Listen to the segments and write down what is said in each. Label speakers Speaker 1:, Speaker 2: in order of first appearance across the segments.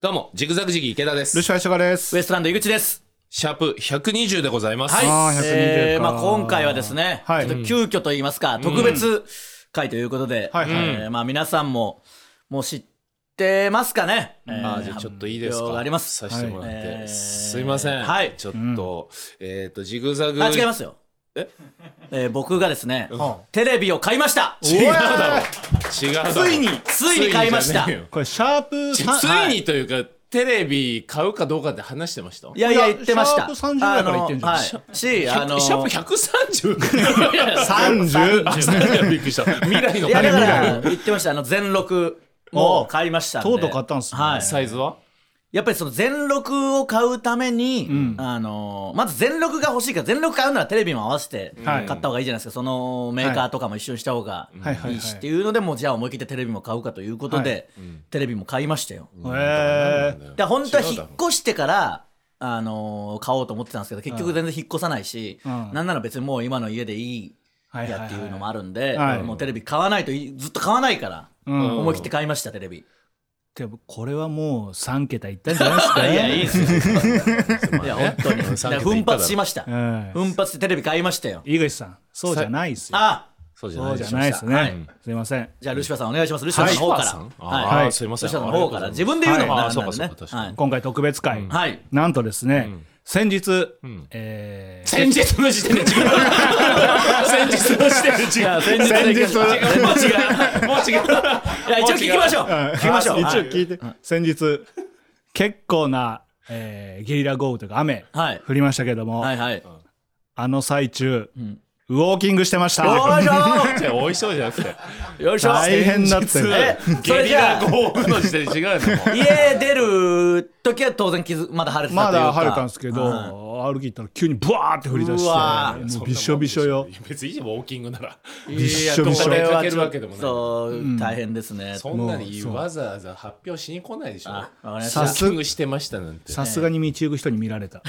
Speaker 1: どうも、ジグザグジギー池田で
Speaker 2: ル
Speaker 1: す。
Speaker 2: シファーショガです。
Speaker 3: ウエストランド井口です。
Speaker 1: シャープ120でございます。
Speaker 3: はい。
Speaker 2: あー120
Speaker 3: えー
Speaker 2: か
Speaker 3: まあ今回はですね、
Speaker 2: はい
Speaker 3: ちょっと急遽と言いますか、特別会ということで、
Speaker 2: はいはい
Speaker 3: えーまあ皆さんももう知ってますかね。えー
Speaker 1: あーじゃあちょっといいです
Speaker 3: 発
Speaker 1: か。
Speaker 3: 表があります。
Speaker 1: させてもらって。
Speaker 3: はいえー
Speaker 1: すいません。
Speaker 3: はい
Speaker 1: ちょっと、えっ、と、ジグザグ。
Speaker 3: あ違いますよ。えー僕がですね、テレビを買いました。
Speaker 1: 違うだろ。違うだろ。
Speaker 2: ついに
Speaker 3: ついに買いました
Speaker 1: ついにじゃねえよ
Speaker 2: これ、シャープ
Speaker 1: ち
Speaker 2: さん
Speaker 1: ついにというか、テレビ買うかどうかって話してました
Speaker 3: いやいや言ってました。
Speaker 2: シャープ30ぐらいから言ってんじゃん
Speaker 3: あのはい、し、あ
Speaker 1: あ
Speaker 3: の
Speaker 1: のシャープ 130? いやいや
Speaker 2: 30
Speaker 1: あ30びっくりした未来の
Speaker 3: いやだから
Speaker 2: 未
Speaker 3: 言ってました。あの全録も買いましたんで。
Speaker 2: とうとう買ったんすね
Speaker 3: はい。
Speaker 1: サイズは
Speaker 3: やっぱりその全録を買うために、あのーまず全録が欲しいから全録買うならテレビも合わせて
Speaker 2: は
Speaker 3: 買
Speaker 2: い
Speaker 3: った方がいいじゃないですか、そのメーカーとかも一緒にした方
Speaker 2: は
Speaker 3: が
Speaker 2: いはいはい
Speaker 3: いいしっていうのでもうじゃあ思い切ってテレビも買うかということで、
Speaker 2: はい
Speaker 3: テレビも買いましたよ。
Speaker 2: えー
Speaker 3: で本当は
Speaker 1: 違う
Speaker 3: 引
Speaker 1: だ
Speaker 3: っ
Speaker 1: ろ
Speaker 3: 越してからあのー買おうと思ってたんですけど結局全然引っ越さないし、
Speaker 2: うん
Speaker 3: なんなら別にもう今の家でい
Speaker 2: はいいはいは
Speaker 3: や
Speaker 2: い
Speaker 3: っていうのもあるんで、
Speaker 2: はい
Speaker 3: もうテレビ買わないといずっと買わないから、
Speaker 2: うん
Speaker 3: 思い切って買いましたテレビ。
Speaker 2: でもこれはもう3桁いったんじゃないですかね。
Speaker 3: いやいいですよ。いや本当に。
Speaker 1: うん
Speaker 3: だから奮発しました。
Speaker 2: ええ
Speaker 3: 奮発してテレビ買いましたよ。
Speaker 2: 井口さん、そうじゃないですよ。
Speaker 3: あ、
Speaker 1: そうじゃ
Speaker 2: そ
Speaker 1: ない
Speaker 2: うじ
Speaker 1: で
Speaker 2: ゃ
Speaker 1: しょ
Speaker 2: ないですね。
Speaker 3: は
Speaker 2: すいません。
Speaker 3: じゃあルシファーさんお願いします。ルシファーさんの方から。
Speaker 1: ルシファーさんあー
Speaker 3: はい。
Speaker 1: すいません
Speaker 3: ルシファーさんの方か
Speaker 1: あ
Speaker 3: ら
Speaker 1: りが
Speaker 3: 自
Speaker 1: とうご
Speaker 3: 分で
Speaker 1: ざい
Speaker 3: 言
Speaker 1: ま
Speaker 3: う
Speaker 1: す
Speaker 3: のも
Speaker 1: はいあーそう
Speaker 3: なんなんで
Speaker 1: か
Speaker 3: ね
Speaker 1: そうか確。か
Speaker 3: はい
Speaker 1: に。
Speaker 2: 今回特別会。
Speaker 3: はい。
Speaker 2: なんとですね、先日、えー
Speaker 1: 先日の時点で違う先日の時点で違う
Speaker 3: いや 先日で行きましょう
Speaker 2: 先
Speaker 3: もう違うもう違う。いや一応聞きましょう。
Speaker 2: うん
Speaker 3: 聞きましょう。
Speaker 2: 一応
Speaker 3: はい
Speaker 2: 聞いて。先日、結構な、えーゲリラ豪雨というか雨、
Speaker 3: はい
Speaker 2: 降りましたけども、
Speaker 3: はいはい。
Speaker 2: あの最中、ウォーキングしてました。
Speaker 3: よいし
Speaker 1: じゃあ美味しそうじゃなくて
Speaker 3: ょ。よいしょ。
Speaker 2: 大変だって
Speaker 3: えそ
Speaker 1: ゲ
Speaker 3: れ
Speaker 1: リ
Speaker 3: じゃ
Speaker 1: ラ
Speaker 3: あ
Speaker 1: 豪雨の時点で違うのもう
Speaker 3: 家出る時は当然気づまだ晴れてた
Speaker 2: ま
Speaker 3: というか。
Speaker 2: だ晴れたんですけど、
Speaker 3: はい
Speaker 2: 歩き行ったら急にブワーって降り出し
Speaker 3: うわ
Speaker 2: て、 もうびしょびしょよ。
Speaker 1: 別にいいじゃんウォーキングなら
Speaker 2: びっしょびしょ
Speaker 3: い
Speaker 1: 出
Speaker 3: やこ
Speaker 1: かけ
Speaker 3: れは
Speaker 1: るわけでもない
Speaker 3: ちょっと大変ですね。
Speaker 1: そんなにわざわざ発表しに来ないでしょ
Speaker 3: あわかりました
Speaker 1: サッキングしてましたなんて
Speaker 2: さすがに道行く人に見られた。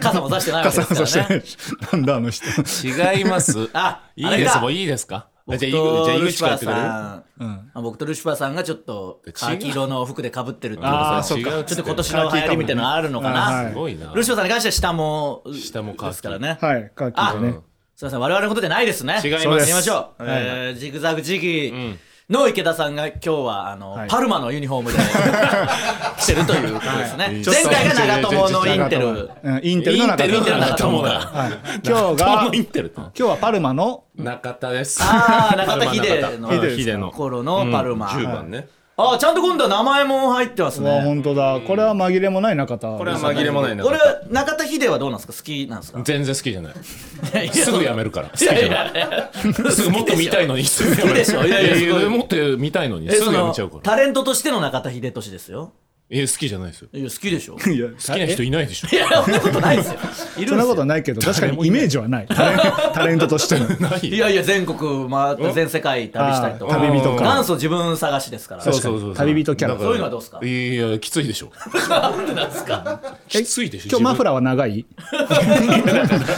Speaker 3: 傘も差してないわけです
Speaker 2: そ
Speaker 3: からね。
Speaker 2: して、なんだあの人。
Speaker 1: 違い ます
Speaker 3: あ
Speaker 1: いい
Speaker 3: あれ
Speaker 1: で
Speaker 3: だ
Speaker 1: すもういいですかあ
Speaker 3: 僕
Speaker 1: じゃあ井口じゃあ
Speaker 3: と
Speaker 1: 井
Speaker 3: ル
Speaker 1: 口
Speaker 3: シファー
Speaker 1: から
Speaker 3: さん、あ僕とルシファーさんがちょっと
Speaker 1: 違う
Speaker 3: 黄色の服で被ってるってこと
Speaker 2: あー
Speaker 3: です
Speaker 1: や
Speaker 3: ね
Speaker 1: ってくれる違う
Speaker 3: ちょっと
Speaker 1: つ
Speaker 3: 今
Speaker 1: って
Speaker 3: 年の流行りみたいなのあるのか
Speaker 2: あー
Speaker 3: な
Speaker 2: は
Speaker 1: す。ごいな
Speaker 3: ルシファーさんに関しては下も、
Speaker 1: 下も乾き
Speaker 3: ですからね。
Speaker 2: はい、カーキ
Speaker 3: あ
Speaker 2: ーでね。
Speaker 3: すみません、我々のことじゃないですね。
Speaker 1: 違います
Speaker 3: そうですやりましょう。
Speaker 2: はい
Speaker 3: えージグザグジギーの池田さんが今日は、あの、
Speaker 2: はい
Speaker 3: パルマのユニフォームで来てるということですね。
Speaker 1: ちょっ
Speaker 3: 前
Speaker 1: と
Speaker 3: 回が長友のインテル。
Speaker 2: うんインテルの中
Speaker 1: インテルの
Speaker 2: 田。
Speaker 1: 中友だ
Speaker 2: はい今日が、
Speaker 1: もうイ
Speaker 2: 今
Speaker 1: ンテルと
Speaker 2: 日はパルマの、
Speaker 1: 中田です
Speaker 3: あー中田秀の
Speaker 1: 中田秀の
Speaker 3: 頃のパルマ。
Speaker 1: 10番ね
Speaker 3: あ、ちゃんと今度は名前も入ってます
Speaker 2: うわ
Speaker 3: ね。
Speaker 2: 本当だ。これは紛れもない中田。
Speaker 1: これは紛れもないな
Speaker 3: これは中田秀はどうなんですか好きなんですか
Speaker 1: 全然好きじゃない
Speaker 3: い や
Speaker 1: すぐやめるから好き
Speaker 3: い
Speaker 1: じゃ
Speaker 3: やい
Speaker 1: ない
Speaker 3: やいや
Speaker 1: すぐもっと見たいのにすぐやめる
Speaker 3: でしょいやいやすごい
Speaker 1: もっと見たいのに
Speaker 3: え
Speaker 1: す
Speaker 3: そ
Speaker 1: ぐやめ
Speaker 3: の
Speaker 1: ちゃうから
Speaker 3: タレントとしての中田秀俊です よ。
Speaker 1: いや好きじゃないですよ
Speaker 3: いや、好きでしょ。
Speaker 2: いや。好
Speaker 1: 好きな人いないでしょ
Speaker 3: いや、そんなことないですよ。い
Speaker 2: そん
Speaker 3: るんで
Speaker 2: な
Speaker 3: す
Speaker 2: こと
Speaker 3: よ。
Speaker 2: ないけど、確かにイメージはない。タレンタレントとしての。
Speaker 1: ない
Speaker 3: いやいや、全国回って全世界旅したりと
Speaker 2: あ
Speaker 3: か
Speaker 2: ー。旅人か。
Speaker 3: 元祖自分探しですから。
Speaker 1: そうそうそう
Speaker 2: 旅人キャラ
Speaker 1: だから
Speaker 3: そういうのはどうですか
Speaker 1: いやいやきついでしょなんでなんすか きついでしょ
Speaker 2: 今日マフ
Speaker 1: ラ
Speaker 2: ラーは長い
Speaker 3: 中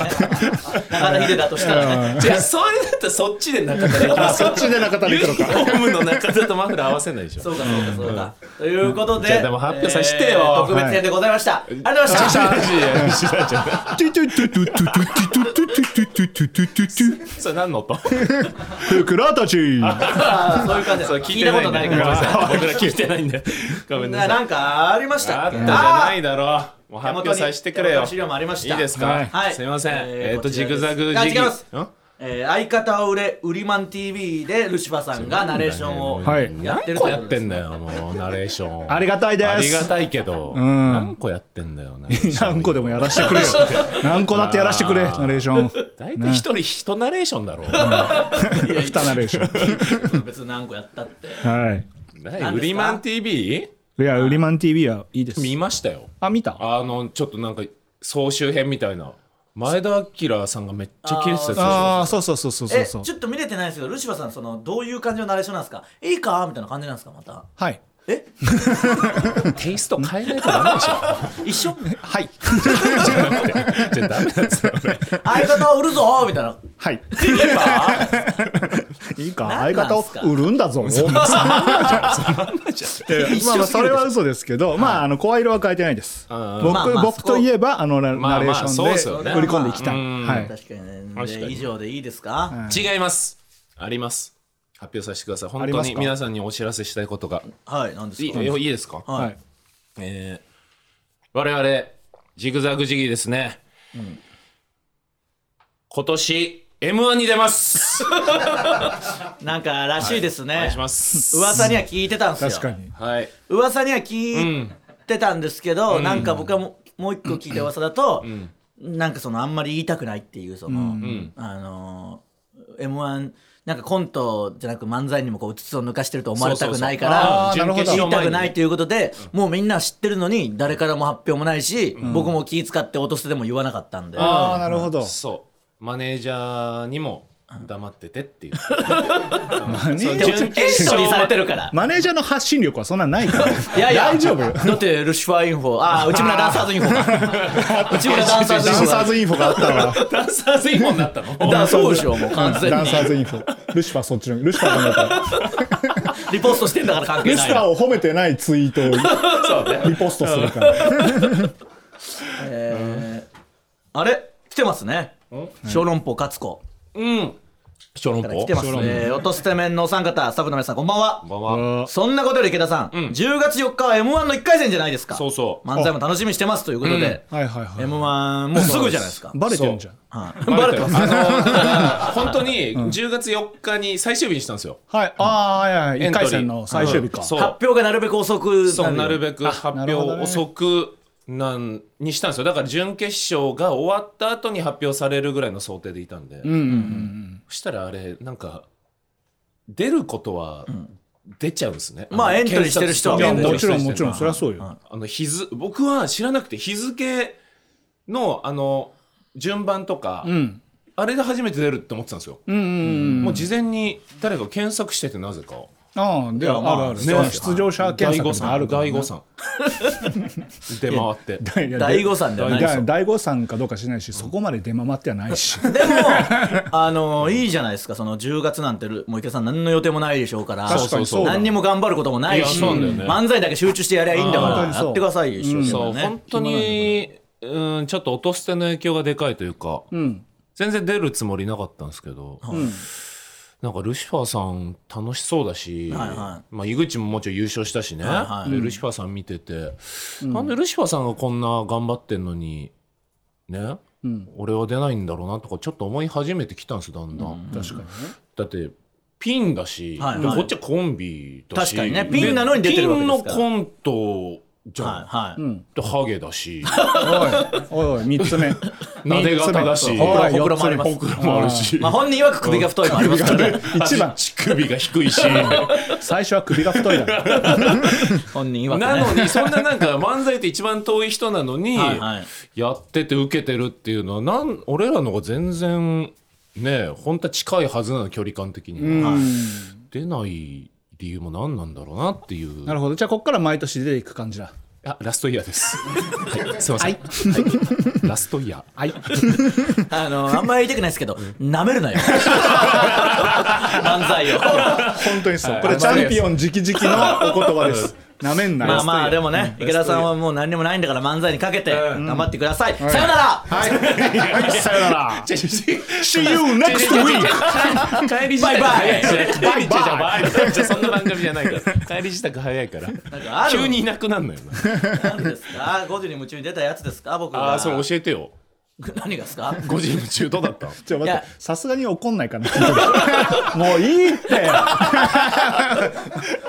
Speaker 3: 田秀だとしたらね。
Speaker 1: ーじゃあそれだったらそっちで中田で合わせ
Speaker 2: そっちで中田でいくのか。
Speaker 1: ホームの中田とマフラー合わせないで しょ
Speaker 3: そうかそうかそうか。ということで、
Speaker 1: じゃあでも発表させてよ
Speaker 3: えー特別編でございました。ありがとうござい ました。
Speaker 1: それ何の音
Speaker 2: ふくらたち
Speaker 3: あーそういう感じです。聞いたことないから。
Speaker 1: 僕ら聞いてないんでごめんな
Speaker 3: な
Speaker 1: さい
Speaker 3: なんかありました
Speaker 1: あ
Speaker 3: っ
Speaker 1: っ
Speaker 3: け
Speaker 1: たじゃないだろうもう
Speaker 3: あー
Speaker 1: 発表させてくれよ
Speaker 3: 手元に手元の資料もありまし
Speaker 1: い
Speaker 3: た
Speaker 1: いです
Speaker 2: は
Speaker 1: か
Speaker 2: い
Speaker 3: はい
Speaker 1: すいません
Speaker 3: えー
Speaker 1: えっと
Speaker 3: こち
Speaker 1: ジ
Speaker 3: らで
Speaker 1: グ
Speaker 3: す
Speaker 1: ザグジギ
Speaker 3: あ違います
Speaker 1: ん
Speaker 3: えー相方を売れ売りマン TV でルシファーさんがナレーションを
Speaker 2: はい
Speaker 3: やっ
Speaker 1: 何
Speaker 3: てると
Speaker 1: 個
Speaker 3: いう
Speaker 1: やっ
Speaker 3: こと
Speaker 1: て
Speaker 3: です
Speaker 1: んだよもうナレーション
Speaker 2: ありがたいです
Speaker 1: ありがたいけど
Speaker 2: ん
Speaker 1: 何個やってんだよな
Speaker 2: 何個でもやらしてくれよ。何個だってやらしてくれ、ナレーション。
Speaker 1: 大体一人一ナレーションだろう
Speaker 2: 二ナレーショ
Speaker 3: 別に何個やったって。
Speaker 2: ン。はい。
Speaker 1: 何ウリマン TV
Speaker 2: いや、ウリマン TV はいいです。
Speaker 1: 見ましたよ
Speaker 2: あ、見た
Speaker 1: あのちょっとなんか総集編みたいな前田明さんがめっちゃ切れてたやつでしょ
Speaker 2: ああ、そうそうそうそうそう
Speaker 3: え
Speaker 2: そう
Speaker 3: ち。ょっと見れてないですけどルシファーさんそのどういう感じのナレーションなんですかいいかみたいな感じなんですかまた
Speaker 2: はい。
Speaker 3: え
Speaker 1: テイスト変えないとダメでしょ
Speaker 3: 一緒
Speaker 2: はい。
Speaker 1: じゃあダメなんですよね
Speaker 3: 相方を売るぞみたいな。
Speaker 2: はい。
Speaker 3: 今
Speaker 2: いいか、
Speaker 3: なん
Speaker 2: 相
Speaker 3: なん
Speaker 2: 方を
Speaker 3: すか
Speaker 2: 売るんだぞ。いやま
Speaker 3: 一緒すぎるでしょ
Speaker 2: あまあ、それは嘘ですけど、まあ、あの、声色は変えてないです。
Speaker 1: うんうん
Speaker 2: 僕、
Speaker 3: まあまあ
Speaker 2: 僕といえば、あの、ナ
Speaker 1: まあ
Speaker 2: ナレーシ
Speaker 1: そうっす
Speaker 2: ョ
Speaker 1: よ
Speaker 2: ン
Speaker 1: ね
Speaker 2: で売り込んでいきたい。
Speaker 1: うん
Speaker 2: はい。
Speaker 3: 確かにね。
Speaker 1: 確か
Speaker 3: で
Speaker 1: に
Speaker 3: 以上でいいですか
Speaker 1: 違いますあります発表させてください本
Speaker 2: あり
Speaker 1: 当
Speaker 2: ます
Speaker 1: に
Speaker 2: か
Speaker 1: 皆さんにお知らせしたいことが
Speaker 3: はい、何です
Speaker 1: いい
Speaker 3: か
Speaker 1: いいですか、
Speaker 3: はい
Speaker 2: はい。
Speaker 1: えー我々ジグザグジギーですね、今年 M1 に出ます。
Speaker 3: なんからしいです
Speaker 1: お願い
Speaker 3: ね
Speaker 1: し。ます。
Speaker 3: 噂には聞いてたんですよ。
Speaker 2: 確かに。
Speaker 1: はい。
Speaker 3: 噂には
Speaker 1: う
Speaker 3: 聞い
Speaker 1: ん。
Speaker 3: てたんですけど、なんか僕はもうもう一個聞いた噂だと、なんかそのあんまり言いたくないっていうその、
Speaker 1: ん
Speaker 3: あの m 1なんかコントじゃなく漫才にもこううつつを抜かしてると思われたくないから
Speaker 1: そうそうそうあー
Speaker 2: なるほど
Speaker 3: 言いたくない
Speaker 1: 準
Speaker 3: ということで、もうみんな知ってるのに誰からも発表もないし、僕も気使って落とすでも言わなかったんで。
Speaker 2: ああ、なるほど。
Speaker 1: そう。マネージャーにも黙っててっ ていう。
Speaker 2: マネー
Speaker 1: う
Speaker 2: ジ
Speaker 3: で
Speaker 2: ャ
Speaker 3: も
Speaker 1: 準
Speaker 2: ー
Speaker 1: 決
Speaker 3: エントリーされてるから。
Speaker 2: マネージャーの発信力はそんなないから。
Speaker 3: いやいや、
Speaker 2: 大丈夫
Speaker 3: だって、ルシファーインフォ、ああ、内村ダンサーズイン フォか。内村ダンサーズ
Speaker 2: ダ
Speaker 3: インフォ
Speaker 2: ンサー
Speaker 3: だ。
Speaker 2: ズインフォがあったわ。
Speaker 1: ダンサーズインフォになったの
Speaker 3: ダンそうでしょ、もう完全
Speaker 2: ダン
Speaker 3: に
Speaker 2: サ。ーズインフォ。ルシファーそっちの、ルシファーじゃないから。
Speaker 3: リポストしてんだから関係
Speaker 2: ルシ
Speaker 3: ない
Speaker 2: ファー
Speaker 3: な。
Speaker 2: を褒めてないツイートをリポストするから。
Speaker 3: えーあれ来てますね。小籠包勝子
Speaker 1: うん。小籠
Speaker 3: から
Speaker 1: 包
Speaker 3: 来てます
Speaker 1: 小籠包
Speaker 3: ね。落とすてめんのお三方、スタッフの皆さん、こんばんは。
Speaker 1: こんばんは
Speaker 3: そんなことより池田さん、10月4日は M1 の1回戦じゃないですか。
Speaker 1: そうそう
Speaker 3: 漫才も楽しみにしてますということで、
Speaker 2: はいはいはい。
Speaker 3: M1 もうすぐじゃないですか。
Speaker 2: バレてんじゃん。
Speaker 3: はいバレてます。
Speaker 1: あのだ から本当に10月4日に最終日にしたんですよ。
Speaker 2: はい。ああー、はいはい。
Speaker 1: エ
Speaker 2: 1
Speaker 1: ントリー
Speaker 2: 回戦の最終日か。
Speaker 1: そう
Speaker 3: 発表がなるべく遅く
Speaker 1: そう
Speaker 3: な
Speaker 1: な
Speaker 3: る
Speaker 1: るべく発
Speaker 2: な
Speaker 1: 表
Speaker 2: るほどね
Speaker 1: 遅くなんにしたんですよだから準決勝が終わった後に発表されるぐらいの想定でいたんで、
Speaker 2: うんうんうん
Speaker 1: そしたらあれなんか出ることは出ちゃうんですね、
Speaker 3: まあ
Speaker 1: の
Speaker 3: エントリーしてる人は
Speaker 2: うん。いや、
Speaker 1: 検索
Speaker 2: もち
Speaker 1: して
Speaker 2: ろ
Speaker 1: る
Speaker 2: ん
Speaker 1: 人
Speaker 2: もちろん、そりゃそうよ。
Speaker 1: あの日付僕は知らなくて日付のあの順番とか、
Speaker 2: うん。
Speaker 1: あれで初めて出るって思ってたんですよ、
Speaker 2: うんうんうん。
Speaker 1: もう事前に誰か検索しててなぜか
Speaker 2: ああ、で
Speaker 3: いやまあ
Speaker 2: は、ある
Speaker 3: して
Speaker 2: あ
Speaker 3: ま
Speaker 2: る。
Speaker 3: すよ
Speaker 2: 出場者
Speaker 1: 大
Speaker 2: 検
Speaker 1: 誤
Speaker 2: 索があ
Speaker 1: 算
Speaker 2: るから
Speaker 1: 大
Speaker 2: ね。
Speaker 1: 誤算 出回って
Speaker 2: いや。
Speaker 3: 大誤算じゃない
Speaker 2: だから大誤算かどうかしないし、そこまで出回ってはないし。
Speaker 3: でもあのいいじゃないですかその10月なんてるもう池田さん何の予定もないでしょうから
Speaker 2: 確かにそうだ
Speaker 3: 何にも頑張ることもない
Speaker 1: い
Speaker 3: し
Speaker 1: やそうなんだよね
Speaker 3: 漫才だけ集中してやりゃいいんだか
Speaker 2: あー本当にそ
Speaker 3: ら
Speaker 2: う
Speaker 3: やってくださいよ一生
Speaker 1: そう、
Speaker 3: 懸命
Speaker 1: 本
Speaker 3: ね
Speaker 1: 当に、うん、ちょっと落と捨ての影響がでかいというか、
Speaker 2: うん。
Speaker 1: 全然出るつもりなかったんですけど、
Speaker 2: うん。
Speaker 1: なんかルシファーさん楽しそうだし、
Speaker 3: はいは
Speaker 1: まあ、井口ももちろん優勝したしね、
Speaker 3: はいはい
Speaker 1: でルシファーさん見てて、なんでルシファーさんがこんな頑張ってんのに、ね、
Speaker 2: うん
Speaker 1: 俺は出ないんだろうなとかちょっと思い始めてきたんですよだんだん。
Speaker 2: 確かにね。
Speaker 1: だってピンだし、
Speaker 3: はい
Speaker 1: で
Speaker 3: はい
Speaker 1: こっちはコンビだし
Speaker 3: 確かにねピンなのに出てるわけですから
Speaker 1: ピンのコントじゃん、
Speaker 3: はいはい
Speaker 2: うん。
Speaker 1: でハゲだし。
Speaker 2: おい、おいおい、三つ目。
Speaker 1: なで型だし
Speaker 2: 三つ目おい、
Speaker 3: ほ
Speaker 2: 四
Speaker 3: くろ
Speaker 2: つ
Speaker 3: もあ
Speaker 2: 目
Speaker 3: ります
Speaker 1: ほくろもあるし、
Speaker 3: まあ本人曰く首が太いもありますからね
Speaker 2: 一番
Speaker 1: 乳首が低いし
Speaker 2: 最初は首が太い だろ
Speaker 3: 本人曰くね
Speaker 1: なのにそんななんか漫才って一番遠い人なのに
Speaker 3: はいはい
Speaker 1: やってて受けてるっていうのはなん俺らの方が全然ね本当は近いはずなの距離感的には、出ない理由も何なんだろうなっていう
Speaker 2: なるほどじゃあこっから毎年出ていく感じだ
Speaker 1: あラストイヤーです、はい、すいません、はいラストイヤー
Speaker 2: はい
Speaker 3: あのあんまり言いたくないですけどなめるなよ漫才を
Speaker 2: 本当にそうこれチャンピオン直々のお言葉ですなめんなよ
Speaker 3: まあまあでもね池田さんはもう何にもないんだから漫才にかけて頑張ってくださいさよな
Speaker 2: は
Speaker 3: ら
Speaker 2: いさよなら See you next week
Speaker 1: 帰り支度
Speaker 3: バイバイ
Speaker 1: バイバイ じゃあそんな番組じゃないから帰り支度早いから
Speaker 3: なんかある
Speaker 1: 急にいなくなんのよな
Speaker 3: 何ですか5時に夢中に出たやつですか僕が
Speaker 1: ああそれ教えてよ
Speaker 3: 何がですか
Speaker 1: 5時夢中どうだった
Speaker 2: ちょ待っ
Speaker 3: いや
Speaker 2: てさすがに怒んないかなもういいって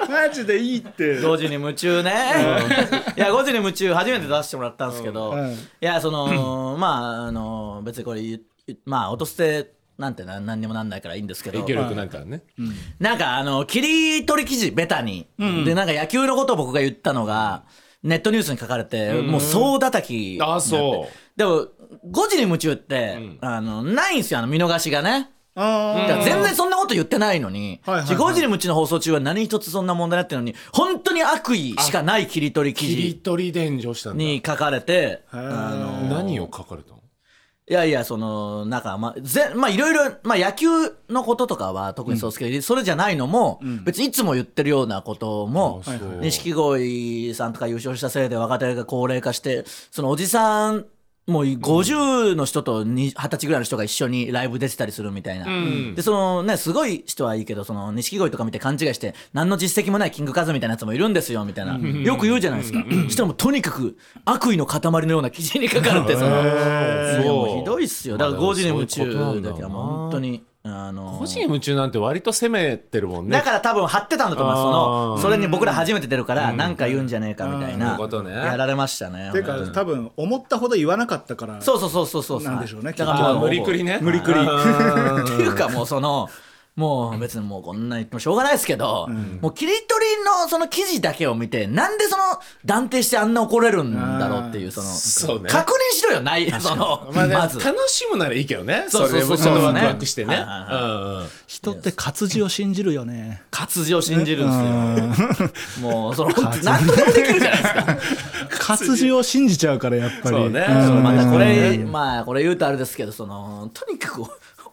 Speaker 2: マジでいいって
Speaker 3: 5時に夢中ね、 いや5時に夢中初めて出してもらったんですけど、
Speaker 2: うん
Speaker 3: いやそのまああの別にこれ言うまあ落としてなんてな何にもなんないからいいんですけど
Speaker 1: 影響力なんかね
Speaker 3: なんかあの切り取り記事ベタに、でなんか野球のことを僕が言ったのがネットニュースに書かれて、もう総叩きになって
Speaker 1: あーそう
Speaker 3: でも5時に夢中って、あのないんですよあの見逃しがねだか
Speaker 2: あ
Speaker 3: ら全然そんなこと言ってないのに、
Speaker 2: はいはいはい
Speaker 3: 自己時に無知の放送中は何一つそんな問題になってるのに、本当に悪意しかない切り取り記
Speaker 1: 切り
Speaker 3: 事
Speaker 1: 取り伝承したんだ
Speaker 3: に書かれて、
Speaker 2: あ
Speaker 1: 何を書かれたの
Speaker 3: いやいや、その、なんか、まあ、ぜまあ、いろいろ、まあ、野球のこととかは特にそうですけど、それじゃないのも、別にいつも言ってるようなことも、
Speaker 1: あそう
Speaker 3: 錦鯉さんとか優勝したせいで若手が高齢化して、そのおじさん、もう50の人とに20歳ぐらいの人が一緒にライブ出てたりするみたいな。
Speaker 1: ん
Speaker 3: で、そのね、すごい人はいいけど、その錦鯉とか見て勘違いして、何の実績もないキングカズみたいなやつもいるんですよ、みたいな。よく言うじゃないですか。したらもうとにかく悪意の塊のような記事に書かれて、その。
Speaker 1: そう
Speaker 3: いやもうひどいっすよ。だから
Speaker 1: まあ
Speaker 3: 5時に夢中
Speaker 1: そういうことなんだ
Speaker 3: だ
Speaker 1: ろう
Speaker 3: け
Speaker 1: な
Speaker 3: はもう本当に。あの
Speaker 1: 個人夢中なんて割と攻めてるもんね
Speaker 3: だから多分貼ってたんだと思います。そ
Speaker 1: あ
Speaker 3: の、
Speaker 1: ー
Speaker 3: それに僕ら初めて出るから、なんか言うんじゃねえかみたい
Speaker 1: うん
Speaker 3: な
Speaker 1: そういうこと。ね
Speaker 3: やられましたね。
Speaker 2: てか多分思ったほど言わなかったから
Speaker 3: そうそうそうそうそう。
Speaker 2: なんでしょうね
Speaker 3: だ
Speaker 2: きっ
Speaker 3: から
Speaker 1: あー
Speaker 3: もう
Speaker 1: 無理くりね
Speaker 2: 無理くり
Speaker 1: あ
Speaker 3: っていうかもうその、もう別にもうこんな言ってもしょうがないですけど、もう切り取りのその記事だけを見て、なんでその断定してあんな怒れるんだろうっていう、その、
Speaker 1: そうね
Speaker 3: 確認しろよ、ない、その
Speaker 1: ー、まあね
Speaker 3: まず。
Speaker 1: 楽しむならいいけどね
Speaker 3: そうそうそう
Speaker 1: れでちょっとワク
Speaker 3: そう
Speaker 1: ワ
Speaker 3: です
Speaker 1: ク
Speaker 3: ね
Speaker 1: してね
Speaker 3: はいはい
Speaker 1: うんうん
Speaker 2: 人って活字を信じるよね
Speaker 3: 活字を信じ るんですよ。もう、その、何とでもできるじゃないですか。
Speaker 2: 活字を信じちゃうからやっぱり
Speaker 1: そうね
Speaker 2: ん
Speaker 1: そう
Speaker 3: またこれ、
Speaker 2: うん
Speaker 3: まあ、これ言うとあれですけど、その、とにかく、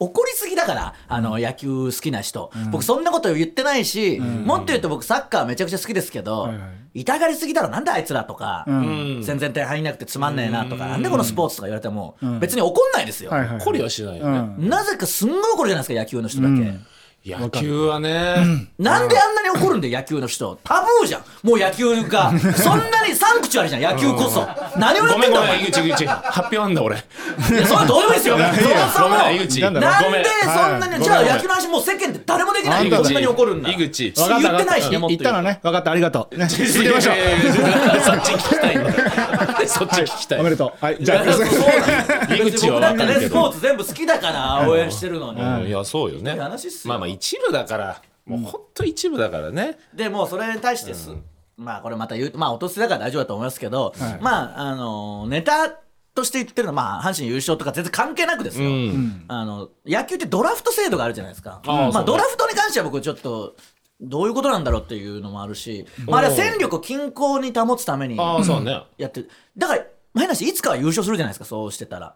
Speaker 3: 怒りすぎだから、あの、野球好きな人。僕、そんなこと言ってないし、もっと言うと僕、サッカーめちゃくちゃ好きですけど
Speaker 2: はいは、
Speaker 3: 痛がりすぎだろ、なんだあいつらとか、
Speaker 1: ん
Speaker 3: 全然点入んなくてつまんねえなとか、なんでこのスポーツとか言われても、別に怒んないですよ。
Speaker 2: はいはい
Speaker 1: 懲りはしないよ
Speaker 2: う
Speaker 1: ね
Speaker 2: ん
Speaker 3: なぜかすんごい怒るじゃないですか、野球の人だけ。
Speaker 1: 野球はね
Speaker 3: なんであんなに怒るんだよ、野球の人。タブーじゃん。もう野球が。そんなにサンクチュアリじゃん、野球こそ。何をや
Speaker 1: ご
Speaker 3: っ
Speaker 1: め
Speaker 3: て
Speaker 1: ん
Speaker 3: ん
Speaker 1: ご
Speaker 3: だ、お
Speaker 1: め
Speaker 3: 前。
Speaker 1: ん
Speaker 3: い
Speaker 1: 井口井口発表あんだ俺
Speaker 3: や、それはどうでもいいですよ。そもそ
Speaker 1: ご
Speaker 3: も。
Speaker 1: めん井口
Speaker 2: なんだろう
Speaker 3: なん
Speaker 1: ごめ
Speaker 3: で
Speaker 1: ん
Speaker 3: そんな
Speaker 1: は
Speaker 3: に、
Speaker 1: い
Speaker 3: じゃあ
Speaker 1: ごめん
Speaker 3: 野球の話もう世間で誰もできな
Speaker 2: あ
Speaker 3: い
Speaker 2: ん
Speaker 3: よ。
Speaker 2: た
Speaker 3: こんなに怒るんだ。
Speaker 1: 井口
Speaker 3: わかった言ってないし
Speaker 2: 言ったらね分かったありがとうね続
Speaker 1: い
Speaker 2: けましょ う
Speaker 1: やいやいやそっち聞きたいんだよ そっち聞きたい
Speaker 2: おめでとうはいじ
Speaker 3: い
Speaker 2: ゃあ
Speaker 3: やそうなんだよ
Speaker 1: 井口は
Speaker 3: 僕だっ
Speaker 1: 分か
Speaker 3: て
Speaker 1: る
Speaker 3: ね、
Speaker 1: け
Speaker 3: スポ
Speaker 1: ど
Speaker 3: ーツ全部好きだから応援してるのに。
Speaker 1: うんいやそうよね
Speaker 3: い話っすよ
Speaker 1: まあまあ一部だからもうほんと一部だからね
Speaker 3: でもうそれに対してす、まあこれまた言うまあおとせだから大丈夫だと思いますけど、まああのネタとして言ってるのはまあ阪神優勝とか全然関係なくですよ、あの野球ってドラフト制度があるじゃないですか、
Speaker 1: ああそ
Speaker 3: ま
Speaker 1: う
Speaker 3: あ
Speaker 1: ね
Speaker 3: ドラフトに関しては僕ちょっとどういうことなんだろうっていうのもあるし、まあ、あれは戦力を均衡に保つために
Speaker 1: ああそうね
Speaker 3: やってるだから変な話いつかは優勝するじゃないですかそうしてたら。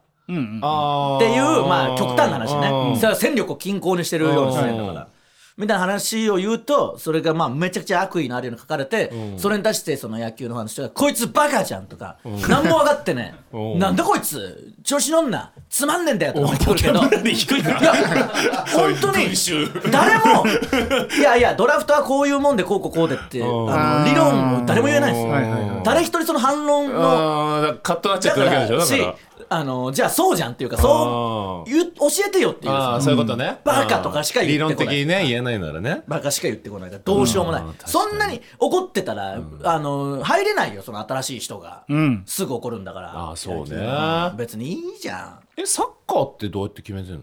Speaker 1: ああ
Speaker 3: っていう、まあ、極端な話ね。それは戦力を均衡にしてるようにしてるんだか
Speaker 1: うん
Speaker 3: ら。みたいな話を言うと、それがまあめちゃくちゃ悪意のあるように書かれて、それに対してその野球のファンの人が、こいつバカじゃんとか、何も分かってね
Speaker 1: う
Speaker 3: え、
Speaker 1: ん
Speaker 3: なんだこいつ、調子乗んな、つまんねえんだよとか思ってるけど、
Speaker 1: 低いない
Speaker 3: や、本当に、誰も、いやいや、ドラフトはこういうもんで、こうこうこうでって、あ
Speaker 1: ん
Speaker 3: の理論を誰も言えないんです
Speaker 1: はいはいはい
Speaker 3: よ。誰一人その反論の
Speaker 1: あーだからカットなっちゃっただけなんでしょだから
Speaker 3: しあのじゃあそうじゃんっていうかそう言う教えてよっていう
Speaker 1: ああ
Speaker 3: そ
Speaker 1: そう
Speaker 3: の
Speaker 1: いうことね
Speaker 3: バカとかしか言ってこない
Speaker 1: 理論的にね言えないならね
Speaker 3: バカしか言ってこないからどうしようもない
Speaker 1: うん確かに
Speaker 3: そんなに怒ってたら、あの入れないよその新しい人が、
Speaker 2: ん
Speaker 3: すぐ怒るんだから
Speaker 1: ああそうね
Speaker 3: うん別にいいじゃん
Speaker 1: えサッカーってどうやって決めてんの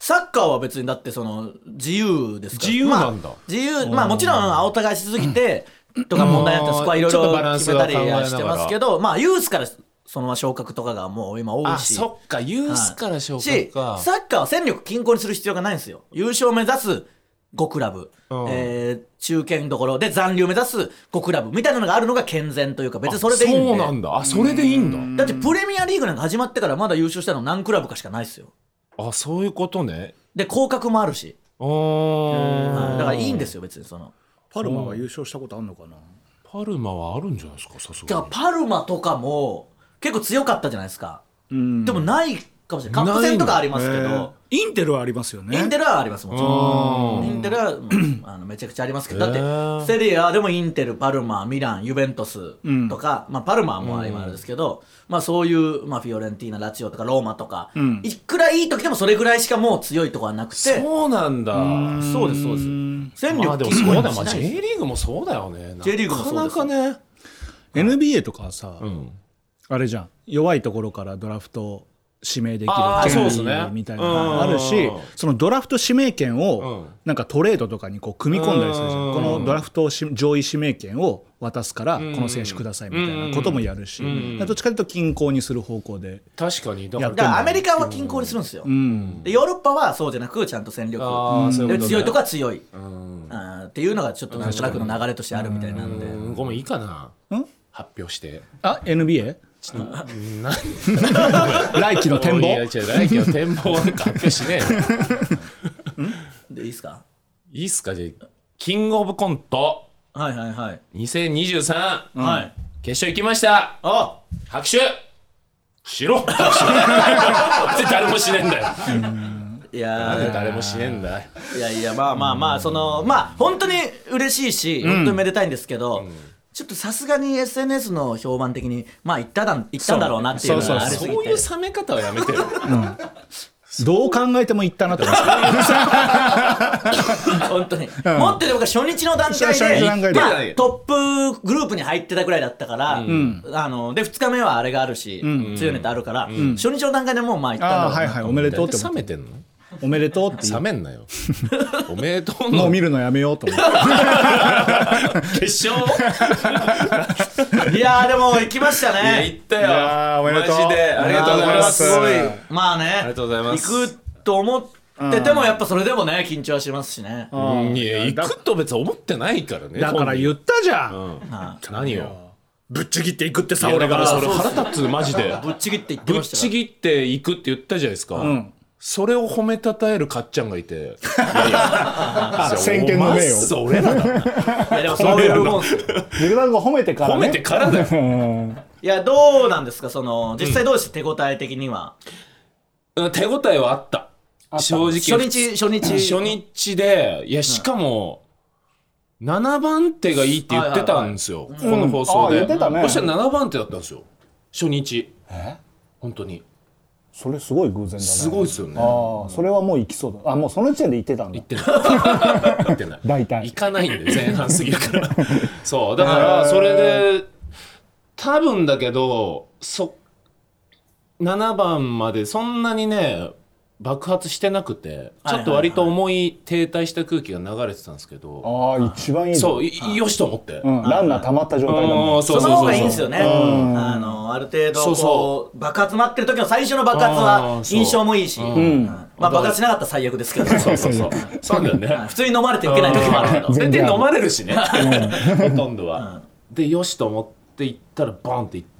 Speaker 3: サッカーは別にだってその自由ですから
Speaker 1: 自由なんだ
Speaker 3: まあ、自由まあもちろん青互いしすぎてとか問題になってそこはいろい
Speaker 1: ちょっとバ
Speaker 3: ろ
Speaker 1: ラン
Speaker 3: 決
Speaker 1: ス
Speaker 3: め
Speaker 1: は
Speaker 3: た
Speaker 1: 考
Speaker 3: り
Speaker 1: えながら
Speaker 3: してますけどまあユースからそのまま昇格とかがもう今多いし
Speaker 1: っかユ
Speaker 3: しサッカーは戦力均衡にする必要がないんですよ優勝を目指す5クラブ、
Speaker 1: うん
Speaker 3: えー中堅どころで残留を目指す5クラブみたいなのがあるのが健全というか別にそれでいいんで
Speaker 1: そうなんだあそれでいいんだ
Speaker 3: だってプレミアリーグなんか始まってからまだ優勝したの何クラブかしかないですよ
Speaker 1: あそういうことね
Speaker 3: で降格もあるし、
Speaker 1: あー
Speaker 3: はいだからいいんですよ別にその
Speaker 2: パルマは優勝したことあんのかな
Speaker 1: パルマはあるんじゃないですかさす
Speaker 3: だ
Speaker 1: が
Speaker 3: か
Speaker 1: に
Speaker 3: らパルマとかも結構強かったじゃないですか、
Speaker 2: うん
Speaker 3: でもないかもしれないカップ戦とかありますけ
Speaker 2: えー
Speaker 3: ど
Speaker 2: インテルはありますよね
Speaker 3: インテルはありますもちろん。インテルはもうあのめちゃくちゃありますけど、だ
Speaker 1: へー
Speaker 3: ってセリアでもインテル、パルマ、ミラン、ユベントスとか、まあパルマはもう今あれですけど、まあそういうまあフィオレンティーナ、ラチオとかローマとか、いくらいい時でもそれぐらいしかもう強いとこはなくて、
Speaker 1: そうなんだ
Speaker 3: そうですそうです。戦
Speaker 1: まあ
Speaker 3: 力
Speaker 1: でも
Speaker 3: 均
Speaker 1: そ
Speaker 3: 衡
Speaker 1: うだよ
Speaker 3: にし
Speaker 1: まあ
Speaker 3: ない
Speaker 1: J
Speaker 3: です
Speaker 1: リーグもそうだよね
Speaker 3: J リーグもそうです
Speaker 1: なかなかね
Speaker 2: NBA とかはさ、
Speaker 1: うん
Speaker 2: あれじゃん弱いところからドラフト指名でき
Speaker 1: あー
Speaker 2: る
Speaker 1: そう
Speaker 2: 権
Speaker 1: ですね
Speaker 2: 利みたいなのがあるし
Speaker 1: うん
Speaker 2: そのドラフト指名権
Speaker 1: うん
Speaker 2: をなんかトレードとかにこう組み込んだりするじゃ
Speaker 1: うんん
Speaker 2: このドラフトし上位指名権を渡すからこの選手くださいみたいなこともやるし
Speaker 1: ん
Speaker 2: どっちかというと均衡にする方向で
Speaker 1: 確かにだ
Speaker 2: や
Speaker 1: から
Speaker 2: ってん
Speaker 3: だか
Speaker 2: だ
Speaker 3: らアメリカは均衡にするんですよ、
Speaker 2: うん
Speaker 3: でヨーロッパはそうじゃなくちゃんと戦力
Speaker 1: あーそういう
Speaker 3: で
Speaker 1: ことね
Speaker 3: 強いとこは強い、
Speaker 1: うん
Speaker 3: あーっていうのがちょっとなんとなくの流れとしてあるみたいなんで、
Speaker 1: うんごめんいいかなん発表して
Speaker 2: あ NBA?
Speaker 1: なん
Speaker 2: 来季の展
Speaker 1: いや違う
Speaker 2: 望
Speaker 1: 来季の展望なんか発表しねえよ
Speaker 3: でいいですか
Speaker 1: いいっすかじゃあキングオブコント
Speaker 3: はいはいはい、
Speaker 1: 2023、
Speaker 3: はい
Speaker 1: 決勝行きました
Speaker 3: あ
Speaker 1: 拍手しろ拍手 って誰もしねえんだよ
Speaker 3: いやー
Speaker 1: 誰もしねえんだ
Speaker 3: いやいやまあまあまあそのまあ本当に嬉しいし本当にめでたいんですけど、ちょっとさすがに SNS の評判的にまあ言っただん言ったんだろうなっていうのがありす
Speaker 1: そう
Speaker 3: ぎ
Speaker 1: いう
Speaker 3: て
Speaker 1: 冷め方はやめて よ
Speaker 2: どう考えてもいったなと思って
Speaker 3: 本当に、もっとで僕は初日の段階
Speaker 2: 初日の段階
Speaker 3: で、
Speaker 2: で
Speaker 3: まあ、トップグループに入ってたぐらいだったから、あので2日目はあれがあるし、強いネタあるから、初日の段階でもうまあ言った
Speaker 2: あ
Speaker 3: んだろ
Speaker 2: あ
Speaker 3: うな
Speaker 2: はいはいおめでとうって思
Speaker 1: 冷
Speaker 2: っ
Speaker 1: め
Speaker 2: て
Speaker 1: てんの
Speaker 2: おめでとうって言
Speaker 1: 冷
Speaker 2: う
Speaker 1: めん なよおめでとう
Speaker 2: もう
Speaker 1: の
Speaker 2: 見るのやめようと思って
Speaker 1: 決勝
Speaker 3: いやーでも行きました
Speaker 1: いや
Speaker 3: ね
Speaker 1: 行ったよ
Speaker 2: いやーおめでとう
Speaker 1: マジでありがとうございます
Speaker 2: おめでとうございます
Speaker 1: ごい
Speaker 3: まあねあ
Speaker 1: りがとうございます
Speaker 3: 行くと思っててもやっぱそれでもね緊張はしますしね
Speaker 1: うんいや行くと別に思ってないからね
Speaker 2: だから言ったじゃん、
Speaker 1: うん何を
Speaker 2: ぶっちぎっていくってさ
Speaker 1: いやだからそれ
Speaker 3: そうそう
Speaker 1: 腹立つマジ で
Speaker 3: ぶっちぎって言って
Speaker 1: ぶっ
Speaker 3: ました
Speaker 1: ち
Speaker 3: よ
Speaker 1: ぎっていくって言ったじゃないですか、
Speaker 2: ん
Speaker 1: それを褒めたたえるかっちゃんがいていやいや
Speaker 2: 先見の明を
Speaker 1: お前っす俺らだ
Speaker 3: いやでもそういうもんっすよ
Speaker 2: ジグザグが褒めてから、ね、
Speaker 1: 褒めてからだよ
Speaker 3: いやどうなんですかその実際どうです手応え的には
Speaker 1: うん手応えはあった正直
Speaker 3: 初日初日
Speaker 1: 初日でいやしかも、7番手がいいって言ってたんですよ、この放送で、
Speaker 2: うんあ言ってたね
Speaker 1: そしたら7番手だったんですよ初日本当に
Speaker 4: それすごい偶然だね
Speaker 1: すごいですよね
Speaker 4: ああそれはもう行きそうだあもうその時点で行ってたんだ
Speaker 1: 行ってない 行ってない
Speaker 4: 大体
Speaker 1: 行かないんで前半過ぎるからそうだからそれで多分だけどそ7番までそんなにね爆発してなくてちょっと割と重い停滞した空気が流れてたんですけど、
Speaker 4: ああ一番いいね
Speaker 1: そうい よしと思って、う
Speaker 4: うんんランナー溜まった状態だもん
Speaker 1: そ
Speaker 3: そう
Speaker 1: そう
Speaker 3: の
Speaker 1: そ
Speaker 3: 方
Speaker 1: う
Speaker 3: がいいん
Speaker 1: そう
Speaker 3: ですよね
Speaker 4: ん
Speaker 3: あのある程度
Speaker 1: そう
Speaker 3: こ
Speaker 1: そう
Speaker 3: 爆発待ってる時の最初の爆発
Speaker 1: あー
Speaker 3: は
Speaker 1: そう
Speaker 3: 印象もいいしうんまあ爆発しなかったら最悪ですけど
Speaker 1: そうそう そうそうなんだよね
Speaker 3: 普通に飲まれていけない時もあるけど
Speaker 1: 全
Speaker 4: 全
Speaker 1: 然
Speaker 4: 然
Speaker 1: 飲まれるしねほとんどは、でよしと思って行ったらバンって行って、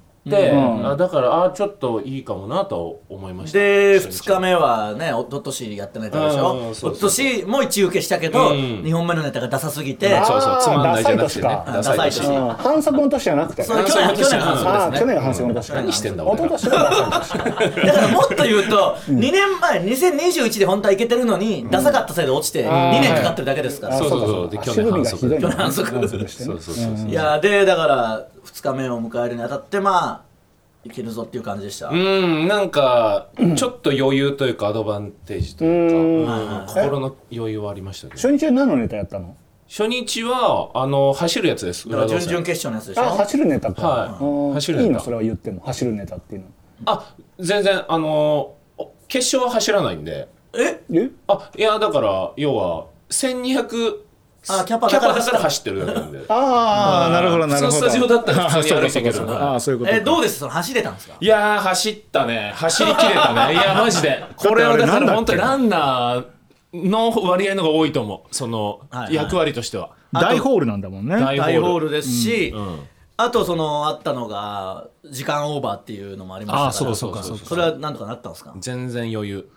Speaker 1: あだからあちょっといいかもなとは思いました
Speaker 3: で
Speaker 1: 初
Speaker 3: 2
Speaker 1: 日
Speaker 3: 日目はねおととしやってないからでし
Speaker 1: うん
Speaker 3: ょ
Speaker 1: そうそ
Speaker 3: おと
Speaker 1: う
Speaker 3: としも一受けしたけど
Speaker 1: ん
Speaker 3: 2本目のネタがダサすぎて
Speaker 1: そうそうつまんないじゃなくてね
Speaker 4: あー
Speaker 3: ダサい年か
Speaker 1: 年
Speaker 4: うん反則の年じゃなくて
Speaker 3: そう去年去年の
Speaker 1: そ
Speaker 4: あ
Speaker 1: う
Speaker 3: 話で
Speaker 4: あ
Speaker 3: す
Speaker 4: 去
Speaker 3: ね
Speaker 4: 年が反則の年だ
Speaker 1: 何してんだ
Speaker 4: 一
Speaker 1: 俺
Speaker 4: 昨
Speaker 1: ら
Speaker 4: 年が反省の年
Speaker 3: だからもっと言うと2年前2021で本当はいけてるのにダサかったせいで落ちて2年かかってるだけですから
Speaker 1: そうそうそうで去年反
Speaker 4: 足
Speaker 1: 則
Speaker 4: 踏みがひどいの
Speaker 1: そう
Speaker 4: ね
Speaker 3: 反則
Speaker 4: 反則してね
Speaker 1: そうそうそう
Speaker 3: いやーでだから2日目を迎えるにあたってまあいけるぞっていう感じでした、
Speaker 1: うんなんかちょっと余裕というかアドバンテージと いうかうん心の余裕はありましたけど
Speaker 4: 初日は何のネタやったの
Speaker 1: 初日はあの走るやつです
Speaker 3: だから
Speaker 1: 裏
Speaker 3: 準
Speaker 1: 動
Speaker 3: 々
Speaker 1: 線
Speaker 3: 決勝のやつでし
Speaker 4: あ
Speaker 3: ょ
Speaker 4: 走るネタか
Speaker 1: はい
Speaker 4: うん
Speaker 1: 走るネタ
Speaker 4: いいのそれは言っても走るネタっていうの
Speaker 1: あ全然あのお決勝は走らないんで
Speaker 3: え
Speaker 4: え
Speaker 1: あいやだから要は1200
Speaker 3: あキャパ
Speaker 1: キ
Speaker 3: だ
Speaker 1: ャ
Speaker 3: か
Speaker 1: パだ
Speaker 3: ら
Speaker 1: か
Speaker 3: 走
Speaker 1: ら
Speaker 3: った
Speaker 1: 走ってるだけなんで
Speaker 2: ああなるほどなるほど
Speaker 1: そのスタジオだったら普通に歩いていける
Speaker 2: あーそうかそう
Speaker 1: か
Speaker 2: からあーそういうこと
Speaker 3: えどうですその走れたんですか
Speaker 1: いやー走ったね走りきれたねい やマジでこれはだから本当にランナーの割合の方が多いと思うその
Speaker 3: はいはい
Speaker 1: 役割としては
Speaker 2: 大ホールなんだもんね
Speaker 1: 大
Speaker 3: 大ホー
Speaker 1: ル
Speaker 3: ルですし、
Speaker 1: ん
Speaker 3: あとそのあったのが時間オーバーっていうのもありましたから
Speaker 2: あそうかそう
Speaker 1: かそうか
Speaker 3: それはなんとかなったんですか
Speaker 1: 全然余裕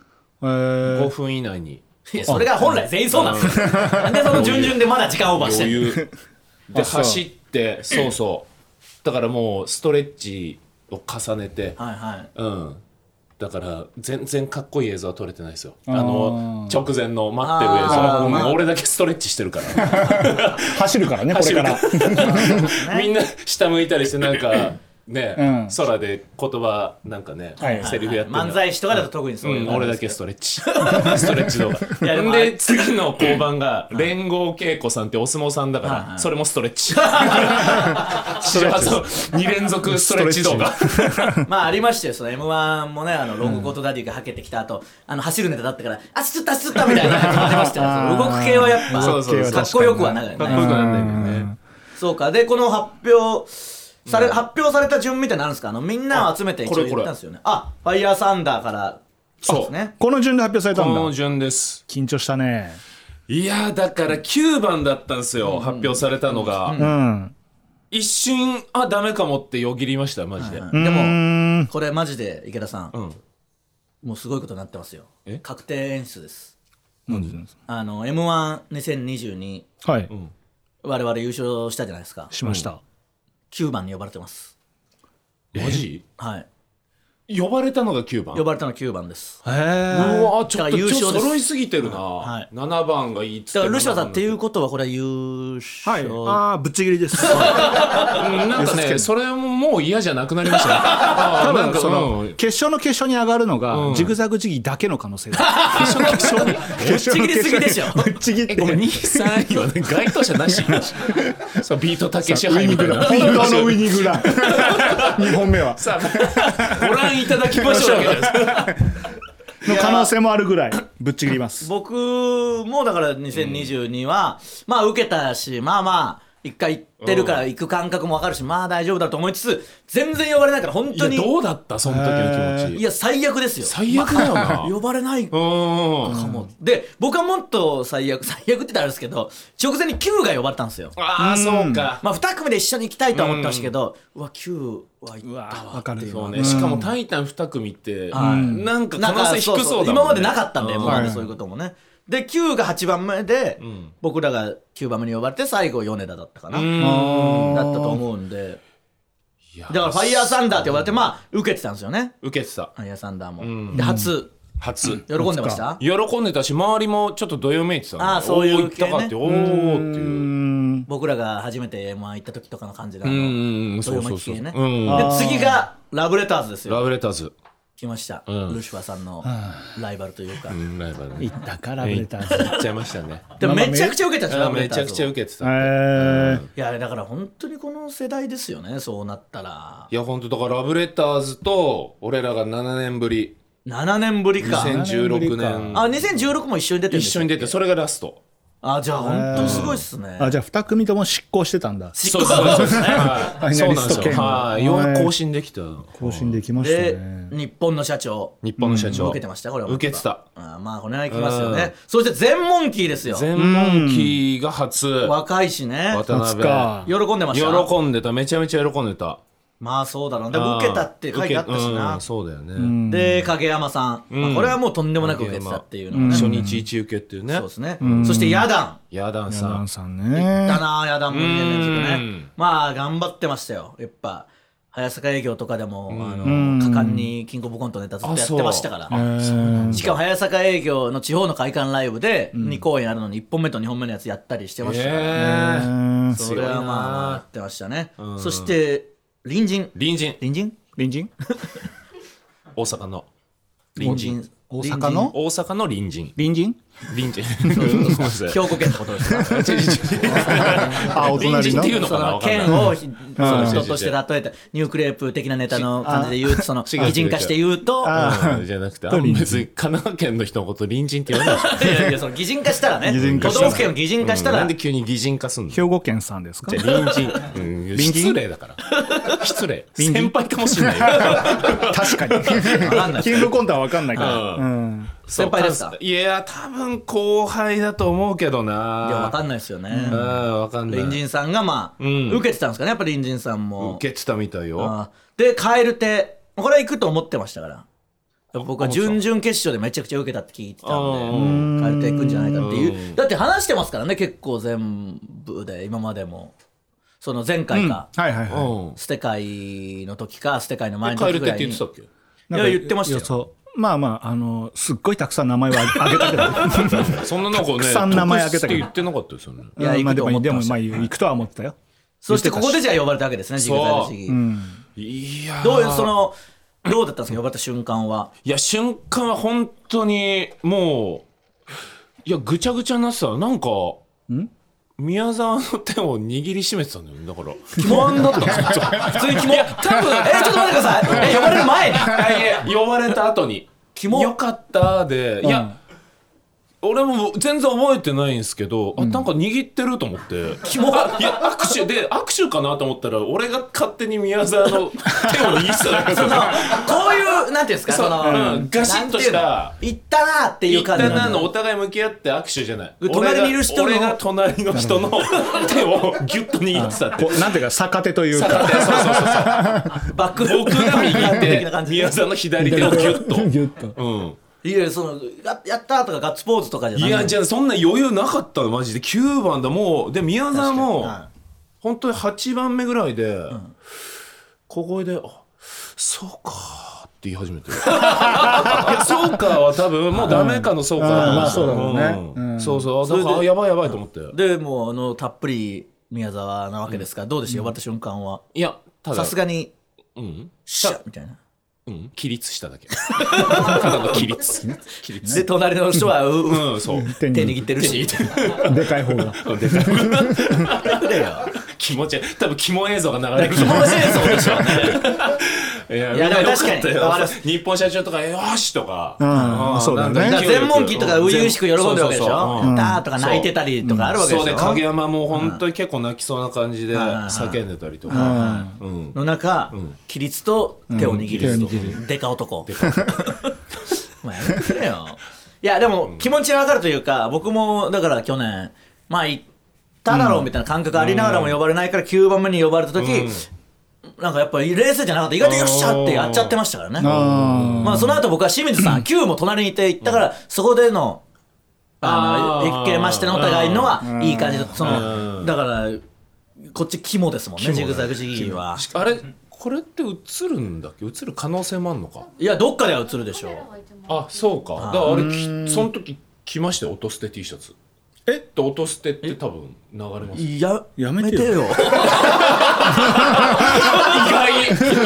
Speaker 2: えー
Speaker 1: 5分以内に
Speaker 3: いやそれが本来全員そうなんですよなんでその準々でまだ時間オーバーして
Speaker 1: 余
Speaker 3: る
Speaker 1: 裕で
Speaker 2: あそう
Speaker 1: 走ってそうそうだからもうストレッチを重ねて
Speaker 3: はいはい
Speaker 1: うんだから全然かっこいい映像は撮れてないですよあの直前の待ってる映
Speaker 3: あ
Speaker 1: 像
Speaker 3: ー
Speaker 1: うん
Speaker 3: まあ
Speaker 1: 俺だけストレッチしてるから
Speaker 4: 走るからねこれから
Speaker 1: みんな下向いたりしてなんかね、
Speaker 4: うん
Speaker 1: 空で言葉なんかね、
Speaker 4: はい
Speaker 1: セリフやってるの
Speaker 3: 漫才師とかだと特にそう
Speaker 1: う、
Speaker 3: いうんのある
Speaker 1: 俺
Speaker 3: んで
Speaker 1: だ
Speaker 3: すけ
Speaker 1: け
Speaker 3: ど
Speaker 1: ストレッ チストレッチ動
Speaker 3: いやで
Speaker 1: 画
Speaker 3: も
Speaker 1: んで次の交番が連合稽古さんってお相撲さんだか
Speaker 3: はいは
Speaker 1: ら
Speaker 3: い
Speaker 1: それもストレッ チ2連続ストレッチ動画
Speaker 3: まあありましたよ、その M1 もね、あのロングコートダディがはけてきた後、あの走るネタだったから、あすったあすったみたいな 感じでましたよ。その動く系はやっぱ、
Speaker 1: そうそうそう
Speaker 3: かっこよくはなかっ
Speaker 1: か
Speaker 3: た
Speaker 1: っ
Speaker 3: ね
Speaker 1: こよくなんないけどね
Speaker 3: そうか、で、この発表され、発表された順みたいなのあるんですかあの、みんなを集めて一
Speaker 1: あこれ
Speaker 3: 応
Speaker 1: こ
Speaker 3: 言
Speaker 1: れ
Speaker 3: ったんですよね。あ、ファイヤーサンダーから、そうですね。
Speaker 2: この順で発表された
Speaker 1: こ
Speaker 2: んだ
Speaker 1: の順です
Speaker 2: 緊張したね
Speaker 1: いやーだから9番だったんですよ、発表されたのが、
Speaker 2: うん
Speaker 1: 一瞬あダメかもってよぎりましたマジで、
Speaker 3: で
Speaker 2: う
Speaker 3: も、
Speaker 2: ーん
Speaker 3: これマジで池田さん、
Speaker 1: うん
Speaker 3: もうすごいことになってますよ
Speaker 1: え。
Speaker 3: 確定演出です。
Speaker 2: 何
Speaker 3: あの、M12022、
Speaker 2: はい
Speaker 3: 我々優勝したじゃないですか。
Speaker 2: しました
Speaker 3: 9番に呼ばれてます。
Speaker 1: マジ
Speaker 3: はい。
Speaker 1: 呼ばれたのが9番
Speaker 3: 呼ばれたの9番です。
Speaker 2: へ
Speaker 1: う
Speaker 2: え
Speaker 1: わーちょっ
Speaker 3: だから
Speaker 1: と
Speaker 3: 優
Speaker 1: ち
Speaker 3: 勝
Speaker 1: ょっと
Speaker 3: です
Speaker 1: 揃いすぎてるな、
Speaker 3: はい
Speaker 1: 7番がいいっつ
Speaker 3: だ
Speaker 1: って
Speaker 3: からルシファーさんっていううことはこれは
Speaker 2: は
Speaker 3: 優勝、
Speaker 2: いああぶっちぎりです
Speaker 1: うんなんかね、それももう嫌じゃなくなりましたね。あー
Speaker 2: 多
Speaker 1: なん
Speaker 2: 分
Speaker 1: か
Speaker 2: その
Speaker 1: うん
Speaker 2: 決勝の決勝に上がるのがジグザグジギーだけの可能性が決勝の決勝に
Speaker 3: ぶっちぎりすぎでし ょ
Speaker 2: ぶっちぎっ
Speaker 1: え
Speaker 2: て
Speaker 1: ごめん、2、3位はね、該当者なし。そう、ビートたけし
Speaker 2: ウ
Speaker 1: 杯
Speaker 2: イニ
Speaker 1: みた
Speaker 2: グ
Speaker 1: いな
Speaker 2: ラ。ン本当のウイニグラン2本目は
Speaker 1: さあ、 ご覧いただきましょうだけじゃないですか。
Speaker 2: の可能性もあるぐらいぶっちぎります
Speaker 3: 僕もだから2022は、まあ受けたしまあまあ一回行ってるから行く感覚もわかるし、まあ大丈夫だと思いつつ全然呼ばれないから本
Speaker 1: い
Speaker 3: 当
Speaker 1: や、
Speaker 3: に
Speaker 1: どうだったその時の気持
Speaker 3: い
Speaker 1: ち。
Speaker 3: や最悪ですよ
Speaker 1: 最悪だよな
Speaker 3: まあ呼 ばれないか
Speaker 1: うん。
Speaker 3: も、で僕はもっと最悪 最悪って言ったらあれですけど直前に Q が呼ばれたんですよ
Speaker 1: ああ、そうか。
Speaker 3: まあ2組で一緒に行きたいとは思ってましたけど、うわ Q は行ったわ
Speaker 2: わかる
Speaker 1: そう
Speaker 2: よ
Speaker 1: ね、しかも「タイタン」2組って、
Speaker 3: はい
Speaker 1: なんか可能性低そうだもんね
Speaker 3: 今までなかったんで、
Speaker 1: う
Speaker 3: もうねそういうこともね。で、9が8番目で、僕らが9番目に呼ばれて、最後、米田だったかな。だったと思うんで。
Speaker 1: いや
Speaker 3: だから、ファイヤーサンダーって呼ばれて、まあ、受けてたんですよね。
Speaker 1: 受けてた
Speaker 3: ファイヤーサンダーも。で、初、
Speaker 1: 初、
Speaker 3: 喜んでました
Speaker 1: 喜んでたし周りもちょっとどよめいてたね
Speaker 3: あーそういう
Speaker 1: おー行ったかっておおーっていう
Speaker 3: 僕らが初めて M1 行った時とかの感じが。あ
Speaker 1: う
Speaker 3: の
Speaker 1: んうん、そうそうそう。
Speaker 3: どよめき系ね
Speaker 1: うん、
Speaker 3: で、次が、ラブレターズです
Speaker 1: ラ
Speaker 3: よ。
Speaker 1: ブレターズ、
Speaker 3: 来ました。
Speaker 1: うん
Speaker 3: ルシファーさんのライバルというか
Speaker 1: う。ん、ライバルね。
Speaker 2: い
Speaker 1: いっ
Speaker 2: ったからブレターズ
Speaker 1: ちゃいましたね。
Speaker 3: でも、めちゃくちゃ受けたん ですよ、ラブレ
Speaker 1: め
Speaker 3: タ
Speaker 1: ちゃ
Speaker 3: ー
Speaker 1: く
Speaker 3: ズ
Speaker 1: ちゃ
Speaker 3: を。い
Speaker 1: 受けてた。い
Speaker 2: へー
Speaker 3: や、だから本当にこの世代ですよね、そうなったら。
Speaker 1: や本当だからラブレターズと俺らが7年ぶり
Speaker 3: 7年ぶりか。
Speaker 1: 2016年
Speaker 3: あ、2016も一緒に出てるん
Speaker 1: 一
Speaker 3: でしょ
Speaker 1: 緒に出てそれがラスト
Speaker 3: あ、じゃあ本当にすごいっすね。
Speaker 2: あじゃあ2組とも執行してたんだ
Speaker 3: 執
Speaker 1: そう
Speaker 3: 行
Speaker 1: そうそう
Speaker 2: ァ
Speaker 1: はい
Speaker 2: イ
Speaker 1: そ
Speaker 2: ナ
Speaker 1: う
Speaker 2: リ
Speaker 1: なん
Speaker 2: ス
Speaker 1: です
Speaker 2: ト権
Speaker 1: よはいようやく更新できた
Speaker 2: 更新できました
Speaker 3: で
Speaker 2: ね、
Speaker 3: 日本の社長。
Speaker 1: 日本の社長
Speaker 3: 受けてましたこれは
Speaker 1: 受けてた
Speaker 3: あまあ、これは行きますよね。そして全モンキーですよ。
Speaker 1: 全問期が初
Speaker 3: 若いしね。
Speaker 1: 渡
Speaker 2: 初か
Speaker 1: 辺
Speaker 3: 喜んでました。
Speaker 1: 喜んでためちゃめちゃ喜んでた
Speaker 3: まあそうだろうね。受けたって書いてあったし
Speaker 1: う。
Speaker 3: なん
Speaker 1: そうだよね、
Speaker 3: で、影山さん。まあこれはもうとんでもなく受けてたっていうのがね。
Speaker 1: 初
Speaker 3: そう
Speaker 1: 日一受けっていうね
Speaker 3: ですね。そして、ヤダン。
Speaker 1: ヤダンさ
Speaker 2: ダ
Speaker 1: ん
Speaker 2: ンさん
Speaker 3: だ
Speaker 2: ね
Speaker 3: なやだもんね連続
Speaker 1: う
Speaker 3: ね
Speaker 1: ん
Speaker 3: まあ頑張ってましたよやっぱ早坂営業とかでも、あの果敢にキングオブコントネタずっとやってましたか
Speaker 1: あ
Speaker 3: らしかも早坂営業の地方の会館ライブで2公演あるのに1本目と2本目のやつやったりしてましたから、
Speaker 1: えー
Speaker 2: うん
Speaker 3: それはまあやってましたね、そして隣人
Speaker 1: 隣人
Speaker 3: 隣人
Speaker 2: 隣人
Speaker 1: 大阪の
Speaker 3: 隣人
Speaker 2: 大阪の
Speaker 1: 大阪の隣人
Speaker 2: 隣
Speaker 1: 隣
Speaker 2: 人
Speaker 1: 人うんごめんな さい
Speaker 3: 兵庫県のこと ですか
Speaker 2: あお
Speaker 1: 隣人っ
Speaker 2: 隣の
Speaker 1: ていうの
Speaker 3: そ
Speaker 1: かな
Speaker 3: の
Speaker 1: わかんない
Speaker 3: 県をひその人
Speaker 1: うん
Speaker 3: として例えてニュークレープ的なネタの感じで言うその
Speaker 1: 違う違う
Speaker 3: 擬人化して言うと
Speaker 1: うんじゃなくてあの
Speaker 2: 隣人
Speaker 1: 別に神奈川県の人のこと隣人って言わないでしょ
Speaker 3: いやいや、その擬人化したらね。
Speaker 2: 擬人化した
Speaker 3: 都
Speaker 2: ら
Speaker 3: 道府県を擬人化したら、
Speaker 1: なんで急に擬人化すんのじ
Speaker 2: 兵庫県さんですか
Speaker 1: ゃあ隣人うん失礼だから失礼
Speaker 2: 人
Speaker 1: 先輩かもしれないよ
Speaker 2: 確か
Speaker 3: かんな
Speaker 2: に
Speaker 3: い
Speaker 2: キングコントは分かんないから、
Speaker 1: う
Speaker 2: うん、
Speaker 1: そう
Speaker 3: 先輩ですか
Speaker 1: いや多分後輩だと思うけどない
Speaker 3: や、わかんないですよね。
Speaker 1: うんわかんない
Speaker 3: 隣人さんが、まあ、
Speaker 1: ん
Speaker 3: 受けてたんですかね、やっぱ隣人さんも。
Speaker 1: 受けてたみたいよ
Speaker 3: あーで、蛙亭。これは行くと思ってましたから。僕は準々決勝でめちゃくちゃ受けたって聞いてたんで、蛙亭行くんじゃないかっていう。だって話してますからね、結構全部で、今までも。その前回か、
Speaker 2: はいはいは
Speaker 1: うん
Speaker 3: 捨て会の時か、捨て会の前の
Speaker 1: カエ
Speaker 3: 時
Speaker 1: ル
Speaker 3: ぐ
Speaker 1: テっ
Speaker 3: ら
Speaker 1: て
Speaker 3: いに。
Speaker 1: 言ってたっけ
Speaker 2: い
Speaker 3: いや、言ってました
Speaker 2: よ
Speaker 3: よ。
Speaker 2: そうまあまああのすっごいたくさん名前はあげたけ ど
Speaker 1: そんな中ね
Speaker 2: くさん名前挙げ
Speaker 1: 特質
Speaker 2: た
Speaker 1: って
Speaker 2: けど
Speaker 1: 言ってなかったですよね
Speaker 3: いや
Speaker 2: うんまあ
Speaker 3: 行く
Speaker 2: で
Speaker 3: と思
Speaker 2: も
Speaker 3: って
Speaker 2: で
Speaker 3: ま
Speaker 2: も
Speaker 3: した
Speaker 2: まあ行くとは思ったよ
Speaker 3: そしてここでじゃあ呼ばれたわけですね、ジグザグジギー。
Speaker 1: いやー
Speaker 3: どういうそのどうだったんですか呼ばれた瞬間はい
Speaker 1: や瞬間は本当にもういやぐちゃぐちゃになってたなんか宮沢の手を握りしめてたんだよねだから不安だったんですよずっと
Speaker 3: 普通にキモ多分えちょっと待ってくださいえ呼ばれる前に
Speaker 1: いや いや呼ばれた後に「キモよかった」でいや、俺も全然覚えてないんですけど、あなんか握ってると思って「キモいや握手で握手かなと思ったら俺が勝手に宮沢の 手を握ってただけだ
Speaker 3: そ
Speaker 1: っ
Speaker 3: の
Speaker 1: た
Speaker 3: こういうなんていうんですか
Speaker 1: そう
Speaker 3: その、
Speaker 1: うんガシッとした
Speaker 3: なんていうのいったなっていう感じ
Speaker 1: 一旦なのお互い向き合って握手じゃない
Speaker 3: で隣にいる人の
Speaker 1: 俺が俺が隣の人の手をギュッと握ってたって
Speaker 2: こうなんていうか逆手という
Speaker 1: だ
Speaker 2: か
Speaker 1: ってそうそうそう
Speaker 3: バック
Speaker 1: 僕が右
Speaker 3: 的な
Speaker 1: 手
Speaker 3: 感じで
Speaker 1: 宮沢の左手をギュ ッ
Speaker 4: ギュッと。
Speaker 1: と、うん、
Speaker 3: いやいやそのややったーとかガッツポーズとかじゃない
Speaker 1: いやじゃあそんな余裕なかったのマジで9番だもうで宮沢も
Speaker 3: は
Speaker 1: 本当に8番目ぐらいで、小声で「あそうか」って言い始めていや「そうか」は多分もうダメかの「そうか」
Speaker 4: うんまあそうだろうね
Speaker 1: ん
Speaker 4: うん
Speaker 1: そうそうだから
Speaker 3: それで
Speaker 1: あやばいやばいと思って、
Speaker 3: いでもうあのたっぷり宮沢なわけですから、どうでした呼ばれた瞬間はい
Speaker 1: やただ
Speaker 3: さすがに
Speaker 1: うん
Speaker 3: シャッみたいな
Speaker 1: うん起立 しただけただの起立起立
Speaker 3: で隣の人はうう
Speaker 1: うんそう
Speaker 4: 手
Speaker 3: 手
Speaker 4: に
Speaker 3: 握ってるし
Speaker 4: でかい方が。
Speaker 1: でかい 気持ち悪い多分キモ映像が流れる
Speaker 3: 気持ちいいそうでしょ
Speaker 1: いや
Speaker 3: いやでも確かに
Speaker 1: みんな良
Speaker 3: わか
Speaker 1: か
Speaker 3: り
Speaker 1: ったよ
Speaker 3: ま
Speaker 1: 日本社長とか「よし!」とか
Speaker 4: うん
Speaker 1: ん
Speaker 4: そうだよね
Speaker 1: なん勢いよく
Speaker 3: 全問期とか初々しく喜んでるわけでし
Speaker 1: そ
Speaker 3: ょ
Speaker 1: うそうそううん
Speaker 3: ダーとか泣いてたりとかあるわけで
Speaker 1: そ
Speaker 3: し
Speaker 1: う
Speaker 3: ょ、
Speaker 1: で影山も本当に結構泣きそうな感じで
Speaker 3: ん
Speaker 1: 叫んでたりと
Speaker 4: う
Speaker 1: か
Speaker 4: ん
Speaker 1: うん
Speaker 3: の中、規律と手を握る,、
Speaker 4: うん手を握
Speaker 3: で か男 お前やめてくれよいやでも気持ちはわかるというか僕もだから去年まあ行っただろうみたいな感覚ありながらも呼ばれないから9番目に呼ばれた時、なんかやっぱり冷静じゃなかった意外とよっしゃってやっちゃってましたからね
Speaker 4: あー
Speaker 3: まあその後僕は清水さん Q も隣にいて行ったからそこでのあの
Speaker 1: あー
Speaker 3: 一見ましてのお互いのはいい感じだその
Speaker 1: うん
Speaker 3: だからこっち肝ですもんねジグザグジギーは
Speaker 1: あれこれって映るんだっけ映る可能性もあるのか
Speaker 3: いやどっかでは映るでしょう
Speaker 1: あそうかだからあれきその時来ましたよ音捨て T シャツえっと音捨てって多分流れます
Speaker 3: いや
Speaker 2: やめてよ
Speaker 3: よ
Speaker 1: 意外意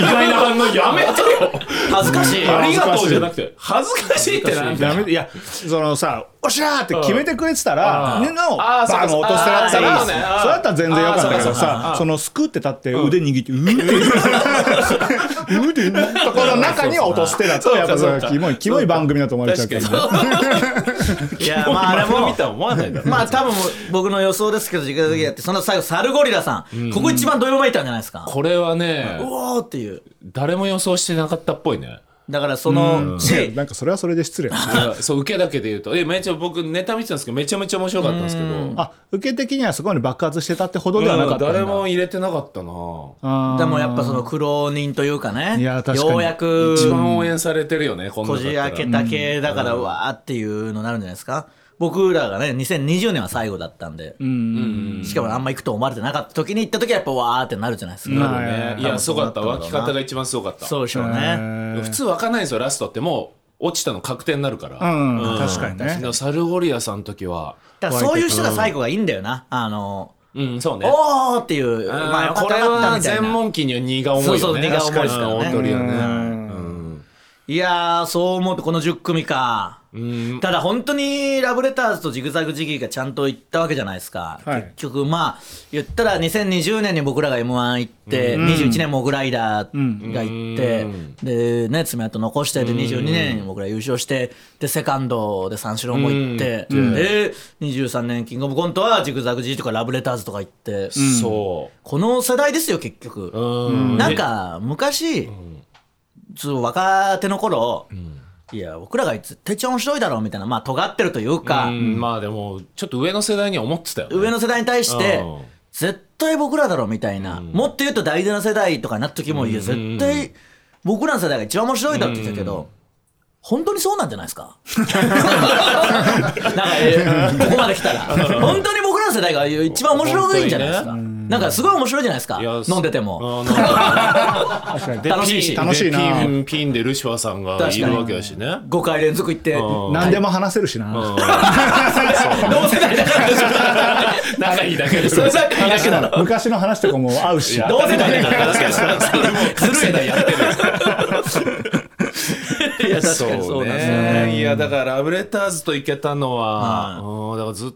Speaker 1: 外な反応やめてよ
Speaker 3: 恥ずかしい
Speaker 1: あ
Speaker 3: あ
Speaker 1: り
Speaker 3: りが
Speaker 1: が
Speaker 3: と
Speaker 1: とう
Speaker 3: う
Speaker 1: じゃなくて恥ずかしいってなんだ
Speaker 2: ダメでいやそのさ「おしら!」って決めてくれてたら
Speaker 1: うん
Speaker 2: みんなを
Speaker 1: あ
Speaker 2: バ
Speaker 1: ーそうか
Speaker 2: ーン落としてやったら
Speaker 1: あー
Speaker 2: そ
Speaker 1: そううねあー
Speaker 2: やったら全然よかったけど
Speaker 1: あーそうかそう
Speaker 2: さ
Speaker 1: か
Speaker 2: そのすくって立って腕握って「うー」っていう「うー」っていうところの中には落としてだとやっぱそれはキモいキモい番組だと思われちゃうからね
Speaker 3: いやまああれ
Speaker 1: 今
Speaker 3: も
Speaker 1: 見たら思わないだろ
Speaker 3: まあ多分僕の予想ですけど時間的やってその最後サルゴリラさんここ一番どよめいたんじゃないですか
Speaker 1: これはね
Speaker 3: うおーっていう
Speaker 1: 誰も予想してなかったっぽい ね
Speaker 3: だからそのし
Speaker 2: なんかそれはそれで失礼
Speaker 1: いやそう受けだけで言うとえめっちゃ僕ネタ見てたんですけどめちゃめちゃ面白かったんですけど
Speaker 2: あ受け的にはそこまで爆発してたってほど
Speaker 1: うん
Speaker 2: ではなかったんだ
Speaker 1: 誰も入れてなかったな
Speaker 2: あー
Speaker 3: でもやっぱその苦労人というかね
Speaker 2: いや確かに
Speaker 3: ようやく
Speaker 1: 一番応援されてるよねこんな
Speaker 3: こじ開けた系だからわーっていうのになるんじゃないですか僕らがね2020年は最後だったんでしかもあんま行くと思われてなかった時に行った時はやっぱわーってなるじゃないですか、
Speaker 2: なる
Speaker 1: ねい
Speaker 3: 多
Speaker 1: や
Speaker 3: 分
Speaker 1: す
Speaker 3: そう
Speaker 1: ごか
Speaker 3: だっ
Speaker 1: ったた
Speaker 3: んだろうな
Speaker 1: 湧き方が一番すごかった
Speaker 3: そうでしょうね、
Speaker 2: えー
Speaker 1: 普通湧かないんですよラストってもう落ちたの確定になるから
Speaker 2: うん確かにね
Speaker 1: でもサルゴリラさんの時は
Speaker 3: だからそういう人が最後がいいんだよなあの
Speaker 1: うんそうね
Speaker 3: おーっていう
Speaker 1: うん
Speaker 3: まあよかっ
Speaker 1: こ
Speaker 3: た
Speaker 1: れ
Speaker 3: よかった
Speaker 1: は
Speaker 3: みたい
Speaker 1: 全
Speaker 3: な
Speaker 1: 問期には荷が重いよね
Speaker 3: そうそう荷が重いですから
Speaker 1: 確に
Speaker 3: ね
Speaker 1: 大鳥は
Speaker 2: う
Speaker 1: ね
Speaker 3: いやーそう思うとこの10組か
Speaker 1: うん
Speaker 3: ただ本当にラブレターズとジグザグジギーがちゃんと行ったわけじゃないですか、
Speaker 2: はい
Speaker 3: 結局まあ言ったら2020年に僕らが m 1行って、21年モグライダーが行って、
Speaker 1: うん
Speaker 3: でね爪痕残してで22年に僕ら優勝してでセカンドで三四郎も行って、で23年キングオブコントはジグザグジギーとかラブレターズとか行って、
Speaker 1: そ
Speaker 3: この世代ですよ結局、
Speaker 1: ううん
Speaker 3: なんか昔、ちょっと若手の頃、いや僕らが絶対面白いだろうみたいなまあ尖ってるというか、
Speaker 1: うんまあでもちょっと上の世代には思ってたよね
Speaker 3: 上の世代に対して、
Speaker 1: うん
Speaker 3: 絶対僕らだろうみたいな、もっと言うと第7世代とかになった時も、いや絶対僕らの世代が一番面白いだろうって言ってたけど、本当にそうなんじゃないで すかなんか、えーここまで来たら本当に僕らの世代が一番面白いんじゃないですか、なんかすごい面白いじゃないですか
Speaker 1: いや
Speaker 3: 飲んでて
Speaker 1: あ
Speaker 3: も
Speaker 1: の
Speaker 2: 確かに
Speaker 1: で
Speaker 3: 楽しいし
Speaker 1: ピン
Speaker 2: 楽しいな
Speaker 1: でピンピンでルシファーさんがいるわけだしね
Speaker 3: 5回連続行って
Speaker 1: ん
Speaker 2: 何でも話せるしな。
Speaker 3: 同世代だからでし
Speaker 1: 仲いいだけで
Speaker 3: ょそれさっき言い出したから
Speaker 2: 昔の話とかも合うし。
Speaker 3: 同世代だから
Speaker 1: 確かにそれそれも
Speaker 3: ずるいなやってるいや確
Speaker 1: そう
Speaker 3: か
Speaker 1: ね
Speaker 3: にそうなんですよ
Speaker 1: い
Speaker 3: ね
Speaker 1: やだからラブレターズと行けたのは、
Speaker 3: は
Speaker 1: うんだからずっ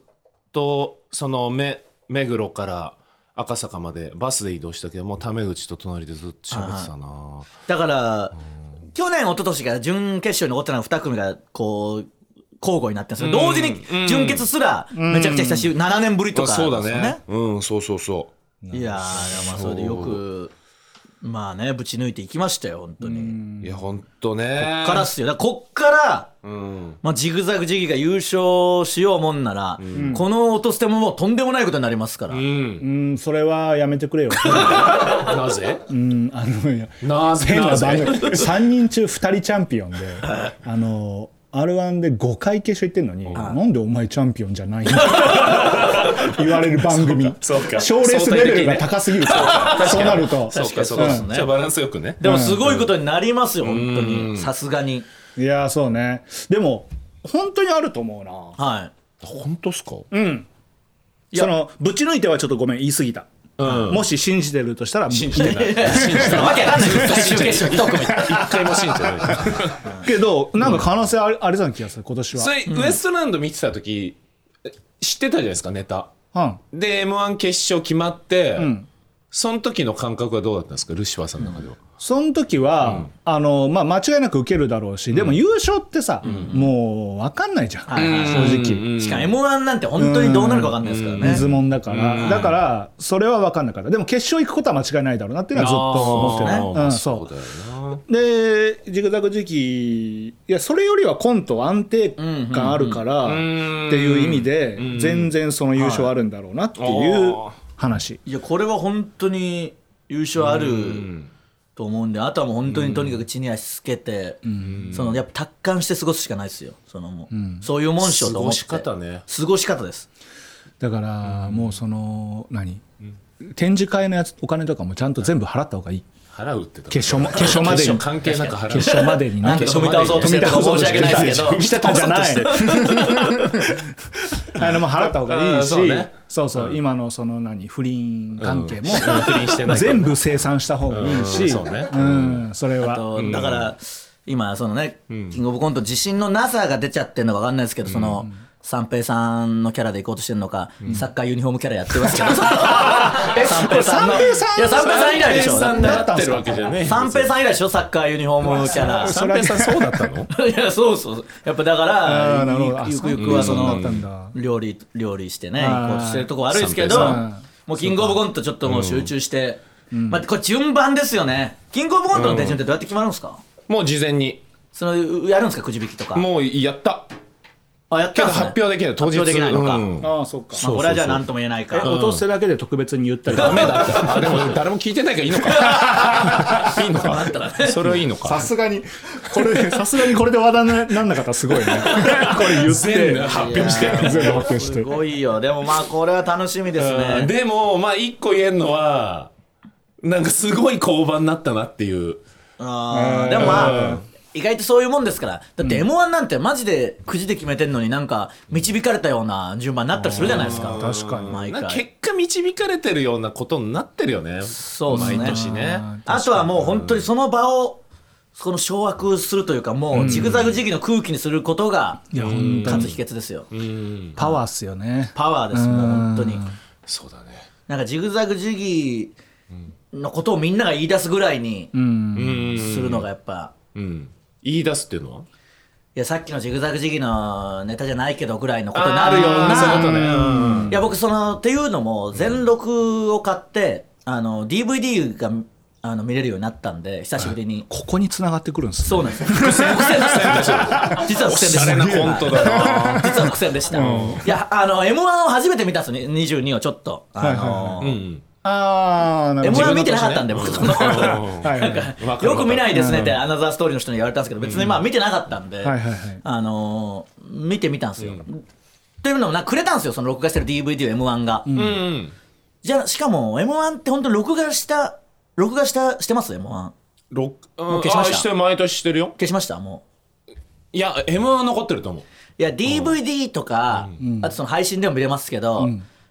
Speaker 1: とそのめ目黒から赤坂までバスで移動したけどもうタメ口と隣でずっと喋ってたな
Speaker 3: だから、去年、一昨年が準決勝に残ってない2組が、こう、交互になってるんですけど、同時に準決すら、めちゃくちゃ久しぶり、7年ぶりと
Speaker 1: あ
Speaker 3: か、
Speaker 1: そうだね。うんそうそうそ
Speaker 3: いやー、まあ、それでよく、まあね、ぶち抜いていきましたよ、本当に。
Speaker 1: ういやほんとね
Speaker 3: からっすよ。だからこっから、
Speaker 1: うん
Speaker 3: まあ、ジグザグジギーが優勝しようもんなら、この落としてももうとんでもないことになりますから。
Speaker 1: うん
Speaker 2: うん、それはやめてくれよ。
Speaker 1: なぜ
Speaker 2: うん、あの、いや
Speaker 1: なぜ
Speaker 2: 変な
Speaker 1: な
Speaker 2: 番
Speaker 1: ぜ
Speaker 2: 組3人中2人チャンピ オンであの r 1で5回決勝行ってんのに「なんでお前チャンピオンじ ゃないの? 」言われる番組
Speaker 1: そうか
Speaker 2: 賞レースレベルが高すぎるそうなる と
Speaker 1: そうかそう
Speaker 2: う
Speaker 1: か
Speaker 2: ん
Speaker 1: そうかじゃあバランスよくね
Speaker 3: でもすごいことになりますよ、本当に。さすがに。
Speaker 2: いやそうねでも本当にあると思うな
Speaker 3: はい。
Speaker 1: 本当っすか
Speaker 2: そのぶち抜いてはちょっとごめん言い過ぎた、
Speaker 1: うん
Speaker 2: もし信じてるとしたら信じてない
Speaker 3: わけわかんないですよ、準決勝一組。
Speaker 1: 一回も信じてない
Speaker 2: けどなんか可能性あり,、ありそうな気がする今年は
Speaker 1: それウエストランド見てた時え知ってたじゃないですかネタ
Speaker 2: うん
Speaker 1: で m 1決勝決まって、
Speaker 2: ん
Speaker 1: その時の感覚はどうだったんですかルシファーさんの中では、
Speaker 2: その時は、あのまあ、間違いなく受けるだろうし、でも優勝ってさ、もう分かんないじゃん、
Speaker 3: はいはい
Speaker 2: 正直、
Speaker 3: しかも m 1なんて本当にどうなるか分かんないですからね。
Speaker 2: 水もんだから、だからそれは分かんなかったでも決勝行くことは間違いないだろうなっていうのはずっと思って
Speaker 1: あ
Speaker 2: ね
Speaker 1: ー、
Speaker 2: うん、
Speaker 1: そう
Speaker 2: そ
Speaker 1: だよな
Speaker 2: うでジグザグ時期いやそれよりはコント安定感あるからって
Speaker 1: ん
Speaker 2: いう意味で
Speaker 1: うん
Speaker 2: 全然その優勝あるんだろうなっていう
Speaker 1: はい
Speaker 2: 話
Speaker 3: いや、これは本当に優勝あ
Speaker 1: う
Speaker 3: る
Speaker 1: ん
Speaker 3: と思うんで、あとはもう本当にとにかく地に足つけて、そのやっぱ達観して過ごすしかないですよ。そのもう、そういうもんしようと
Speaker 1: 過
Speaker 3: 思
Speaker 1: ご
Speaker 3: って。
Speaker 1: し方。ね
Speaker 3: 過ごし方です。
Speaker 2: だからもうその何展示会のやつお金とかもちゃんと全部払った方がいい
Speaker 1: 腹打ってた
Speaker 2: 決勝ま決勝まで
Speaker 1: 決
Speaker 2: に
Speaker 1: 勝関係なく腹打っ
Speaker 2: 決
Speaker 1: て
Speaker 2: 勝までに
Speaker 3: な
Speaker 2: ね
Speaker 3: んで踏み倒そうとしてたか申し訳ないですけど。
Speaker 2: してたじ ゃない。あのもう払った方がいいし、
Speaker 1: あーそうね
Speaker 2: そうそう、今のその何不倫関係も
Speaker 1: 不倫してないから
Speaker 2: 全部清算した方がいい
Speaker 1: うん
Speaker 2: し、
Speaker 1: そうね
Speaker 2: うん、それ
Speaker 3: あ
Speaker 2: は。
Speaker 3: と、だから、今、そのね、キングオブコント、自信のなさが出ちゃってるのか分かんないですけど、その、三平さんのキャラで行こうとしてるのか、サッカーユニフォームキャラやっ てますけど、三平さんの。
Speaker 2: 三平さん
Speaker 3: いや、三平さん以来でしょ。
Speaker 1: 三平さんなってるわけじゃねえ
Speaker 3: 三平さん以来でしょ、サッカーユニフォームキャラ。
Speaker 2: それは
Speaker 1: 三平さんそうだったの
Speaker 3: いや、そうそう。やっぱだか
Speaker 2: あ
Speaker 3: ら
Speaker 2: ーなるほど、あ
Speaker 3: ゆくゆくは
Speaker 2: そ
Speaker 3: そ
Speaker 2: う
Speaker 3: の
Speaker 2: だったんだ、
Speaker 3: 料理、料理してね、
Speaker 2: あー
Speaker 3: 行こうとしてるとこ悪いですけ
Speaker 1: 三
Speaker 3: ど
Speaker 1: 平
Speaker 2: さん、
Speaker 3: もうキングオブコントちょっともう集中して、まあ、これ順番ですよね。キングオブコントの手順ってどうやって決まるんですか
Speaker 1: もう事前に
Speaker 3: その、うやるんですかくじ引きとか。
Speaker 1: もうやった
Speaker 3: あ、やっ
Speaker 1: け
Speaker 3: たん
Speaker 1: ど
Speaker 3: ですね
Speaker 1: 発表できない当日
Speaker 3: 発表できないのか。
Speaker 1: う
Speaker 3: ま
Speaker 1: ん
Speaker 2: ああ、そっか。
Speaker 3: あ、これはじゃあ何とも言えないか。
Speaker 2: 落とせだけで特別に言ったり。ダメだ。
Speaker 1: あでも誰も聞いてないからいいのか いいのかそれはいいの
Speaker 2: さ
Speaker 1: か
Speaker 2: すがに、これ、さすがにこれで話題になんなかったらす ごいね。これ言って
Speaker 1: 全部、発表して
Speaker 2: 全部発表して
Speaker 3: す。ごいよ。でもまあ、これは楽しみです
Speaker 1: うん
Speaker 3: ね。
Speaker 1: でもまあ一個言えるのはなんかすごい交番になったなっていう
Speaker 3: あーでもまあ、意外とそういうもんですから。だって M1 なんてマジでくじで決めてんのになんか導かれたような順番になったりするじゃないですか。
Speaker 2: 確かに。
Speaker 3: 毎
Speaker 1: なんか
Speaker 3: 回。
Speaker 1: 結果導かれてるようなことになってるよね
Speaker 3: そうですね。
Speaker 1: 毎年ね
Speaker 3: あとはもう本当にその場を、その掌握するというか、もうジグザグ時期の空気にすることが、勝つ秘訣ですよ。
Speaker 1: うん
Speaker 2: パワーっすよね。
Speaker 3: パワーです、もう本当に。
Speaker 1: そうだね
Speaker 3: なんかジグザグジギーのことをみんなが言い出すぐらいにするのがやっぱ、
Speaker 1: うん言い出すっていうのはい
Speaker 3: やさっきのジグザグジギーのネタじゃないけどぐらいのことになるよう
Speaker 1: あーそういうこと
Speaker 3: な。
Speaker 1: ねうん
Speaker 3: いや僕そのっていうのも全録を買って、あの DVD があの見れるようになったんで久しぶりに。
Speaker 2: ここに繋がってくるんですね
Speaker 3: そうなん ですよ。伏線伏線でした。実は伏線でした。
Speaker 1: おしゃれなコントだな
Speaker 3: 実は伏線でした。いや、あの、M1 を初めて見たんですよ、22をちょっと。あの
Speaker 1: う、ん
Speaker 2: ああ、なるほど。
Speaker 3: M1 見てなかったんで、僕、その、
Speaker 2: はいはいはい
Speaker 1: わかる
Speaker 3: よく見ないですねってアナザーストーリーの人に言われたんですけど別にまあ見てなかったんで、
Speaker 2: はいはいはい
Speaker 3: あのー見てみたんですよ。というのもなんかくれたんですよその録画してる DVD を m 1が、
Speaker 1: うん
Speaker 3: じゃあしかも m 1って本当録画した録画したしてます m 1
Speaker 1: ろうん
Speaker 3: う消しました
Speaker 1: あして毎年してるよ
Speaker 3: 消しましたもう
Speaker 1: いや M は残ってると思う
Speaker 3: いや DVD とか、あとその配信でも見れますけど、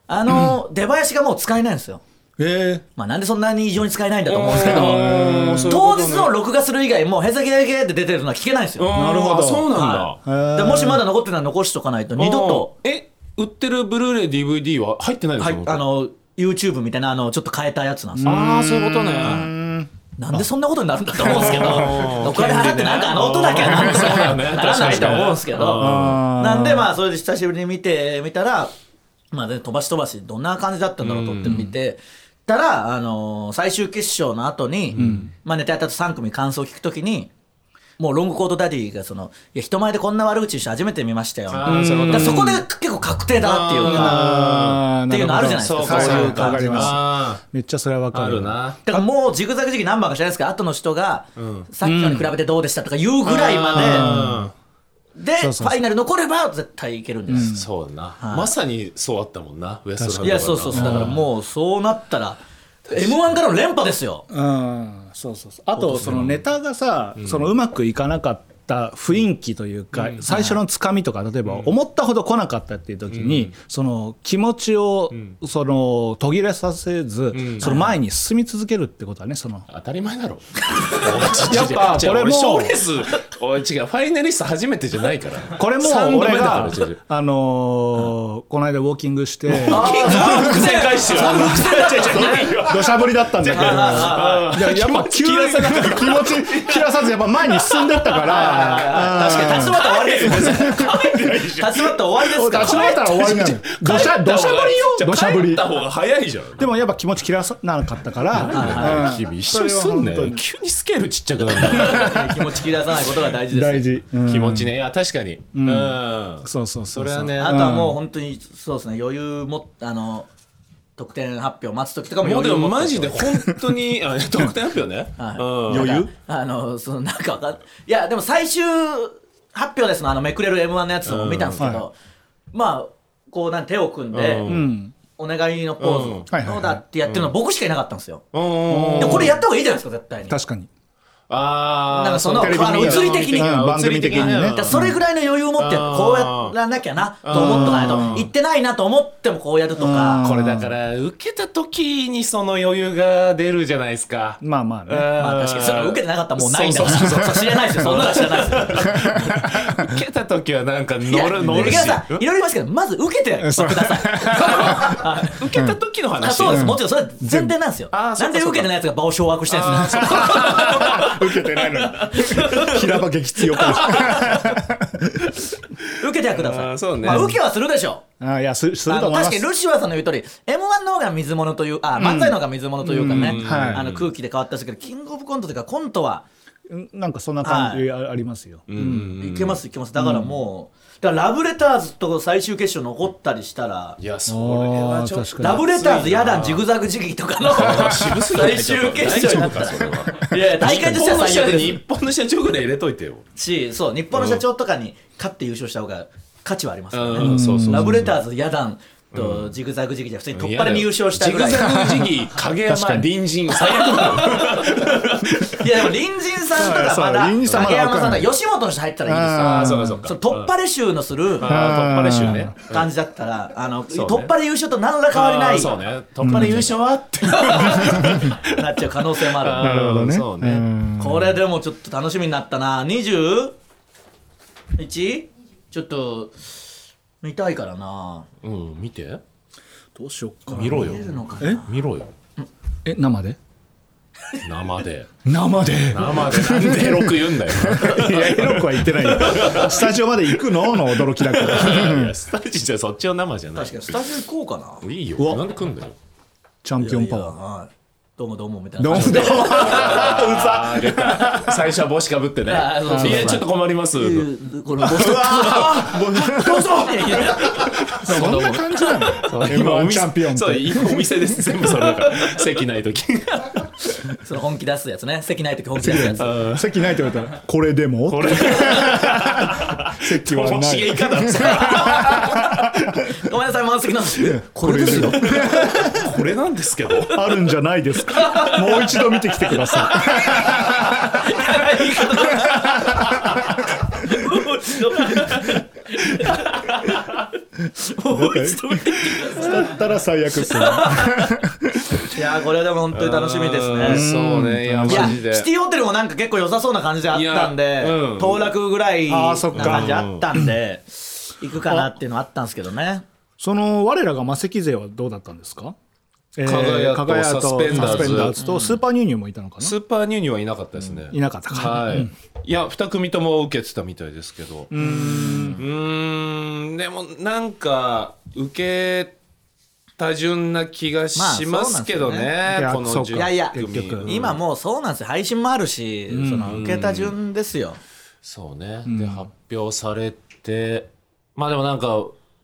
Speaker 3: あの、出囃子がもう使えないんですよ
Speaker 2: え
Speaker 3: まあなんでそんなに異常に使えないんだと思うんですけど
Speaker 1: うんそういうこ
Speaker 3: 当
Speaker 1: とね
Speaker 3: 日の録画する以外もう「へざけだけ」って出てるのは聞けないんですよ、
Speaker 1: うん
Speaker 2: なるほど
Speaker 1: あそうなんだ、
Speaker 3: はいだからもしまだ残ってたら残しとかないと二度と
Speaker 1: うんえ売ってるブルーレイ DVD は入ってないの
Speaker 3: は
Speaker 1: そ
Speaker 3: い
Speaker 1: の音
Speaker 3: あの YouTube みたいなあのちょっと変えたやつなんですよ
Speaker 1: ああそういうことね
Speaker 3: なんでそんなことになるんだと思うんですけどお金払ってなんかあ の音だけはなんで
Speaker 1: そうだね
Speaker 3: ならないと思うんですけど
Speaker 1: 確かにね
Speaker 3: なんでまあそれで久しぶりに見てみたらまあね飛ばし飛ばしどんな感じだったんだろうと思って見てたらあのー最終決勝の後にまあネタやったと3組感想を聞くときにもうロングコートダディがそのいや人前でこんな悪口して初めて見ましたよ
Speaker 1: あーそういうこと
Speaker 3: だから
Speaker 1: ね
Speaker 3: そこで結構確定だなっていうか
Speaker 2: あ
Speaker 3: っていうのあるじゃないです
Speaker 1: そ
Speaker 3: か
Speaker 1: うか
Speaker 3: そう
Speaker 1: そ
Speaker 3: いうう
Speaker 1: かわ
Speaker 3: 感
Speaker 1: か
Speaker 3: じ
Speaker 1: り
Speaker 3: の
Speaker 1: ます
Speaker 2: めっちゃそれはわ
Speaker 1: あー
Speaker 2: か
Speaker 1: あ
Speaker 2: る
Speaker 1: るな
Speaker 3: だからもうジグザグ時期何番か知らないですけど後の人が、
Speaker 1: ん
Speaker 3: さっきのに比べてどうでしたとか言うぐらいま
Speaker 1: うん
Speaker 3: で、
Speaker 2: そ
Speaker 3: で
Speaker 2: うそうそう
Speaker 3: ファイナル残れば絶対いけるんです、
Speaker 1: そうだな
Speaker 3: はい
Speaker 1: まさにそうあったもんなウエストランド
Speaker 3: いやそうそうそうだからもうそうなったら m 1からの連覇ですよ
Speaker 2: うんそうそうそうあとそのネタがさ、そのうまくいかなかった雰囲気というか、最初のつかみとか例えば思ったほど来なかったっていう時に、その気持ちをその途切れさせず、その前に進み続けるってことはねその
Speaker 1: 当たり前だ ろ
Speaker 2: やっぱ
Speaker 1: 違う違う
Speaker 2: これも
Speaker 1: 俺賞レースおい違うファイナリスト初めてじゃないから
Speaker 2: これも
Speaker 1: 三度目
Speaker 2: 俺
Speaker 1: だから
Speaker 2: が
Speaker 1: 違う違う
Speaker 2: あのーこの間ウォーキングして
Speaker 1: 伏線回収
Speaker 2: 土砂降りだったんだけど
Speaker 1: あ
Speaker 2: いややっぱ急に気持ち切らさずやっぱ前に進んでったから
Speaker 3: 確かに立ち止まったら終わ りですもんね立ち止まったら終わりですから
Speaker 2: 立ち回ったら終わり なのよ土砂土砂降りよ土砂降
Speaker 1: 帰っ
Speaker 2: り
Speaker 1: た方が早いじゃん
Speaker 2: でもやっぱ気持ち切らさなかったから
Speaker 1: 君一緒にすんな
Speaker 2: それは
Speaker 1: よ
Speaker 2: 本当に
Speaker 1: 急にスケールちっちゃくなるんだよ
Speaker 3: 気持ち切り出さないことが大事です
Speaker 2: 大事うん
Speaker 1: 気持ちねいや確かにうん
Speaker 2: そうそうそ
Speaker 1: そうれ
Speaker 2: そ
Speaker 1: は
Speaker 2: う
Speaker 1: ね
Speaker 3: あとはもう本当にそうですね余裕もあの得点発表待つ時とかも
Speaker 1: もう
Speaker 3: 余
Speaker 1: で
Speaker 3: 裕
Speaker 1: も
Speaker 3: 持って
Speaker 1: マジで本当にあ得点発表 ね
Speaker 3: はい
Speaker 1: うん
Speaker 2: 余裕
Speaker 3: あのそのなんかわかんいやでも最終発表ですのあのめくれる m 1のやつも見たんですけど、
Speaker 2: うんは
Speaker 3: まあこうなん手を組んで、
Speaker 1: う
Speaker 2: うん
Speaker 3: お願いのポーズ
Speaker 1: うん
Speaker 2: はいはいはい
Speaker 3: どうだってやってるの僕しかいなかったんですよ、
Speaker 1: うん
Speaker 3: でこれやった方がいいじゃないですか絶対に
Speaker 2: 確かに
Speaker 1: ああ
Speaker 3: なんかその
Speaker 2: テレビ的に
Speaker 3: あの物理的に、
Speaker 2: うん番組的にね
Speaker 3: だからそれぐらいの余裕を持って
Speaker 1: うん
Speaker 3: こうやらなきゃなと思っとかないと言ってないなと思ってもこうやるとか、
Speaker 1: これだから受けた時にその余裕が出るじゃないですか
Speaker 2: まあまあね
Speaker 3: まあ、確かにそれ受けてなかったらもうないんだからそう知らないですよそんなの知らないですよ
Speaker 1: 受けた時はなんか
Speaker 3: いや
Speaker 1: 乗る乗る
Speaker 3: 池
Speaker 1: し
Speaker 3: 田さんいろいろ言いますけどまず受けてください
Speaker 1: 受けた時の
Speaker 3: あ
Speaker 1: 話
Speaker 3: そうですもちろんそれは前提なんですよ
Speaker 1: あ
Speaker 3: な
Speaker 1: ーそっ
Speaker 3: ん
Speaker 1: か
Speaker 3: で
Speaker 1: そっか
Speaker 3: 受けてないやつが場を掌握してるんですね
Speaker 2: 受けてないのに平場激強か
Speaker 3: 受けてはくだ
Speaker 1: あ
Speaker 3: さ
Speaker 1: ー
Speaker 3: い
Speaker 1: そうね
Speaker 3: まあ受けはするでしょう
Speaker 2: あーいやすする
Speaker 3: あ
Speaker 2: と
Speaker 3: の
Speaker 2: 思い
Speaker 3: 確
Speaker 2: ま
Speaker 3: か
Speaker 2: す
Speaker 3: にルシファーさんの言う通り m 1の方が水物というあ漫才の方が水物というかね、
Speaker 2: うんはい
Speaker 3: あの空気で変わったんですけどキングオブコントというかコントは
Speaker 2: うんなんかそんな感じあありますよ
Speaker 1: うん
Speaker 3: いけますいけますだからもうだからラブレターズと最終決勝残ったりしたら
Speaker 1: いやそれはちょっと
Speaker 2: あー確かに
Speaker 3: ラブレターズやだんジグザグ時期とかの
Speaker 1: 渋すぎない
Speaker 3: 最終決勝になった
Speaker 1: 大丈夫かそれは
Speaker 3: らいやいや大会としては最悪です
Speaker 1: 日本の社長ぐらい入れといてよ
Speaker 3: しそう日本の社長とかに勝って優勝した方が価値はありますよね、
Speaker 1: うんそうそうそう
Speaker 3: ラブレターズやだんとジグザグ時期じゃ普通に突破で優勝した
Speaker 1: ジ
Speaker 3: ぐ
Speaker 1: グ
Speaker 3: らい
Speaker 1: ザグ時期影山 隣人最悪だよ
Speaker 3: いやでも隣人さんとかま
Speaker 2: そう
Speaker 3: だ
Speaker 2: 隣人さんま
Speaker 3: 影
Speaker 2: だわ
Speaker 3: 山
Speaker 2: かん
Speaker 3: さんと
Speaker 2: な
Speaker 3: か
Speaker 2: い
Speaker 3: 吉本の人入ったらいいですよ
Speaker 1: あーそうかそうか
Speaker 3: その突破練習のする
Speaker 1: あー突破練習ね
Speaker 3: 感じだったらあの、
Speaker 1: そうね
Speaker 3: 突破で優勝と何ら変わりな
Speaker 1: あー
Speaker 3: い
Speaker 1: そうね突破で優勝はって
Speaker 3: なっちゃう可能性もあ
Speaker 1: な
Speaker 2: なるほどね
Speaker 1: そうね
Speaker 2: うん
Speaker 3: るこれでもちょっと楽しみになったな 21? ちょっと見たいからな
Speaker 1: うん見て
Speaker 2: どうしよっか
Speaker 1: 見ろよ
Speaker 3: 見れるのか
Speaker 2: え
Speaker 3: な
Speaker 1: 見ろよ
Speaker 2: え生で
Speaker 1: 生で
Speaker 2: 生
Speaker 1: 生で
Speaker 2: で
Speaker 1: なんでエロく言 うんだよ
Speaker 2: いやエロくは言ってないよスタジオまで行くのの驚きだ けど
Speaker 1: いやスタジオじゃそっちの生じゃない
Speaker 3: 確かにスタジオ行こうかない
Speaker 1: いよ
Speaker 2: うわ
Speaker 1: なんで来んだよ
Speaker 2: チャンピオンパワー
Speaker 3: はいどうもどうもみたいな
Speaker 2: どうも
Speaker 3: 感じ
Speaker 2: ど
Speaker 3: で
Speaker 2: うも
Speaker 1: あー出た最初は帽子かぶってね
Speaker 3: あーそうそうそう
Speaker 1: いやちょっと困ります
Speaker 3: このボスどうぞいやいや
Speaker 2: そんな感じなの
Speaker 1: 今お
Speaker 2: M1
Speaker 1: 店
Speaker 2: チャンピオンっ
Speaker 1: そう
Speaker 2: て
Speaker 1: 今お店です全部それだから席ない時
Speaker 3: その本気出すやつね席ない時本気出すやつ
Speaker 2: 席ないって言われたら、これでも
Speaker 1: これ
Speaker 2: 席は
Speaker 1: とも
Speaker 2: な
Speaker 1: しげ
Speaker 2: い
Speaker 1: い。かだ
Speaker 3: ごめんなさい満席なんですよこれですよ
Speaker 1: これなんですけ ど
Speaker 2: あるんじゃないですか。もう一度見てきてくださ
Speaker 3: もう一度もう一度
Speaker 2: い。だったら最悪っすね。
Speaker 3: いやーこれでも本当に楽しみです
Speaker 1: うん
Speaker 3: ね
Speaker 1: そうねいやマ
Speaker 3: いや
Speaker 1: ジで
Speaker 3: シティホテルもなんか結構良さそうな感じであったん
Speaker 1: いや
Speaker 3: で
Speaker 1: うん
Speaker 3: 当落ぐらい
Speaker 2: あ
Speaker 3: な
Speaker 2: ーそっか
Speaker 3: 感じあったんで行くかなっていうのはあったんですけどね
Speaker 5: その我らが魔石勢はどうだったんですかえー
Speaker 1: 加賀屋と
Speaker 5: 加賀屋
Speaker 1: サスペンダ
Speaker 5: サ
Speaker 1: ーズ
Speaker 5: スペンダーズとスーパーニューニューもいたのかな、
Speaker 1: スーパーニューニューはいなかったですね、
Speaker 5: いなかったか、
Speaker 1: はい、いや2組とも受けてたみたいですけどうーんでもなんか受けた順な気がしますけどね,、
Speaker 2: まあ
Speaker 1: こ
Speaker 2: そうなんですよねいや
Speaker 1: の
Speaker 2: そう
Speaker 1: 10
Speaker 2: か
Speaker 1: 組
Speaker 3: いやいや
Speaker 2: 結局うん
Speaker 3: 今もうそうなんですよ配信もあるし、その受けた順ですよ、
Speaker 1: そうね、で発表されてまあでもなんか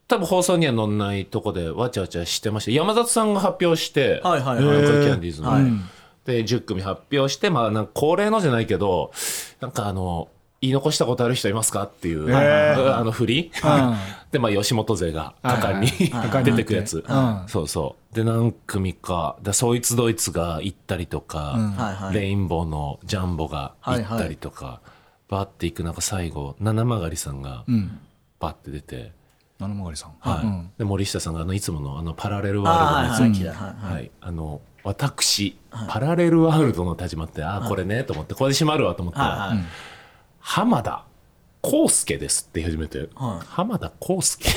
Speaker 1: 多分放送には載んないとこでわちゃわちゃしてました山里さんが発表して
Speaker 3: はいはいはい
Speaker 1: ブランコキャンディーズの、
Speaker 3: はい
Speaker 1: で10組発表してまあなんか恒例のじゃないけどなんかあの言い残したことある人いますかっていう、あの振り、 でまあ吉本勢が果敢に出てくやつ、そうそうで何組かでそいつドイツが行ったりとか、
Speaker 3: はいはい
Speaker 1: レインボーのジャンボが行ったりとか、バーっていく中最後七曲さんがバーって出て、
Speaker 5: 七曲さん、
Speaker 1: はいで森下さんがあのいつものあのパラレルワールドのやつ、はいあの私、パラレルワールドの始まってああこれねと思ってこれで閉まるわと思ったら、
Speaker 3: はいはい
Speaker 1: 浜田康介ですって言い始めて、浜田康 介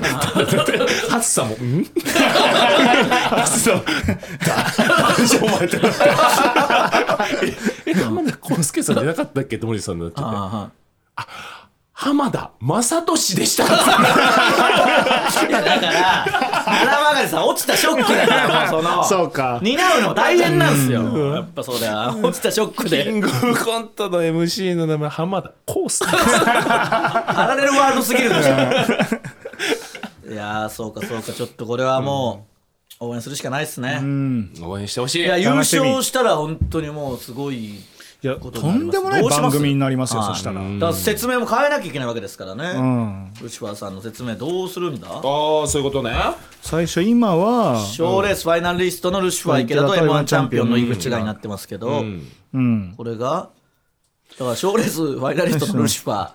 Speaker 1: ハツさんも「 ん?」ハツさんも「だ」お前ってなって ええ浜田康介さんじゃなかったっけって森さんになっちゃって。
Speaker 3: あ
Speaker 1: 浜田雅俊でした。い
Speaker 3: あいやだから七曲さん落ちたショックだからもうその
Speaker 2: そうか。
Speaker 3: 担うのも大変なんですよ、やっぱそうだよ落ちたショック
Speaker 1: キン
Speaker 3: で
Speaker 1: グオブコントの MC の名前、浜田康介。
Speaker 3: パラレルワールドすぎるでし ょいやーそうかそうかちょっとこれはもう応援するしかないですね、
Speaker 1: 応援してほしい。
Speaker 3: いや優
Speaker 2: 楽しみ
Speaker 3: 勝したら本当にもうすごい
Speaker 5: いや
Speaker 3: こと
Speaker 5: と
Speaker 3: に
Speaker 5: ん
Speaker 3: なりま
Speaker 5: でも
Speaker 3: す
Speaker 5: ない
Speaker 3: どうします
Speaker 5: 番組になりますよ
Speaker 3: はい
Speaker 5: そしたら、
Speaker 3: だから説明も変えなきゃいけないわけですからね、
Speaker 2: うん。
Speaker 3: ルシファーさんの説明どうするんだ
Speaker 1: ああ、そういうことね。
Speaker 2: 最初今は、
Speaker 3: 賞レースファイナリストのルシファー池田と m 1チャンピオンの井口がになってますけど、
Speaker 2: うん。
Speaker 3: これがだから賞レースファイナリストのルシフ ァー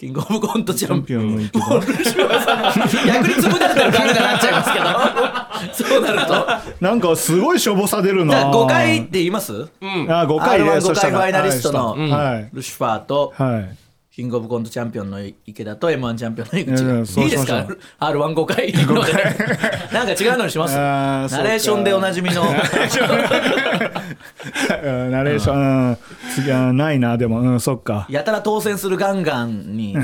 Speaker 3: キングオブコントチャン
Speaker 2: ピ
Speaker 3: ピオ
Speaker 2: オ
Speaker 3: ン
Speaker 2: ンの池田
Speaker 3: 逆に潰れてる感じになっちゃいますけ どそうなると
Speaker 2: なんかすごいしょぼさ出る
Speaker 3: じ ゃ
Speaker 2: な。
Speaker 3: あ5回って言います
Speaker 2: あ、5回
Speaker 3: R15
Speaker 2: ね。そしたら
Speaker 3: ファイナリストの
Speaker 2: はいはい。
Speaker 3: ルシファーと
Speaker 2: はい。
Speaker 3: キングオブコントチャンピオンの池田と m 1チャンピオンの井口
Speaker 2: いやいやそう
Speaker 3: がいいですか
Speaker 2: そう
Speaker 3: R15 回行くので なんか違うのにします
Speaker 2: あーそうか
Speaker 3: ナレーションでおなじ みの
Speaker 2: うん ナレーション、うん、次はないな、でも、うん、そっ か。
Speaker 3: やたら当選するガンガン に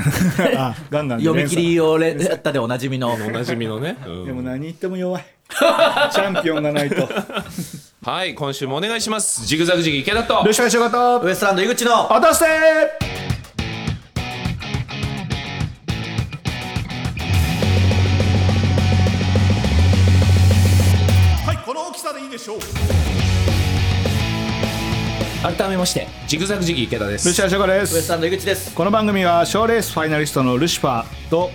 Speaker 2: あ、ガンガン
Speaker 3: 読み切りをれやったでおなじみ の
Speaker 1: おなじみのね。
Speaker 2: でも何言っても弱い。 チャンピオンがないと。
Speaker 1: はい、今週もお願いします。ジグザグジギ池田と
Speaker 2: ル。シファー仕事、
Speaker 3: ウエストランド井口の
Speaker 2: 落として
Speaker 1: 改めまして、ジグザグジギ池田で
Speaker 2: ル
Speaker 1: す
Speaker 2: シ。ファー仕事で
Speaker 3: ウエスト
Speaker 2: す。
Speaker 3: ランド井口です
Speaker 2: この番組は、賞ーレースファイナリストのルシファーと、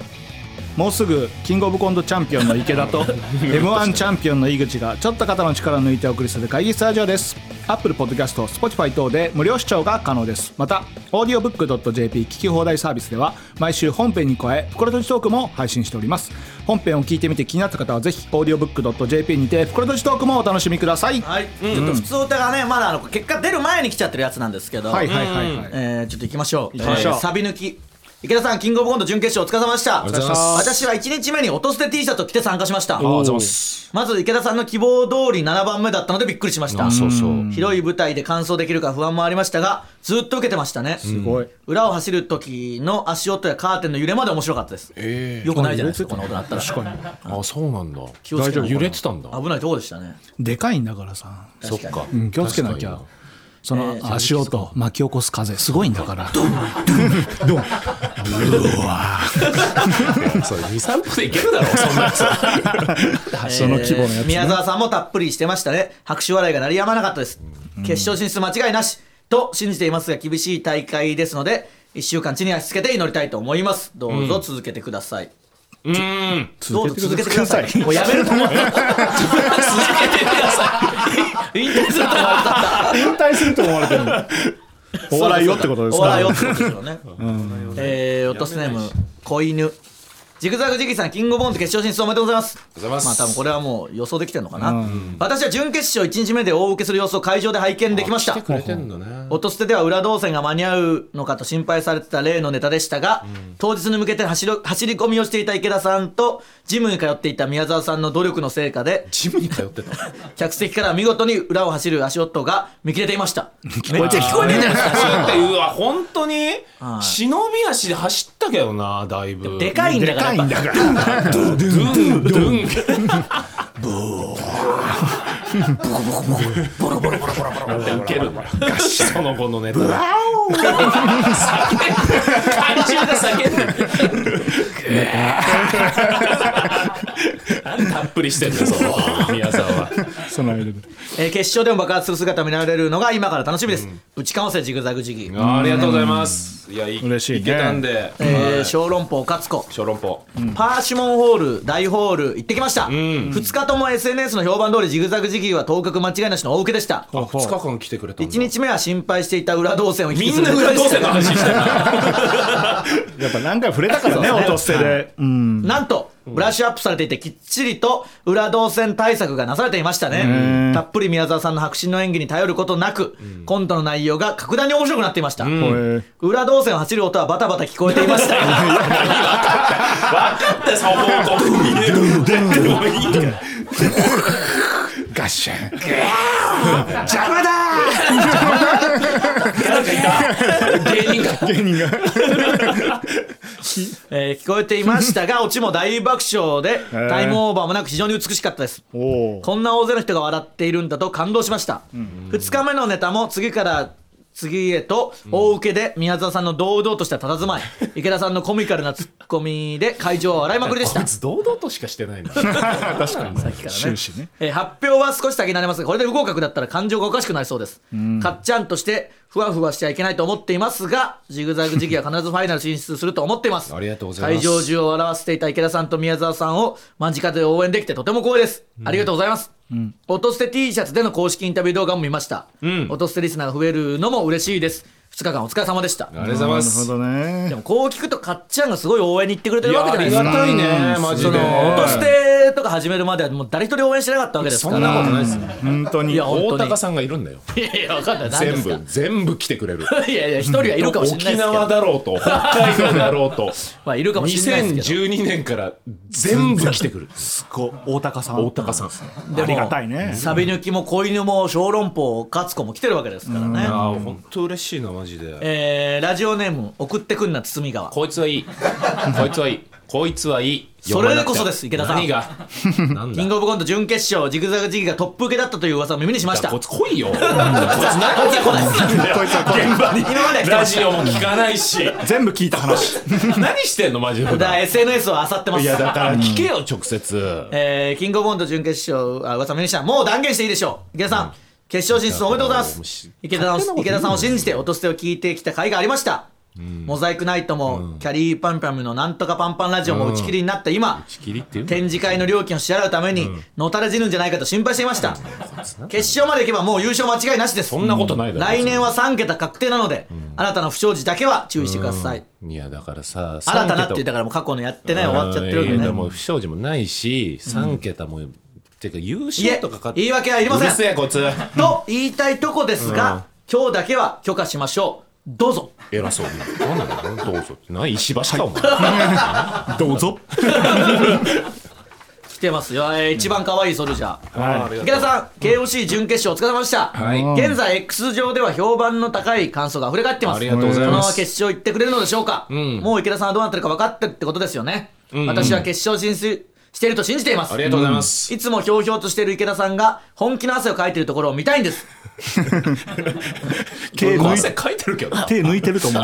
Speaker 2: もうすぐキングオブコントチャンピオンの池田 と m 1チャンピオンの井口がちょっと肩の力を抜いてお送りする会議スタジオですアップルポッドキャスト Spotify 等で無料視聴が可能ですまた audiobook.jp 聞き放題サービスでは毎週本編に加え袋とじトークも配信しております本編を聞いてみて気になった方はぜひ audiobook.jp にて袋とじトークもお楽しみくださいは
Speaker 3: はいちょっと普通歌がねまだあの結果出る前に来ちゃってるやつなんですけど
Speaker 2: いはいはいはい
Speaker 3: えーちょっと行きましょう
Speaker 2: 行きましょう
Speaker 3: えーサビ抜き池田さんキングオブコント準決勝お疲れ様でした
Speaker 1: りがとうございま
Speaker 3: 私は1日目に音捨て T シャツを着て参加しました
Speaker 1: あざま
Speaker 3: まず池田さんの希望通り7番目だったのでびっくりしました
Speaker 1: そうそう。
Speaker 3: 広い舞台で完走できるか不安もありましたがずっと受けてましたね
Speaker 2: すごい
Speaker 3: 裏を走る時の足音やカーテンの揺れまで面白かったです、
Speaker 1: え
Speaker 3: よくないじゃないですかこんなことなったら確かに
Speaker 1: えあ、そうなんだ。
Speaker 3: 気をつけて
Speaker 1: 揺れてたんだ。
Speaker 3: 危ないとこでしたね
Speaker 2: でかいんだからさ
Speaker 1: そっか
Speaker 2: う。ん気をつけなきゃ
Speaker 1: 確か
Speaker 2: その足音巻き起こす風すごいんだから
Speaker 1: それ23分でいけるだろうそんなやつ
Speaker 2: その規模のやつね
Speaker 3: えー宮沢さんもたっぷりしてましたね拍手笑いが鳴りやまなかったです決勝進出間違いなしと信じていますが厳しい大会ですので1週間地に足つけて祈りたいと思いますどうぞ続けてください、
Speaker 1: うん
Speaker 3: どうぞ続けてください
Speaker 2: 続けてください
Speaker 3: もうやめると思った続けてください引退すると思った
Speaker 4: 引退すると思われてるお笑いよってことです
Speaker 3: お笑いよ
Speaker 4: か
Speaker 3: ってことですよね。えー、落とすネーム、子犬。ジグザグジギーさん、キングオブコント決勝進出おめでとうございます。
Speaker 1: りがとうございます
Speaker 3: まあ、多分これはもう予想できてるのかな。私は準決勝1日目で大受けする様子を会場で拝見できました
Speaker 1: 来て。くれてんだね
Speaker 3: 音捨てでは裏動線が間に合うのかと心配されてた例のネタでしたが、当日に向けて走り走り込みをしていた池田さんとジムに通っていた宮沢さんの努力の成果で
Speaker 1: ジムに通 ってた
Speaker 3: 客席から見事に裏を走る足音が見切れていましためっちゃ聞こえてんじゃないですか足音
Speaker 1: ってうわ本当に
Speaker 3: はい
Speaker 1: 忍び足で走ったけどなだいぶ
Speaker 3: でかいんだからやっぱ
Speaker 1: ドゥンドゥンドゥンボーボコボコボコボロボロボロボロボロってウケるその後のネタで
Speaker 3: 怪獣が叫 んでる
Speaker 1: たっぷりしてんだよその宮沢は
Speaker 4: その間で
Speaker 3: えー決勝でも爆発する姿を見られるのが今から楽しみです、ぶちかませジグザグジギー、
Speaker 1: あありがとうございますいやい
Speaker 4: 嬉しいね
Speaker 1: いけたんで
Speaker 3: えー小籠包勝子
Speaker 1: 小籠包
Speaker 3: パーシモンホール大ホール行ってきました、2日とも SNS の評判通りジグザグジギーは当確間違いなしの大受けでした
Speaker 1: あ2日間来てくれたんだ
Speaker 3: 1日目は心配していた裏動線を引き
Speaker 1: み
Speaker 3: ず
Speaker 1: んな
Speaker 3: る
Speaker 1: 裏動線の話してる
Speaker 4: やっぱ何回触れたからね音捨てでうん
Speaker 3: なんとブラッシュアップされていてきっちりと裏動線対策がなされていましたねたっぷり宮沢さんの迫真の演技に頼ることなく、コントの内容が格段に面白くなっていました、
Speaker 4: これ
Speaker 3: 裏動線を走る音はバタバタ聞こえていまし たが
Speaker 1: ってサポートドゥンドゥンドゥン
Speaker 4: ガッシャン
Speaker 3: 邪魔だ
Speaker 1: なんかいた芸人が
Speaker 4: 芸人が
Speaker 3: えー聞こえていました が、オチも大爆笑で、
Speaker 4: ー
Speaker 3: タイムオーバーもなく非常に美しかったです。
Speaker 4: おお
Speaker 3: こんな大勢の人が笑っているんだと感動しました。2日目のネタも次から次へと大受けで宮沢さんの堂々とした佇まい、池田さんのコミカルなツッコミで会場を笑いまくりでし
Speaker 1: こ
Speaker 3: た
Speaker 1: い。つ堂々としかしてないな
Speaker 4: 確かに終始ね
Speaker 3: えー発表は少し先になりますがこれで不合格だったら感情がおかしくなりそうです、かっちゃんとしてふわふわしちゃいけないと思っていますがジグザグ時期は必ずファイナル進出すると思っていま す
Speaker 1: ありがとうございます
Speaker 3: 会場中を笑わせていた池田さんと宮沢さんを間近で応援できてとても光栄です、ありがとうございます、音捨て T シャツでの公式インタビュー動画も見ました、音捨てリスナーが増えるのも嬉しいです2日間お疲れ様でした
Speaker 1: ありがとうございま
Speaker 4: なる
Speaker 1: す
Speaker 4: ほど
Speaker 3: で
Speaker 4: ね
Speaker 3: もこう聞くとかっちゃんがすごい応援に行ってくれて
Speaker 1: い
Speaker 3: るわ
Speaker 1: や
Speaker 3: けじゃ
Speaker 1: あ
Speaker 3: ない
Speaker 1: り
Speaker 3: ですか
Speaker 1: がたいねマジで
Speaker 3: その音捨てとか始めるまではもう誰一人応援してなかったわけです
Speaker 1: そ
Speaker 3: から
Speaker 1: んなことないですね
Speaker 4: 本当に
Speaker 3: いや本当
Speaker 1: 大
Speaker 3: に
Speaker 1: 高さんがいるんだよ
Speaker 3: いやいや、わかんない。
Speaker 1: 全
Speaker 3: 何
Speaker 1: 部
Speaker 3: で
Speaker 1: 全部来てく れる
Speaker 3: すか。いやいや、一人はいるかもしれないですけ
Speaker 1: 沖
Speaker 3: ど。
Speaker 1: 縄だろう と北海道だろう と
Speaker 3: まあ、いるかもしれないですけ
Speaker 1: 2012年から全部来てくる
Speaker 4: こう大高さん
Speaker 1: 大高さん
Speaker 3: ど。
Speaker 4: ありがたいね
Speaker 3: サビ抜きも子犬も小籠包、カツコも来てるわけですからね。
Speaker 1: ああ本当嬉しいなマジで
Speaker 3: えー、ラジオネーム、送ってくんな、堤川。
Speaker 1: こいつはいいこいつはいいこいつはいい
Speaker 3: それでこそです池田さん
Speaker 1: 何がなん
Speaker 3: キ
Speaker 1: だ
Speaker 3: ングオブコント準決勝、ジグザグ時期がトップ受けだったという噂を耳にしました。
Speaker 1: こ
Speaker 3: こ
Speaker 1: いつ来
Speaker 3: い
Speaker 1: い よこいつ何
Speaker 3: つ
Speaker 1: で
Speaker 3: は来ないです。
Speaker 4: こいつはこれ
Speaker 3: 今までは来てま
Speaker 1: ラ
Speaker 3: し
Speaker 1: ジオも聞かないし
Speaker 4: 全部聞いた話
Speaker 1: 何してんのマジで
Speaker 3: た。だから SNS を漁ってます。
Speaker 1: いやだから聞けよ直接
Speaker 3: えー、キングオブコント準決勝、あ、噂を耳にした。もう断言していいでしょう。池田さん、決勝進出おめでとうございま
Speaker 1: もうし
Speaker 3: す。池田さん池田さんを信じて、音捨てを聞いてきた甲斐がありました。モザイクナイトも、キャリーパンパムのなんとかパンパンラジオも打ち切りになった今、
Speaker 1: 切りっていうの
Speaker 3: 展示会の料金を支払うために、のたれ死ぬんじゃないかと心配していました。決勝まで行けばもう優勝間違いなしです。
Speaker 1: そんなことないだろ
Speaker 3: 来年は3桁確定なので、新たな不祥事だけは注意してください。
Speaker 1: いやだからさ
Speaker 3: 新たなって言
Speaker 1: 三
Speaker 3: っ
Speaker 1: 桁
Speaker 3: たからもう過去のやってね、終わっちゃってるわけ
Speaker 1: うんい
Speaker 3: ね
Speaker 1: やで。も不祥事もないし3桁もてか優
Speaker 3: いえ
Speaker 1: 勝とかか、
Speaker 3: 言い訳はいりま
Speaker 1: う
Speaker 3: せ
Speaker 1: る
Speaker 3: ん。
Speaker 1: せえこいつ
Speaker 3: と言いたいとこですが、今日だけは許可しましょうどうぞ
Speaker 1: 偉そうになんなんだろうどうぞない石橋かお前
Speaker 4: どうぞ
Speaker 3: 来てますよ、えー一番可愛いソルジャー、
Speaker 1: はい
Speaker 3: 池田さん KOC 準決勝お疲れ様でした、
Speaker 1: はい
Speaker 3: 現在 X 上では評判の高い感想が溢れ返ってます
Speaker 1: ありがとうござい
Speaker 3: この
Speaker 1: ま
Speaker 3: まます決勝行ってくれるのでしょうか、
Speaker 1: ん
Speaker 3: もう池田さんはどうなってるか分かってるってことですよね、私は決勝進出していると信じています
Speaker 1: ありがとうございます
Speaker 3: いつもひょうひょうとしている池田さんが本気の汗をかいているところを見たいんです
Speaker 1: 手汗かいてるけどな
Speaker 4: 手抜いてると思う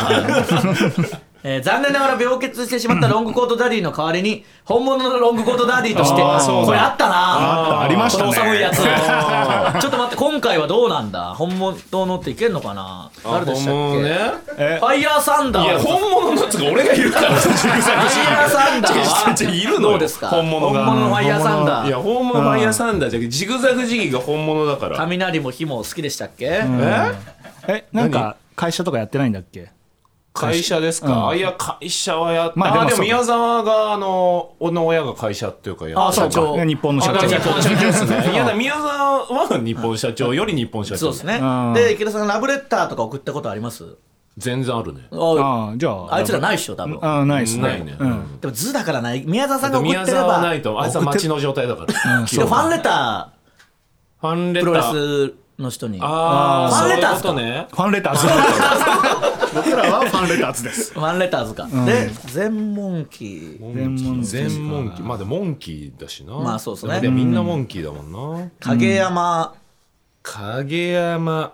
Speaker 3: えー残念ながら病欠してしまったロングコートダディの代わりに本物のロングコートダディとして
Speaker 4: あーそうだ
Speaker 3: これあった
Speaker 4: あった
Speaker 3: な
Speaker 4: ありましたね
Speaker 3: この寒いやつちょっと待って今回はどうなんだ本物のっていけんのかな誰でしたっ
Speaker 1: 本物ね
Speaker 3: け
Speaker 4: え
Speaker 3: ファイヤーサンダー
Speaker 1: いや
Speaker 3: ファイ
Speaker 1: 本物のやつが俺がいるからさ13
Speaker 3: ヤーサンダーは
Speaker 1: 違う違う違ういるのよ
Speaker 3: どうですか
Speaker 1: 本物が
Speaker 3: 本物のファイヤーサンダ
Speaker 1: い
Speaker 3: ー
Speaker 1: や本物ファイヤーサンダーじゃなくてジグザグジギーが本物だから
Speaker 3: 雷も火も好きでしたっけ、
Speaker 1: え
Speaker 4: えなんか会社とかやってないんだっけ
Speaker 1: 会社ですか、
Speaker 4: うん
Speaker 1: あいや会社はやっ、
Speaker 4: まあ
Speaker 1: あ、
Speaker 4: でも
Speaker 1: あで
Speaker 4: そ
Speaker 1: も
Speaker 4: う
Speaker 1: 宮沢があの俺の親が会社っていうかや
Speaker 3: あ社
Speaker 1: 長
Speaker 3: 長
Speaker 4: ね日本の社
Speaker 1: あ
Speaker 4: 長
Speaker 1: 日本社長ですねいやだ宮沢は日本社長より日本社
Speaker 3: そう
Speaker 1: 長
Speaker 3: ですね
Speaker 4: うん
Speaker 3: で池田さんラブレターとか送ったことあります
Speaker 1: 全然あるね
Speaker 3: あ
Speaker 4: ああじゃあ
Speaker 3: あいつらないっしょ多分
Speaker 4: ああないですね
Speaker 1: ないね
Speaker 4: うん
Speaker 3: でも図だからない宮沢さんが送っ
Speaker 1: 宮
Speaker 3: てれ
Speaker 1: 沢は
Speaker 3: ば
Speaker 1: ないとあいつは街の状態だから、
Speaker 3: でファンレタ
Speaker 1: ファンレ
Speaker 3: ー
Speaker 1: タ
Speaker 3: プ
Speaker 1: ー
Speaker 3: ロレスの人に
Speaker 1: ああ
Speaker 3: ファンレターっすか
Speaker 1: そういう
Speaker 4: ファンレターズ 僕らはファンレターズです
Speaker 3: ワンレターズか、で全問記
Speaker 1: ことね
Speaker 4: 全問
Speaker 1: 全モンキーまあでもモンキーだしな
Speaker 3: まあそうっすね
Speaker 1: でみんなモンキーだもんな
Speaker 3: 影山、
Speaker 1: 影山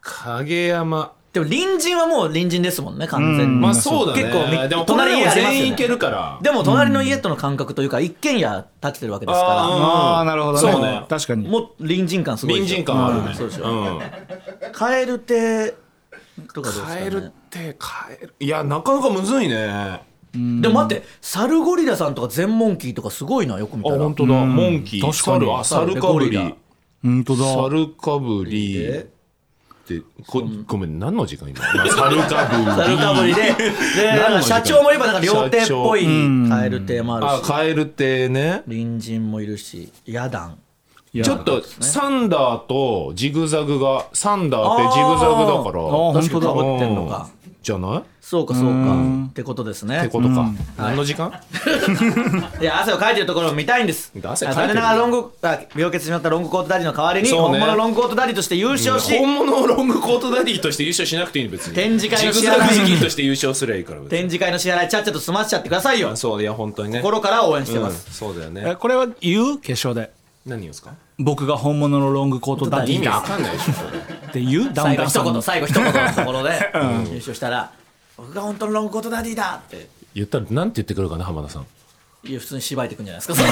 Speaker 1: 影山
Speaker 3: でも隣人はもう隣人ですもんね完全に、
Speaker 1: まあそうだね
Speaker 3: 結構み
Speaker 1: でも
Speaker 3: 隣
Speaker 1: 隣
Speaker 3: に
Speaker 1: に
Speaker 3: ありますよね
Speaker 1: 全員行けるから
Speaker 3: でも隣の家との感覚というか一軒家建ててるわけです
Speaker 1: あ
Speaker 3: か
Speaker 4: ああなるほどね
Speaker 1: そうね
Speaker 4: 確からに
Speaker 3: もう隣人感すごい
Speaker 1: 隣
Speaker 3: ですよ
Speaker 1: 人感はあるね、
Speaker 3: うんそうでしょ
Speaker 1: うん
Speaker 3: 蛙亭とかどうですか、
Speaker 1: カ
Speaker 3: ね、
Speaker 1: エルってカエルいやなかなかむずいねあ
Speaker 3: でも待ってサルゴリラさんとか全問記とかすごいなよく見たら
Speaker 1: 本当だモンキー
Speaker 4: 確かに
Speaker 1: 猿あ猿か
Speaker 3: ゴ
Speaker 1: ぶ
Speaker 3: リ
Speaker 1: り
Speaker 3: ラ
Speaker 4: 本当だ
Speaker 1: 猿かぶり
Speaker 3: で
Speaker 1: ってこごめん何の時間今今猿かぶ
Speaker 3: サル
Speaker 1: り
Speaker 3: かぶりでで
Speaker 1: 何の時間
Speaker 3: なんか社長もいればなんか料亭っぽい
Speaker 1: 社
Speaker 3: 蛙亭もあ
Speaker 1: あ
Speaker 3: るし
Speaker 1: カエルってね
Speaker 3: 隣人もいるし野団
Speaker 4: いや
Speaker 1: ちょっとサンダーとジグザグがサンダーってジグザグだから
Speaker 4: あ本当だ
Speaker 3: 確かに被ってんのか
Speaker 1: うんじゃないっ
Speaker 3: そうかそうかってことですね
Speaker 1: てことか何の時間
Speaker 3: いや汗をかいてるところを見たいんです
Speaker 1: 汗かいてる
Speaker 3: 残念ながらロングあ病欠してしまったロングコートダディの代わりに
Speaker 1: そう
Speaker 3: 本
Speaker 1: ね
Speaker 3: 物ロングコートダディとして優勝し
Speaker 1: 本物ロングコートダディとして優勝しなくていいの別に
Speaker 3: 展示会の
Speaker 1: ジ
Speaker 3: 試
Speaker 1: グ
Speaker 3: 合
Speaker 1: ザグ時期として優勝すりゃいいから別に
Speaker 3: 展示会の支払いちゃっちゃと済ませちゃってくださいよ
Speaker 1: そういや本当にね
Speaker 3: 心から応援して
Speaker 1: う
Speaker 3: ま
Speaker 1: ん
Speaker 3: す
Speaker 1: そうだよね
Speaker 4: えこれは言う決勝で
Speaker 1: 何をですか
Speaker 4: 僕が本物のロングコートダデ
Speaker 1: 意
Speaker 4: ィ
Speaker 1: 味
Speaker 4: で
Speaker 1: わかんないでしょそれ
Speaker 4: すって言うダウン
Speaker 3: 最
Speaker 4: タ
Speaker 3: 後
Speaker 4: ウンさ
Speaker 3: 一
Speaker 4: んの
Speaker 3: 言最後一言のところで優勝したら僕が本当のロングコートダディだって
Speaker 1: 言ったらなんて言ってくるかな浜田さん
Speaker 3: いや普通に芝居てくんじゃないですかその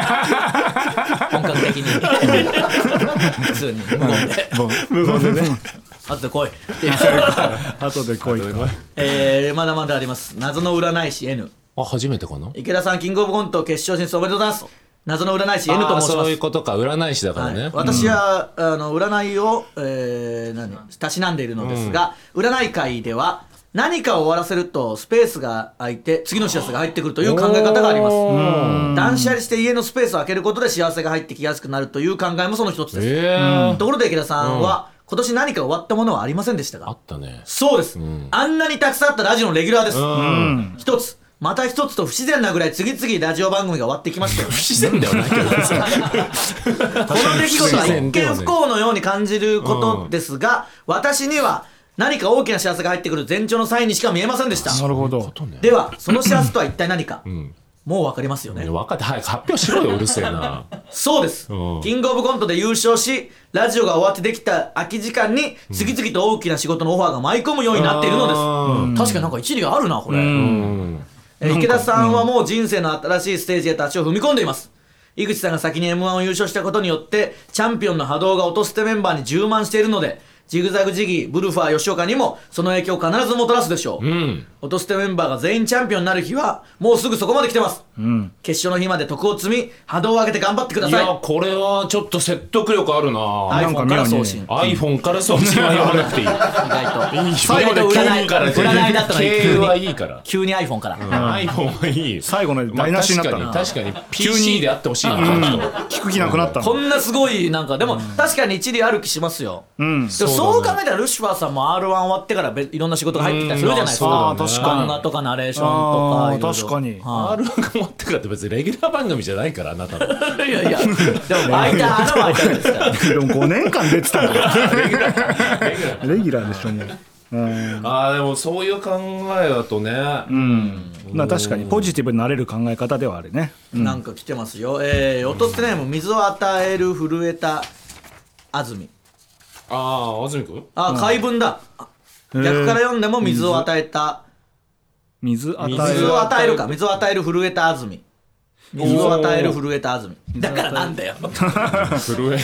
Speaker 3: 本格的に普通に無言で
Speaker 4: 無言でね
Speaker 3: あと来い
Speaker 4: 後で来いと
Speaker 3: えー、まだまだあります謎の占い師 N
Speaker 1: あ初めてかな
Speaker 3: 池田さんキングオブコント決勝進出おめでとうございます謎の占い師 N と申します
Speaker 1: そういうことか占い師だからね、
Speaker 3: はい私は、あの占いを、えー何たしなんでいるのですが、占い界では何かを終わらせるとスペースが空いて次の幸せが入ってくるという考え方があります断捨離して家のスペースを空けることで幸せが入ってきやすくなるという考えもその一つです、
Speaker 1: えー
Speaker 3: ところで池田さんは、今年何か終わったものはありませんでした
Speaker 1: あ
Speaker 3: か
Speaker 1: ったね
Speaker 3: そうです、あんなにたくさんあったラジオのレギュラーです一つまた一つと不自然なぐらい次々ラジオ番組が終わってきましたよ
Speaker 1: 不自然ではないけどさ
Speaker 3: この出来事は一見不幸のように感じることですが、私には何か大きな幸せが入ってくる前兆のサインにしか見えませんでした。
Speaker 4: なるほど
Speaker 3: では、その幸せとは一体何か、もうわかりますよね。
Speaker 1: 分かって早く発表しろようるせえな
Speaker 3: そうです、
Speaker 1: うん
Speaker 3: キングオブコントで優勝し、ラジオが終わってできた空き時間に、次々と大きな仕事のオファーが舞い込むようになっているのです。うん確かになんか一理あるな、これ。
Speaker 1: うん
Speaker 3: えー池田さんはもう人生の新しいステージへと足を踏み込んでいます井口さんが先に m 1を優勝したことによってチャンピオンの波動が落とす手メンバーに充満しているのでジグザグジギーブルファー吉岡にもその影響を必ずもたらすでしょう、
Speaker 1: うん
Speaker 3: 落とす手メンバーが全員チャンピオンになる日はもうすぐそこまで来てます、決勝の日まで得を積み波動を上げて頑張ってくだ
Speaker 1: い
Speaker 3: さい
Speaker 1: やこれはちょっと説得力あるな、
Speaker 4: なんか
Speaker 3: iPhone
Speaker 4: 妙に
Speaker 3: から送信意
Speaker 1: iPhone からそう自慢言わなくていい
Speaker 3: 外と
Speaker 1: 最
Speaker 3: 後で急に占いだったのに
Speaker 1: 経営はいいから、
Speaker 3: 急に iPhone から、
Speaker 1: iPhone はいい
Speaker 4: 最後の台無しになったな
Speaker 1: まあ確かに確かに
Speaker 4: 急に
Speaker 1: PC であってほしいなこの人
Speaker 4: 聞く気なくなった
Speaker 3: こ
Speaker 4: の
Speaker 3: んなすごいなんかでも、確かに一理ある気しますよ、
Speaker 4: うん
Speaker 3: でもそう考えたらルシファーさんも R1 終わってからべいろんな仕事が入ってきたりするじゃないです
Speaker 1: うん
Speaker 3: か
Speaker 1: あそうだね
Speaker 3: 漫画とかナレーション
Speaker 4: あ
Speaker 3: とか
Speaker 4: ー確かに
Speaker 3: は
Speaker 1: R が持ってくるって別にレギュラー番組じゃないからあなたのレ
Speaker 3: い、いやいやでも開いた穴は開いたんですから
Speaker 4: でも5年間出てたの
Speaker 1: ギュラーレギュラー
Speaker 4: レギュラーでしょもううん
Speaker 1: あーでもそういう考えだとね、
Speaker 4: まあ確かにポジティブになれる考え方ではあるね
Speaker 3: なんか来てますよ、えー、落とすネーム水を与える震えた安住
Speaker 1: ああ安住君
Speaker 3: あ怪文だ、逆から読んでも水を与えた
Speaker 4: 水与え
Speaker 1: 水
Speaker 3: 水を与えるか水を与える震えた安住水を与える震えた安住だからなんだよ、
Speaker 1: 震え震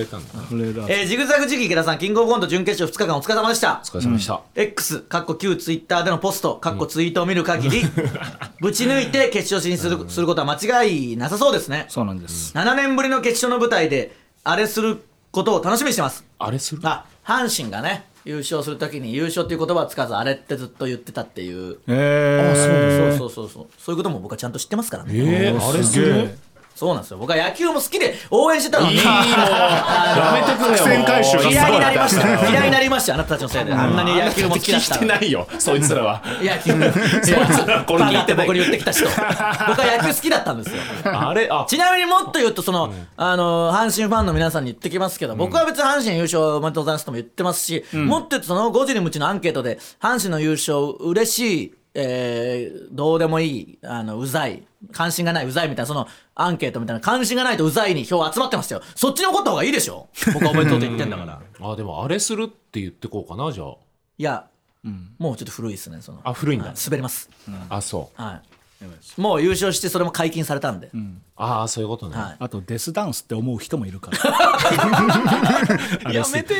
Speaker 1: えたんだ
Speaker 4: フレーダー
Speaker 3: えージグザグジギー池田さんキングオブコント準決勝2日間お疲れ様でした
Speaker 1: お疲れ様でした、
Speaker 3: X、かっこ旧ツイッターでのポスト、かっこツイートを見る限り、 ぶち抜いて決勝進出するすることは間違いなさそうですね。
Speaker 4: そうなんです
Speaker 3: 7年ぶりの決勝の舞台で、あれすることを楽しみにしてます。
Speaker 1: あれする
Speaker 3: あ、阪神がね、優勝するときに優勝という言葉はつかず、あれってずっと言ってたっていう。
Speaker 4: え
Speaker 3: そうそうそうそう。そういうことも僕はちゃんと知ってますからね。
Speaker 1: え
Speaker 4: ー
Speaker 1: ー、あれす
Speaker 4: げ
Speaker 1: る
Speaker 4: え
Speaker 3: そうなんですよ。僕は野球も好きで応援してたの
Speaker 1: いい
Speaker 3: に。
Speaker 1: もうやめてくれよ
Speaker 4: 伏線回収がすごい
Speaker 3: 嫌いになりましたよ。嫌いになりましたよ。あなたたちのせいで。あんなに野球も好きだっ
Speaker 1: 聞い
Speaker 3: た
Speaker 1: て
Speaker 3: のに。
Speaker 1: ないよそいつらは
Speaker 3: 野球そ
Speaker 1: いつらこれ聞いてない
Speaker 3: って僕に言ってきた人僕は野球好きだったんですよ
Speaker 1: あれあ
Speaker 3: ちなみにもっと言うとその、あの阪神ファンの皆さんに言ってきますけど、僕は別に阪神優勝おめでとうございますとも言ってますし、もっと言うとその5時に無知のアンケートで阪神の優勝嬉しい、えーどうでもいいあのうざい関心がないうざいみたいなそのアンケートみたいな関心がないとうざいに票集まってましたよそっちに怒った方がいいでしょ僕はおめでとうと言ってんだから
Speaker 1: あでもあれするって言ってこうかなじゃあ
Speaker 3: いや、もうちょっと古いですねその
Speaker 1: あ古いんだ
Speaker 3: は滑ります
Speaker 1: あそう
Speaker 3: はい、もう優勝してそれも解禁されたんで、
Speaker 1: ああそういうことね、
Speaker 3: はい
Speaker 2: あとデスダンスって思う人もいるから
Speaker 3: やめて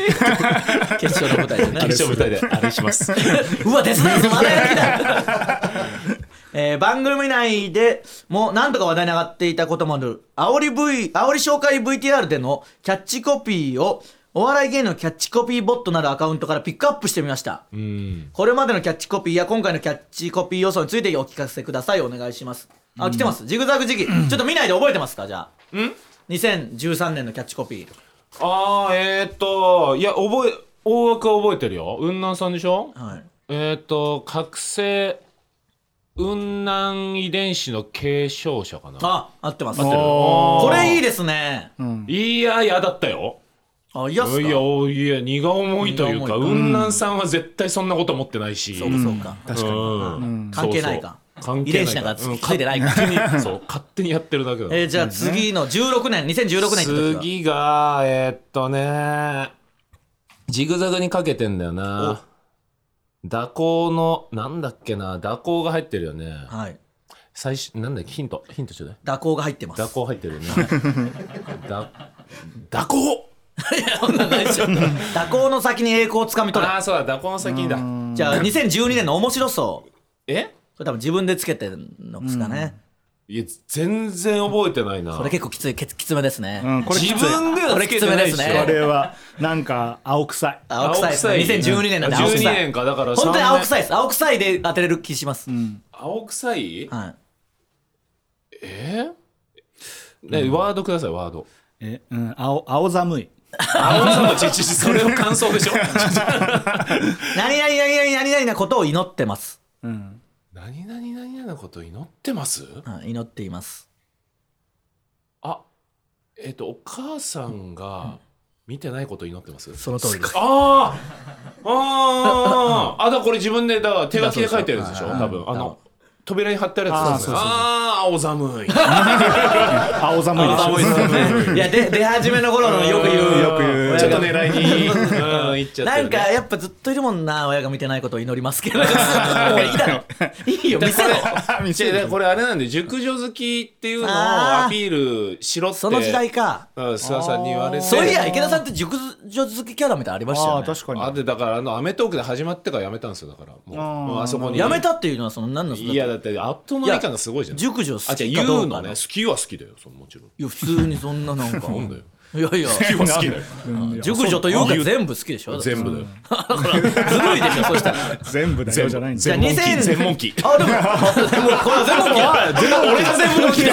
Speaker 3: 決勝の舞台でね
Speaker 1: 決勝舞台であれします
Speaker 3: うわ手伝うぞまだやる気だ えー番組内でも何とか話題に上がっていたこともある煽り V 煽り紹介 VTR でのキャッチコピーをお笑い芸人のキャッチコピーボットなるアカウントからピックアップしてみました
Speaker 1: うん
Speaker 3: これまでのキャッチコピーや今回のキャッチコピー予想についてお聞かせくださいお願いしますあ来てますジグザグ時期ち ょっと見ないで覚えてますかじゃあ2013年のキャッチコピー
Speaker 1: ああえー、っといや覚え大枠は覚えてるよ雲南さんでしょ
Speaker 3: はい
Speaker 1: えー、っと覚醒雲南遺伝子の継承者かな
Speaker 3: あ合ってます
Speaker 1: 合ってる
Speaker 3: こ
Speaker 1: こ
Speaker 3: れいいですね
Speaker 1: いや嫌だったよ
Speaker 3: あいやっす
Speaker 1: い
Speaker 3: か
Speaker 1: やおいや荷が重いという
Speaker 3: 荷が
Speaker 1: か
Speaker 3: 重い
Speaker 1: 雲南さんは絶対そんなこと思ってないし
Speaker 3: そうかそうか
Speaker 1: 確かに
Speaker 3: 関係ないか
Speaker 1: 関
Speaker 3: 遺
Speaker 1: 係ない
Speaker 3: 伝子なんかついてないか
Speaker 1: 勝手にそう勝手にやってるだけだ
Speaker 3: えーじゃあ次の16年2016年って時は
Speaker 1: 次がえーっとねジグザグにかけてんだよな蛇行のなんだっけな蛇行が入ってるよね
Speaker 3: はい
Speaker 1: 最初なんだっけヒントヒントちょうだい
Speaker 3: 蛇行が入ってます
Speaker 1: 蛇行入ってるよね だ蛇行
Speaker 3: そんなのないでしょ蛇行の先に栄光をつかみ取る
Speaker 1: ああそうだ蛇行の先だ
Speaker 3: じゃあ2012年の面白そう
Speaker 1: え
Speaker 3: これ多分自分でつけてるのですかね
Speaker 1: いや全然覚えてないな
Speaker 3: これ結構きついけきつめですね
Speaker 4: うんこれきつい
Speaker 1: 自分ではつけてないでし
Speaker 3: これきつめです
Speaker 1: ょ
Speaker 3: ね
Speaker 4: これはなんか青臭い
Speaker 3: 青臭いですね2012年なんで青
Speaker 1: 12
Speaker 3: 臭い
Speaker 1: 年かだから
Speaker 3: 本当に青臭
Speaker 1: い
Speaker 3: いです青臭いで当てれる気します、
Speaker 1: 青臭い
Speaker 3: はい
Speaker 1: えね、ワードくださいワード
Speaker 4: え、うん、青青寒い
Speaker 1: 青さのちちそれの感想でしょ
Speaker 3: 何々何々何々なことを祈ってます、
Speaker 1: 何々何々のこと祈ってます
Speaker 3: はい祈っています
Speaker 1: あえっ、とお母さんが見てないこと祈ってます、
Speaker 3: その通りです
Speaker 1: あーあーあーあだこれ自分でだから手書きで書いてるやつでしょ多分あの扉に貼ってあるやつですよねあー青寒い
Speaker 4: 青寒いでしょ
Speaker 1: 青寒いですよね
Speaker 3: いやで出始めの 頃のよく言う
Speaker 4: よく言う
Speaker 1: ちょっと狙い に、うん、いっちゃって
Speaker 3: な
Speaker 1: る、
Speaker 3: ん
Speaker 1: ね。
Speaker 3: かやっぱずっといるもんな親が見てないことを祈りますけどもういいだろいいよ見せろ
Speaker 1: 見せるこれあれなんで熟女好きっていうのを
Speaker 3: あー
Speaker 1: アピールしろって
Speaker 3: その時代か
Speaker 1: うん諏訪さんに言われて
Speaker 3: そういや池田さんって熟女好きキャラみたいなのありま した
Speaker 4: あ
Speaker 3: よ
Speaker 4: あ
Speaker 3: ね
Speaker 4: 確かに
Speaker 1: あでだからあの『アメトーク』で始まってからやめたんですよだからもうもうあそこに
Speaker 3: やめたっていうのはその何のその
Speaker 1: いやだって圧倒の
Speaker 3: いや
Speaker 1: み感がすごいじゃん
Speaker 3: 熟女好
Speaker 1: あじ
Speaker 3: き
Speaker 1: ゃ
Speaker 3: か
Speaker 1: あ
Speaker 3: ど
Speaker 1: 言う
Speaker 3: うか
Speaker 1: の
Speaker 3: の
Speaker 1: ね
Speaker 3: い
Speaker 1: 好きは好きだよそのもちろん
Speaker 3: や普通にそん ななんか
Speaker 1: なんだよ
Speaker 3: いやいや
Speaker 1: 好きは好きだよ
Speaker 3: 熟女というか全部好きでしょ
Speaker 1: 全部だよ
Speaker 3: ずるいでしょそしたら
Speaker 4: 全部だよじゃないんだ
Speaker 3: じゃあ
Speaker 1: 全問記
Speaker 3: 2000
Speaker 1: 全問記
Speaker 3: あでもでもこれは全問記だ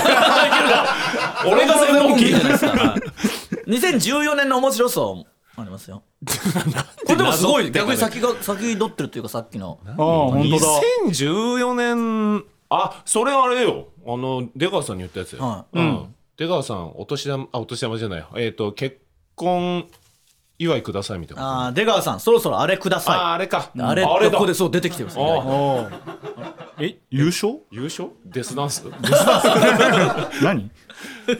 Speaker 1: 俺が全問記だ俺が全問記
Speaker 3: じゃないですかはい2014年の面白さもあり ますよこれでもすごい逆に先が先取ってるというかさっきの
Speaker 4: ああ本当だ
Speaker 1: 2014年あそれあれよあの出川さんに言ったやつよ、
Speaker 3: は
Speaker 1: うん、出川さんお年玉あお年玉じゃないえっ、と結婚祝いくださいみたいな
Speaker 3: あー出川さんそろそろあれくだ
Speaker 1: あ,、
Speaker 3: さ
Speaker 1: あれか
Speaker 3: いあれ
Speaker 1: あ
Speaker 3: って
Speaker 1: れ
Speaker 3: こ
Speaker 1: だ
Speaker 3: こでそう出てきてるんですよ
Speaker 1: あ
Speaker 4: え優勝
Speaker 1: 優勝デスダンス
Speaker 4: 何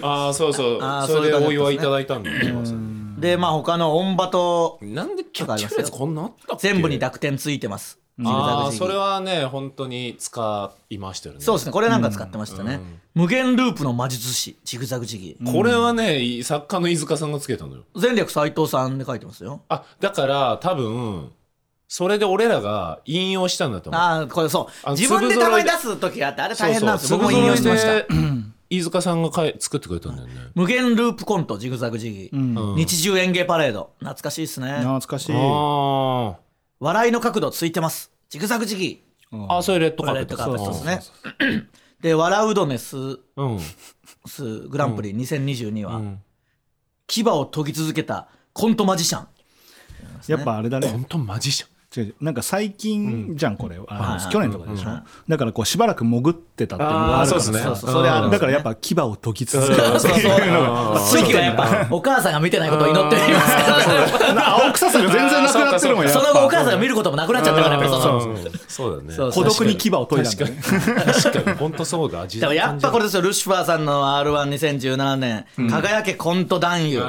Speaker 1: ああそうそう
Speaker 3: あー
Speaker 1: それで
Speaker 3: そう
Speaker 1: お
Speaker 3: いう感じだったんですね
Speaker 1: 祝いいただいたんで出川さんに
Speaker 3: ででまあ他のオンバと
Speaker 1: なんでキャッチフレーズこんなあったっけ
Speaker 3: 全部に濁点ついてますジグザ
Speaker 1: ああ
Speaker 3: グジ
Speaker 1: そ
Speaker 3: グ
Speaker 1: れはね本当に使いましたよね
Speaker 3: そうですねこれなんか使ってましたね、無限ループの魔術師ジグザグジギ
Speaker 1: これはね作家の飯塚さんがつけたのよ
Speaker 3: 前略斎藤さんで書いてますよ
Speaker 1: あだから多分それで俺らが引用したんだと思う
Speaker 3: ああこれそ
Speaker 1: あ
Speaker 3: う
Speaker 1: の
Speaker 3: 自分で
Speaker 1: 粒
Speaker 3: た
Speaker 1: 揃
Speaker 3: ま
Speaker 1: い
Speaker 3: に
Speaker 1: で
Speaker 3: 出す時があってあれ大変なんです
Speaker 1: そ
Speaker 3: よ
Speaker 1: う
Speaker 3: 僕
Speaker 1: そう
Speaker 3: も引用してました
Speaker 1: 粒揃いで飯塚さんがかい作ってくれたんだよね
Speaker 3: 無限ループコントジグザグジギ、
Speaker 1: うん
Speaker 3: 日中演芸パレード懐かしいですね
Speaker 4: 懐かしい
Speaker 1: あ
Speaker 3: 笑いの角度ついてますジグザグジギ
Speaker 1: ーあそれレッド
Speaker 3: こ
Speaker 1: カ
Speaker 3: れ
Speaker 1: ーペ
Speaker 3: レ
Speaker 1: ッ
Speaker 3: ッド
Speaker 1: ト
Speaker 3: カーペットです
Speaker 1: ね
Speaker 3: ねで「笑うどねす
Speaker 1: うん
Speaker 3: すグランプリ2022は」
Speaker 1: ん
Speaker 3: 牙を研ぎ続けたコントマジシャン
Speaker 4: やっぱあれだね
Speaker 1: 本当マジじゃん
Speaker 4: 違う違うなんか最近じゃんこれあ
Speaker 3: は
Speaker 4: の
Speaker 3: い
Speaker 4: 去年とかでし
Speaker 3: う
Speaker 4: ょ
Speaker 3: ん
Speaker 4: だからこうしばらく潜ってたっていうのがあるから
Speaker 1: あーそうですね
Speaker 3: そうそうそれあるんで
Speaker 4: だ
Speaker 3: すよね
Speaker 4: からやっぱ牙を研ぎ続ける
Speaker 3: そうそう次はやっぱお母さんが見てないことを祈っていますから
Speaker 4: 青臭さが全然なくなってるもんやっ
Speaker 3: そ
Speaker 4: ぱ
Speaker 3: の後お母さんが見ることもなくなっちゃったからやっぱりその
Speaker 1: うんそうだね
Speaker 3: そうそう
Speaker 4: 孤独に牙を研いだんだね
Speaker 1: 確かに本当そうだ時
Speaker 3: だから
Speaker 1: 代
Speaker 3: やっぱこれですよルシファーさんの r 1 2 0 1 7年「輝けコント男優」これ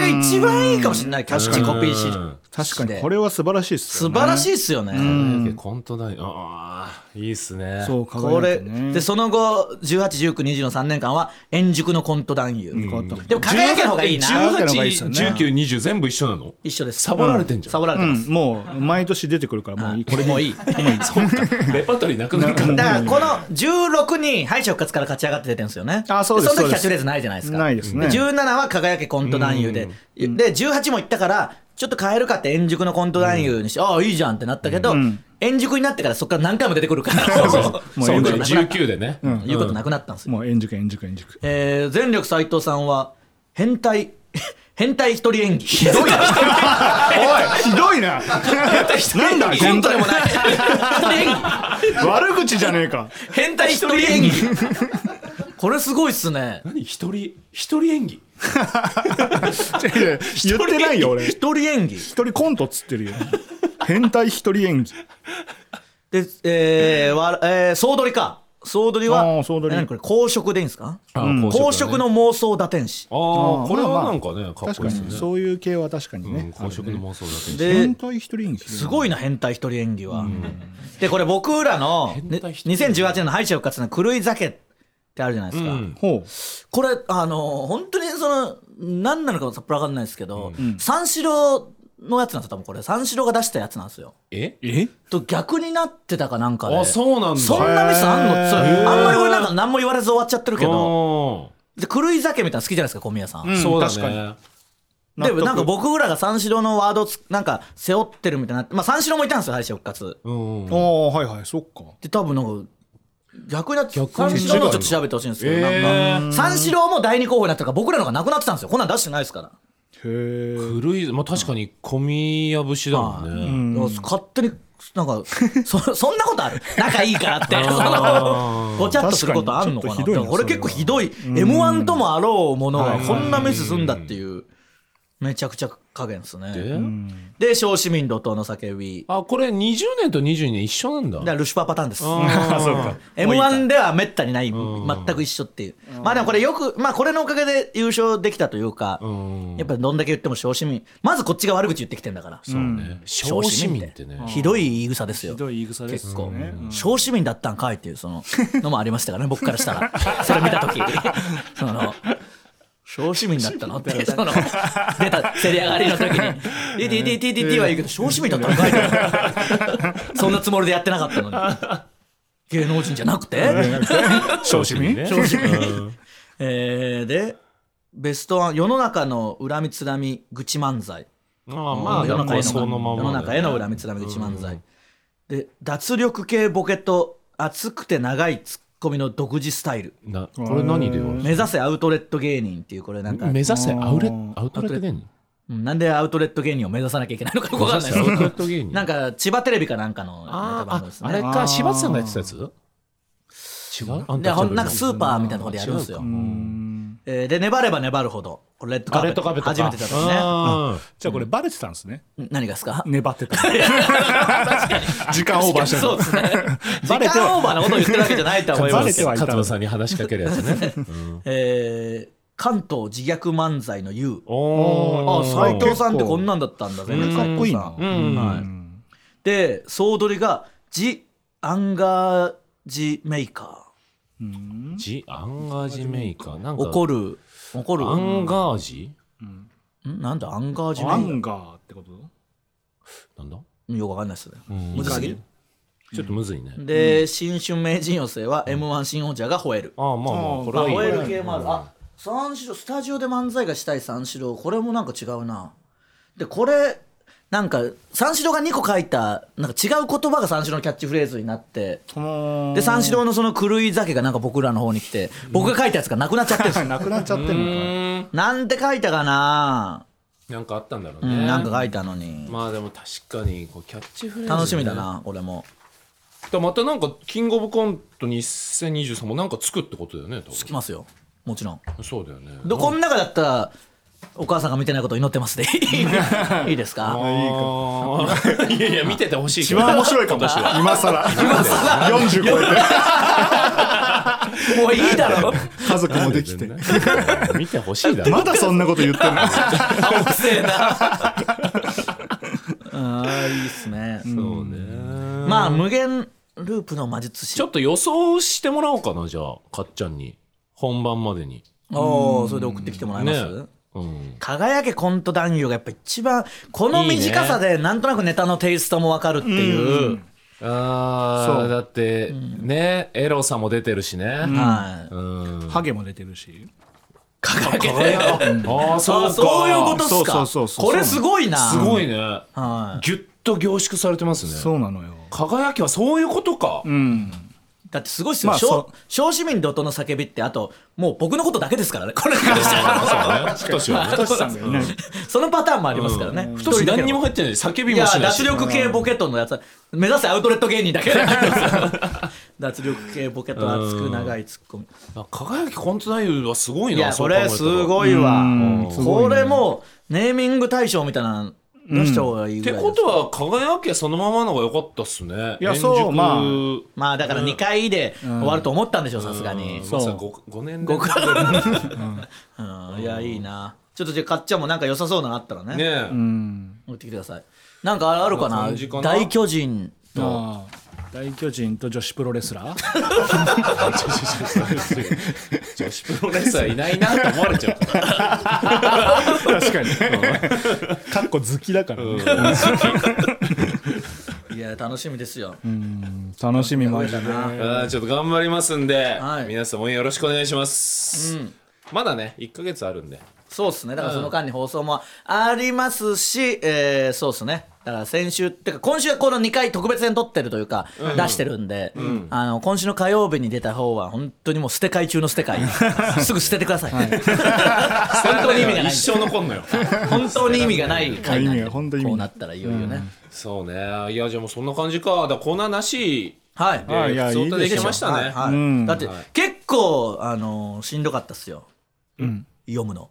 Speaker 3: が一番いいかもしれないキャッチコピーし
Speaker 1: うん
Speaker 4: 確かにこれは素晴らしいっすよ
Speaker 3: 素
Speaker 4: ね
Speaker 3: 晴らしいっすよね、
Speaker 1: コントだよああいいっすね
Speaker 4: そう
Speaker 3: こ
Speaker 4: 輝
Speaker 3: れ
Speaker 4: いてね
Speaker 3: でその後181920の3年間は円熟のコント男優、でも輝けの方がいいな
Speaker 4: 輝けの方がいいっすよね
Speaker 1: 181920全部一緒なの
Speaker 3: 一緒です
Speaker 1: サボられてんじゃん
Speaker 3: サボられて
Speaker 4: う
Speaker 3: ます、
Speaker 4: んもう毎年出てくるからもういい
Speaker 3: これもういいだか
Speaker 1: そうかレパートリーなくなるから
Speaker 3: らこの16人敗者復活から勝ち上がって出てるんですよね
Speaker 4: あそうです
Speaker 3: その時
Speaker 4: そうです
Speaker 3: キャッチフレーズないじゃないですか
Speaker 4: ないですね
Speaker 3: 17は輝けコント男優で、で18も行ったからちょっと変えるかって円熟のコント男優にして、ああいいじゃんってなったけど、円熟になってからそこから何回も出てくるから
Speaker 4: もう
Speaker 1: そう
Speaker 4: 円
Speaker 1: だ
Speaker 4: 熟
Speaker 1: ね19でね
Speaker 3: 言うことなくなったんですよ
Speaker 4: もう円熟円熟円熟
Speaker 3: えー、前力斎藤さんは変態 変態一人演技ひどいな
Speaker 4: おいひどいななんだ
Speaker 3: コン
Speaker 4: 変
Speaker 3: トで
Speaker 4: 態
Speaker 3: もない一人演技
Speaker 4: 悪口じゃねえか
Speaker 3: 変態一人演技これすごいっすね
Speaker 1: 何一人一人演技
Speaker 4: 違う違う言ってないよ俺
Speaker 3: 一人演技
Speaker 4: 一人コントっつってるよ変態一人演技
Speaker 3: でえーわえー、総取りか総取り
Speaker 4: あ
Speaker 3: は
Speaker 4: ー総取り
Speaker 3: え何これ公職でいいんですか
Speaker 1: あー
Speaker 3: 公
Speaker 1: 公職
Speaker 3: 職
Speaker 1: だね
Speaker 3: の妄想打天使
Speaker 1: あー
Speaker 4: あー
Speaker 1: これ
Speaker 4: ま
Speaker 1: は
Speaker 4: あま
Speaker 1: な
Speaker 4: あ
Speaker 1: んかねかっ
Speaker 4: 確
Speaker 1: こい
Speaker 4: か
Speaker 1: いですよ
Speaker 4: に
Speaker 1: ね
Speaker 4: そういう系は確かに
Speaker 1: うん
Speaker 4: ね
Speaker 1: 公職の妄想だけ
Speaker 3: で
Speaker 4: 変態一人演技
Speaker 3: すごいな変態一人演技は、でこれ僕らのね
Speaker 1: 変態一人演技
Speaker 3: 2018年の敗者復活の狂い酒ってあるじゃないですか、
Speaker 1: うん
Speaker 4: ほう
Speaker 3: これあの本当にその何なのかもさっぱり分かんないですけど、三四郎のやつなんですよ多分これ三四郎が出したやつなんですよ
Speaker 1: え
Speaker 4: え
Speaker 3: と逆になってたかなんかで
Speaker 1: あそうなんだ
Speaker 3: そんなミスあんのそれ
Speaker 4: へー
Speaker 3: あんまり俺なんか何も言われず終わっちゃってるけど
Speaker 1: あ
Speaker 3: で狂い酒みたいなの好きじゃないですか小宮さん、
Speaker 1: ー
Speaker 4: ん
Speaker 1: そうだ
Speaker 4: 確かに
Speaker 1: ね
Speaker 3: で
Speaker 4: 納得
Speaker 3: なんか僕らが三四郎のワードをつなんか背負ってるみたいになってまあ三四郎もいたんですよ敗者復活
Speaker 1: うん
Speaker 4: ああはいはいそっか
Speaker 3: で多分なんか逆になって
Speaker 1: 逆に
Speaker 3: 三四郎のちょっと調べてほしいんですけど、
Speaker 1: え
Speaker 3: なんか三四郎も第二候補になったから僕らのがなくなってたんですよこんなん出してないですから
Speaker 4: へえ
Speaker 1: 古いまあ確かに小宮節だもんね
Speaker 3: だから勝手になんか そそんなことある仲いいから ってごちゃっとすることあんのかな
Speaker 4: 確かにちょっとひどいな
Speaker 3: だから俺結構ひどい m 1ともあろうものがこんなミスすんだっていうめちゃくちゃ加減ですね
Speaker 1: で
Speaker 3: で小市民怒涛の叫び
Speaker 1: あこれ20年と22年一緒なんだ
Speaker 3: だからルシファーパターンです
Speaker 1: あー
Speaker 3: m 1ではめったにない全く一緒っていうまあでもこれよくまあこれのおかげで優勝できたというか
Speaker 1: ん
Speaker 3: やっぱどんだけ言っても小市民まずこっちが悪口言ってきてんだから
Speaker 1: ね小市民ってね
Speaker 3: ひどい言い草ですよ
Speaker 4: ひどい言い草です
Speaker 3: 結構、
Speaker 4: ね
Speaker 3: 小市民だったんかいっていうそののもありましたからね僕からしたらそれ見た時その小市民だったのってその出た競り上がりの時に「DDDDD」は言うけど小市民だったんかいってそんなつもりでやってなかったのに芸能人じゃなくて
Speaker 4: 小市民
Speaker 1: ね
Speaker 3: 小市民えーでベストワン世の中の恨みつらみ愚痴漫才
Speaker 1: ああまあ
Speaker 3: 世の中への
Speaker 1: そのまま
Speaker 3: 世の中への恨みつらみ口漫才、で脱力系ボケと熱くて長いツッコミの独自スタイル
Speaker 1: なこれ何でよ
Speaker 3: 目指せアウトレット芸人っていうこれなんか、
Speaker 1: 目指せアウレ
Speaker 4: あー
Speaker 1: アウトレット芸人
Speaker 3: うんなんでアウトレット芸人を目指さなきゃいけないのかよくわ かんない
Speaker 1: 目指せアウトレッ
Speaker 3: で
Speaker 1: ト芸
Speaker 3: す
Speaker 1: 人
Speaker 3: なんか千葉テレビかなんかのネタ番組
Speaker 1: あ
Speaker 3: です
Speaker 1: ああれ
Speaker 3: ね
Speaker 1: か柴田さんがやってたやつ違うあん
Speaker 3: で
Speaker 1: た
Speaker 3: ほんなんかスーパーみたいなところでやるんですよ
Speaker 1: 違う、
Speaker 3: えーで粘れば粘るほどこれレッド
Speaker 1: かあ
Speaker 3: カーペ
Speaker 1: レ
Speaker 3: ッ
Speaker 1: ッ
Speaker 3: ト
Speaker 1: ドカーペット
Speaker 3: 初めてだったね
Speaker 1: たね
Speaker 4: じゃあこれバレてたんですね
Speaker 3: 何がですか
Speaker 4: 粘ってた時間オーバーして
Speaker 3: そう
Speaker 4: る
Speaker 3: ですね時
Speaker 4: バレて
Speaker 3: 間オーバーなことを言ってるわけじゃないとは思います
Speaker 4: バレてはいた
Speaker 1: 勝間さんに話しかけるやつね
Speaker 3: えー関東自虐漫才の U
Speaker 1: お
Speaker 3: あ
Speaker 1: ー
Speaker 3: 斎藤さんってこんなんだったんだぜ
Speaker 1: うん
Speaker 3: かっこいいな
Speaker 1: うん
Speaker 3: はいで総取りがジ・アンガージ・メーカ
Speaker 1: ジアンガージメイカーな
Speaker 3: ー
Speaker 1: んか
Speaker 3: 怒る怒る
Speaker 1: アンガージ
Speaker 3: んなんだアンガージ・メ
Speaker 4: ア
Speaker 3: ー
Speaker 4: ンガーってこと
Speaker 1: なんだ
Speaker 3: カーよくわかんないっすね
Speaker 1: む
Speaker 3: ずすぎる
Speaker 1: ちょっとむずいね
Speaker 3: で、新春名人寄せは m 1新王者が吠える、
Speaker 1: ああまあまあこれ
Speaker 3: まあ、
Speaker 1: はいい
Speaker 3: 吠え
Speaker 1: ね
Speaker 3: る系もあるあ三四郎スタジオで漫才がしたい三四郎これもなんか違うなでこれなんか三四郎が2個書いたなんか違う言葉が三四郎のキャッチフレーズになってで三四郎のその狂い酒がなんか僕らの方に来て僕が書いたやつがなくなっちゃって るんですよ
Speaker 4: なくなっちゃってる
Speaker 1: う
Speaker 4: のか
Speaker 1: ーん
Speaker 3: なんて書いたかな、
Speaker 1: なんかあったんだろう
Speaker 3: う
Speaker 1: ね
Speaker 3: ん、なんか書いたのに
Speaker 1: まあでも確かにこうキャッチフレーズね
Speaker 3: 楽しみだな俺も
Speaker 1: だからまたなんかキングオブコント2023もなんかつくってことだよね多
Speaker 3: つきますよもちろん
Speaker 1: 分そうだよね
Speaker 3: でこの中だったらお母さんが見てないことを祈っ てますでいいですか
Speaker 1: あー いやいや見ててほしい
Speaker 4: 一
Speaker 1: けど
Speaker 4: 番面白いかもしれない今更今更40超えて
Speaker 3: もういいだ ろ。
Speaker 4: 家族もできて
Speaker 1: 全然ね見てほしいだろ
Speaker 4: まだそんなこと言ってんの
Speaker 3: うせ えな。ああ、いいっすね。
Speaker 1: そうね
Speaker 3: まあ、無限ループの魔術師。
Speaker 1: ちょっと予想してもらおうかなじゃあかっちゃんに本番までに
Speaker 3: おお、それで送ってきてもらいま
Speaker 1: ね
Speaker 3: す。
Speaker 1: うん
Speaker 3: 輝けコント男優がやっぱ一番この短さでなんとなくネタのテイストも分かるっていう、
Speaker 1: あ
Speaker 4: そ
Speaker 1: あ
Speaker 4: う
Speaker 1: だってねエロさも出てるしね
Speaker 3: はい
Speaker 1: う ん
Speaker 4: ハゲも出てるし
Speaker 3: 輝けて
Speaker 1: ああそ
Speaker 3: そ
Speaker 1: うう
Speaker 3: そういうことっす
Speaker 4: そ
Speaker 3: か
Speaker 4: うそうそうそう
Speaker 3: これすごいな
Speaker 1: すごいね
Speaker 3: はい
Speaker 1: ギュッと凝縮されてますね
Speaker 4: そうなのよ
Speaker 1: 輝きはそういうことか
Speaker 4: うん
Speaker 3: だってすごいっすよ、
Speaker 4: まあ
Speaker 3: 小
Speaker 4: そ
Speaker 3: 小市民怒涛の叫びってあともう僕のことだけですからねこ れからしたら
Speaker 1: 太しはね
Speaker 4: トシさんだよね
Speaker 3: そのパターンもありますからね、
Speaker 1: 太し何にも入ってない叫び
Speaker 3: い
Speaker 1: も
Speaker 3: や
Speaker 1: しないし
Speaker 3: 脱力系ボケットのやつ目指せアウトレット芸人だけ脱力系ボケットの熱く長いツッコミ
Speaker 1: あ輝きコント太夫はすごい
Speaker 3: い
Speaker 1: な
Speaker 3: や
Speaker 1: そ
Speaker 3: こ
Speaker 1: う考えた
Speaker 3: れ
Speaker 1: ら
Speaker 3: すごいわ
Speaker 4: うんすごい
Speaker 3: こ
Speaker 4: ね
Speaker 3: れもうネーミング大賞みたいなの出した方がいい
Speaker 1: っ
Speaker 3: ぐ
Speaker 1: て
Speaker 3: らいです
Speaker 1: ことは輝きはそのままのが良かったっすね
Speaker 4: いやそう
Speaker 1: 円熟
Speaker 4: まあ
Speaker 3: まあだから2回で終わると思ったんでしょうさすが
Speaker 1: うん
Speaker 3: に
Speaker 1: まさかご5年
Speaker 3: ご
Speaker 1: 連
Speaker 3: く
Speaker 1: 続
Speaker 3: うんいやいいなちょっとじゃあかっちゃんもなんか良さそうなのあったらね
Speaker 1: ねえ
Speaker 4: うん
Speaker 3: 持ってきてくださいなんかあるか
Speaker 1: こんな
Speaker 3: な
Speaker 1: 感じかな
Speaker 3: 大巨人と
Speaker 4: あー大巨人と女子プロレスラー
Speaker 1: 女子プロレスラーいないなと思われちゃうから
Speaker 4: 確かに かっこ好きだからね
Speaker 3: いや楽しみですよ
Speaker 4: 楽しみました
Speaker 3: な
Speaker 4: ね
Speaker 1: あーちょっと頑張りますんで、
Speaker 3: はい
Speaker 1: 皆さん応援よろしくお願いします、
Speaker 3: うん
Speaker 1: まだね1ヶ月あるんで
Speaker 3: そうですねだからその間に放送もありますし、えーそうですねだから先週ってか今週はこの2回特別編撮ってるというか、出してるんで、あの今週の火曜日に出た方は本当にもう捨て会中の捨て会すぐ捨ててください、 本当に意味がない
Speaker 1: 一生残んのよ
Speaker 3: 本当に意味がない回
Speaker 4: 意
Speaker 3: なん
Speaker 4: 味
Speaker 3: で
Speaker 4: が本当に意味
Speaker 3: こう
Speaker 4: な
Speaker 3: なったらいよいよね、
Speaker 1: そうねいやじゃあもうそんな感じかだからコーナーなし
Speaker 3: はい
Speaker 1: で
Speaker 4: あいや
Speaker 1: 普通歌
Speaker 4: いい
Speaker 1: で
Speaker 4: でしょ
Speaker 1: きましたね
Speaker 3: はいはい
Speaker 4: ん
Speaker 3: だって結構、あのーしんどかったっすよ、読 むの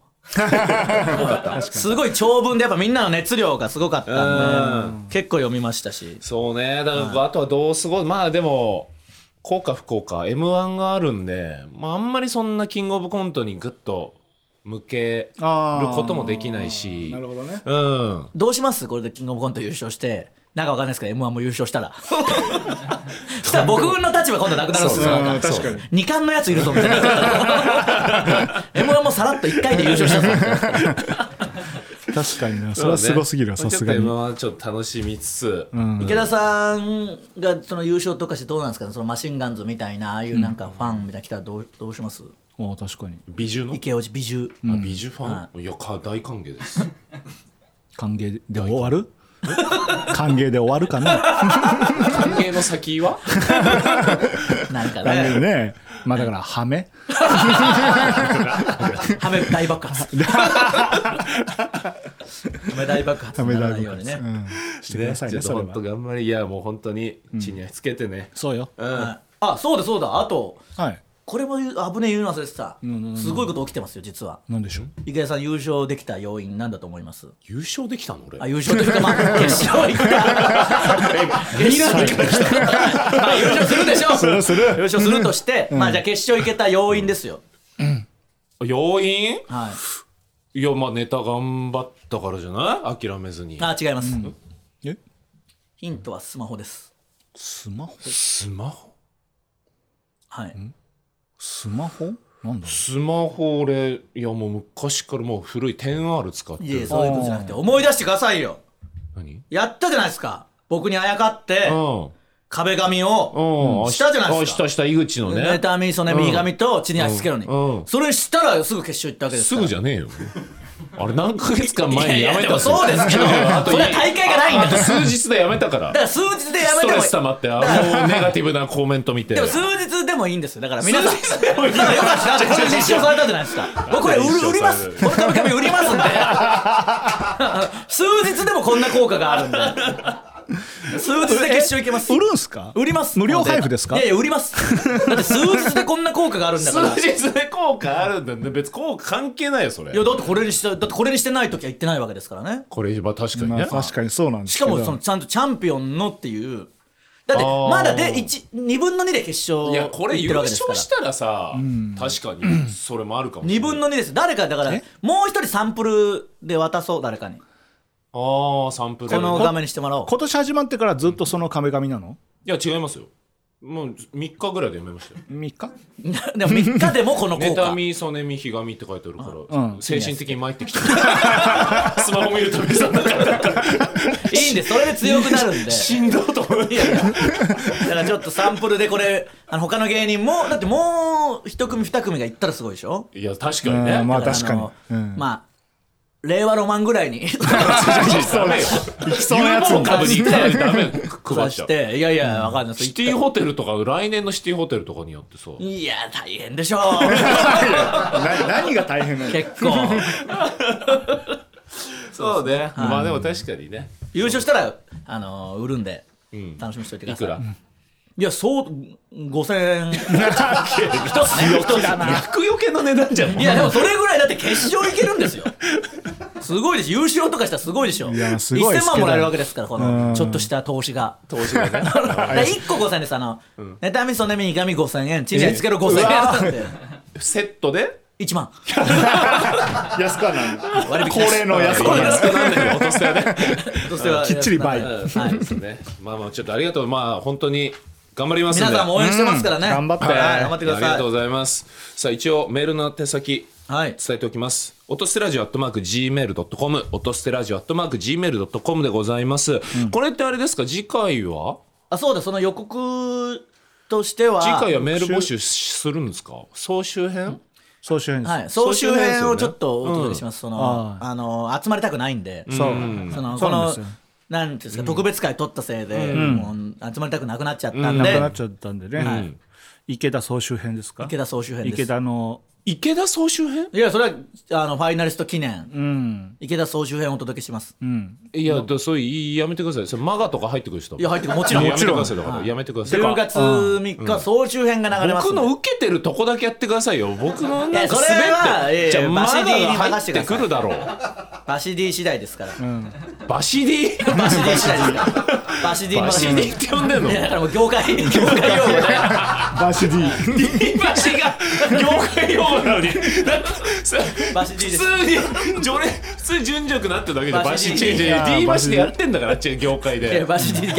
Speaker 3: すごい長文でやっぱみんなの熱量がすごかったんで結構読みましたし
Speaker 1: そうねだからあとはどう過ごまあでも効果不効果 m 1があるんで、まあ、あんまりそんなキングオブコントにグッと向けることもできないし
Speaker 4: なるほどね
Speaker 1: うん
Speaker 3: どうしますこれでキングオブコント優勝してなんかわかんないですけど m 1も優勝したらしたら僕の立場今度なくなるんですよ
Speaker 4: うん
Speaker 3: なんか
Speaker 4: 確かに
Speaker 3: 二冠のやついるぞみたいな m 1もさらっと1回で優勝したぞ
Speaker 4: 確かにねそれはすごすぎるわさすが
Speaker 1: ちょっ
Speaker 4: に
Speaker 1: と M1 はちょっと楽しみつつ、
Speaker 3: 池田さんがその優勝とかしてどうなんですかねそのマシンガンズみたいなああいうなんかファンみたいなの来たらどうどうします
Speaker 4: お確かに
Speaker 1: 美女の、
Speaker 3: 池尾寺美獣
Speaker 1: あ美女ファン、いやか大歓迎です
Speaker 4: 歓迎で終わる 歓迎で終わるか な
Speaker 1: 歓迎の 先は
Speaker 3: なんか
Speaker 4: 歓迎
Speaker 3: ね
Speaker 4: ねまあだからハメ
Speaker 3: ハメ大爆 発ハメ大爆発にならないようにね、
Speaker 4: うんしてください
Speaker 1: ちょ
Speaker 4: ね
Speaker 1: っと
Speaker 4: それ
Speaker 1: 本当
Speaker 4: は
Speaker 1: 頑張りいやもう本当に地に足つけてね、
Speaker 4: そうよ
Speaker 1: うん
Speaker 3: あそうだそうだあと
Speaker 4: はい
Speaker 3: これも言う危ねえ言うの忘れてた、すごいこと起きてますよ実は
Speaker 4: なんでしょう
Speaker 3: 池田さん優勝できた要因なんだと思います
Speaker 1: 優勝できたの俺
Speaker 3: あ優勝というかまあ決勝行った決勝行きましたまあ優勝するでしょう
Speaker 4: するする
Speaker 3: 優勝するとして、まあじゃあ決勝行けた要因ですよ、
Speaker 1: 要因
Speaker 3: はい
Speaker 1: いやまあネタ頑張ったからじゃない諦めずに
Speaker 3: あ違います、
Speaker 2: え
Speaker 3: ヒントはスマホです
Speaker 2: スマホ
Speaker 1: スマホ
Speaker 3: はい
Speaker 2: スマホなんだ
Speaker 1: スマホ俺いやもう昔からもう古い 10R 使って
Speaker 3: いえ
Speaker 1: る
Speaker 3: そういうことじゃなくて思い出してくださいよ
Speaker 1: 何
Speaker 3: やったじゃないですか僕にあやかって
Speaker 1: うん
Speaker 3: 壁紙
Speaker 1: う
Speaker 3: を
Speaker 1: ん
Speaker 3: したじゃないで
Speaker 1: あ
Speaker 3: す
Speaker 1: した
Speaker 3: か
Speaker 1: した井口のね
Speaker 3: ネタミソネ右髪と地に足つける
Speaker 1: うん
Speaker 3: の
Speaker 1: うん
Speaker 3: にそれしたらすぐ決勝行ったわけです
Speaker 1: す
Speaker 3: から
Speaker 1: ぐじゃねえよあれ何ヶ月間前にやめ
Speaker 3: いやいやで
Speaker 1: た
Speaker 3: もそうですけどそれ
Speaker 1: あ
Speaker 3: は
Speaker 1: と
Speaker 3: 大会がないんだ
Speaker 1: あ
Speaker 3: だ
Speaker 1: と
Speaker 3: か
Speaker 1: 数日でやめたから
Speaker 3: ら数日でや
Speaker 1: スト
Speaker 3: めても
Speaker 1: レス溜まってあのネガティブなコメント見て
Speaker 3: でも数日でもいいんですよだから皆さんだからよかったですだってこれ実証されたじゃないですか僕これ売る売ります この紙紙売りますんで数日でもこんな効果があるんで数日で決勝行けます
Speaker 2: 売るんすか
Speaker 3: 売ります
Speaker 2: 無料配布ですか
Speaker 3: いやいや売りますだって数日でこんな効果があるんだからい
Speaker 1: 数日で効果あるんだね別に効果関係ないよそれ
Speaker 3: やだってこれにしただってこれにしてない時は言ってないわけですからね
Speaker 1: これは確かに
Speaker 2: ま
Speaker 1: ね
Speaker 2: あ確かにそうなんです
Speaker 3: し
Speaker 2: け
Speaker 3: か
Speaker 2: ど
Speaker 3: もそのちゃんとチャンピオンのっていうだって
Speaker 1: あー
Speaker 3: まだで一二分の二で決勝
Speaker 1: いやこれ
Speaker 3: 行って
Speaker 1: 優
Speaker 3: るわけですか
Speaker 1: 勝
Speaker 3: ら
Speaker 1: したらさ確かにそれもあるかもしれ
Speaker 3: 二
Speaker 1: ない
Speaker 3: 分の二です誰かだから
Speaker 2: え
Speaker 3: もう一人サンプルで渡そう誰かに
Speaker 1: ああサンプル
Speaker 3: この
Speaker 1: い
Speaker 3: 画面にしてもらおう
Speaker 2: 今年始まってからずっとその壁紙なの
Speaker 1: や違いますよもう3日ぐらいでやめましたよ
Speaker 2: ?3 日
Speaker 3: でも3日でもこの効
Speaker 1: 妬
Speaker 3: 果
Speaker 1: み、そねみ、ひがみって書いてあるから、
Speaker 2: うん
Speaker 1: 精神的に参ってきた。スマホ見るためにそんな感
Speaker 3: いいんですそれで強くなるん で
Speaker 1: じ。しんどいと思う。
Speaker 3: いやいやだからちょっとサンプルでこれあの他の芸人もだってもう一組二組が行ったらすごいでしょ
Speaker 1: いや、確かにね。
Speaker 2: うんまあ
Speaker 3: だら
Speaker 2: 確かに
Speaker 3: の
Speaker 2: うん
Speaker 3: まあ令和ロマンぐら いに
Speaker 1: ダメよ。
Speaker 2: 行きそうなやつ
Speaker 1: ユーモ
Speaker 2: も
Speaker 1: ア株に行かないとダメよ。配
Speaker 3: 出
Speaker 1: っちゃ
Speaker 3: し
Speaker 1: う。
Speaker 3: ていやいやわかんない
Speaker 1: シティホテルとか、来年のシティホテルとかにやってさ。
Speaker 3: いや大変でしょ
Speaker 2: な何が大変な
Speaker 3: う
Speaker 2: の
Speaker 3: 結 構
Speaker 1: そうね。まあでも確かにね。
Speaker 3: 優勝したらあの売るんで
Speaker 1: ん
Speaker 3: 楽しみにしておいてく
Speaker 1: い
Speaker 3: ださ
Speaker 1: く
Speaker 3: い
Speaker 1: ら
Speaker 3: いや、そう、5000円。
Speaker 1: 強気だな。厄除けの値段じゃん。
Speaker 3: いや、でもそれぐらいだって決勝いけるんですよ。すごいです。優勝とかしたらすごいでしょ。
Speaker 2: やすごいです
Speaker 3: 1000
Speaker 2: けど
Speaker 3: 万もらえるわけですから、こ
Speaker 2: うん
Speaker 3: の、ちょっとした投資が。 投資がね。1個5000円です。あの、ネタミソネミイガミ5000円、チンチンつける5000円なんで。
Speaker 1: セットで
Speaker 3: 1万。
Speaker 2: 安くはない
Speaker 3: 割引
Speaker 2: 恒例の安く
Speaker 1: こ
Speaker 2: は
Speaker 1: れ
Speaker 2: ない
Speaker 1: 安くなんだよ、落とせはね。
Speaker 3: としては
Speaker 2: きっちり倍
Speaker 3: はい
Speaker 1: ね。まあまあ、ちょっとありがとう。まあ、本当に頑張りますんで。
Speaker 3: 皆さんも応援してますからね。
Speaker 2: うん頑張って
Speaker 3: はい頑張ってくだ
Speaker 1: ありが
Speaker 3: さ
Speaker 1: とう
Speaker 3: い。
Speaker 1: ございます。さあ、一応メールの宛先。
Speaker 3: はい。
Speaker 1: 伝えておきます。音捨てラジオアットマーク Gmail.com、音捨てラジオアットマーク Gmail.com でございます。これってあれですか、次回は
Speaker 3: あ、そうだ、その予告としては。
Speaker 1: 次回はメール募集するんですか総集編
Speaker 2: 総集編です、
Speaker 3: はい、総集編をちょっとお届けします、その
Speaker 2: あ
Speaker 3: あの集まりたくないんで、
Speaker 2: そう、
Speaker 3: その
Speaker 2: そう
Speaker 3: こ
Speaker 2: なんで
Speaker 3: の
Speaker 2: すよ
Speaker 3: なんていうんですか、特別会取ったせいで、もう集まりたくなくなっちゃったん
Speaker 2: な
Speaker 3: で、
Speaker 2: くなっちゃったんでね、はい池田総集編ですか
Speaker 3: 池田総集編です
Speaker 2: 池田の
Speaker 1: 池田総集編
Speaker 3: いやそれはあのファイナリスト記念、
Speaker 2: うん
Speaker 3: 池田総集編をお届けします、
Speaker 1: いや、だそういう、やめてください。それマガとか入ってくる人。
Speaker 3: いや入ってくるもちろん
Speaker 1: やめてください。だから、やめてください。
Speaker 3: 10月3日、総集編が流れます
Speaker 1: 僕
Speaker 3: んで
Speaker 1: の受けてるとこだけやってくださいよ。僕のなんか
Speaker 3: いやそれは
Speaker 1: 滑っ
Speaker 3: いやい
Speaker 1: て。
Speaker 3: や
Speaker 1: じゃあ、マ
Speaker 3: バシ
Speaker 1: ガ
Speaker 3: デ
Speaker 1: が
Speaker 3: ィに任
Speaker 1: 入
Speaker 3: せ
Speaker 1: ってて
Speaker 3: くだ
Speaker 1: く
Speaker 3: さい
Speaker 1: るだろう。
Speaker 3: バシディ次第ですから、
Speaker 1: バシディ
Speaker 3: バシディ次第ですからバシディの
Speaker 1: バシディって呼んでんの
Speaker 3: い やだからもう業界業界用語だよ
Speaker 2: バシデ ィ
Speaker 1: バシが業界用語なのに。だってさ
Speaker 3: バシ D です
Speaker 1: 普通に常連普通に純熟なってるだけでバ
Speaker 3: バ
Speaker 1: シ
Speaker 3: シ D
Speaker 1: チェンジ
Speaker 2: や
Speaker 1: D バ
Speaker 2: バシ
Speaker 1: シ
Speaker 2: D
Speaker 1: でやってんだからあっちの業界
Speaker 3: いや
Speaker 1: で。
Speaker 3: バシディ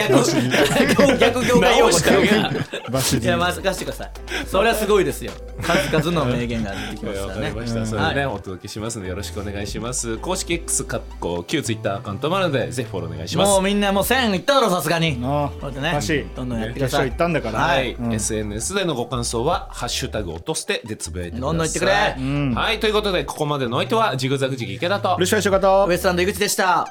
Speaker 3: 逆逆業界用語だよ
Speaker 2: バシ
Speaker 3: い
Speaker 2: デ
Speaker 3: や、
Speaker 2: ィ
Speaker 3: 任せてください。それはすごいですよ。数々の名言が出てきまし
Speaker 1: わ
Speaker 3: た
Speaker 1: かり
Speaker 3: ね。
Speaker 1: ました。それでね、
Speaker 3: はい
Speaker 1: お届けしますのでよろしくお願いします。公式 X かっこ旧 Twitter アカウントもあるのでぜひフォローお願いしま
Speaker 3: も
Speaker 1: す
Speaker 3: う。みんなもう1000いっただろ、さすがに。
Speaker 2: あ
Speaker 3: こうやって
Speaker 2: バシ
Speaker 3: ね、どんどんやってくださ
Speaker 2: 決勝
Speaker 3: い。
Speaker 2: 行ったんだから、
Speaker 1: はい、
Speaker 2: うん
Speaker 1: SNS でのご感想は「ハッシュタグ落として」でつぶやいてください。
Speaker 3: どんどん言ってくれ
Speaker 1: はい、ということでここまでのお相手はジグザグジギ池田と
Speaker 2: ル。シファー石岡と
Speaker 3: ウエストランド井口でした。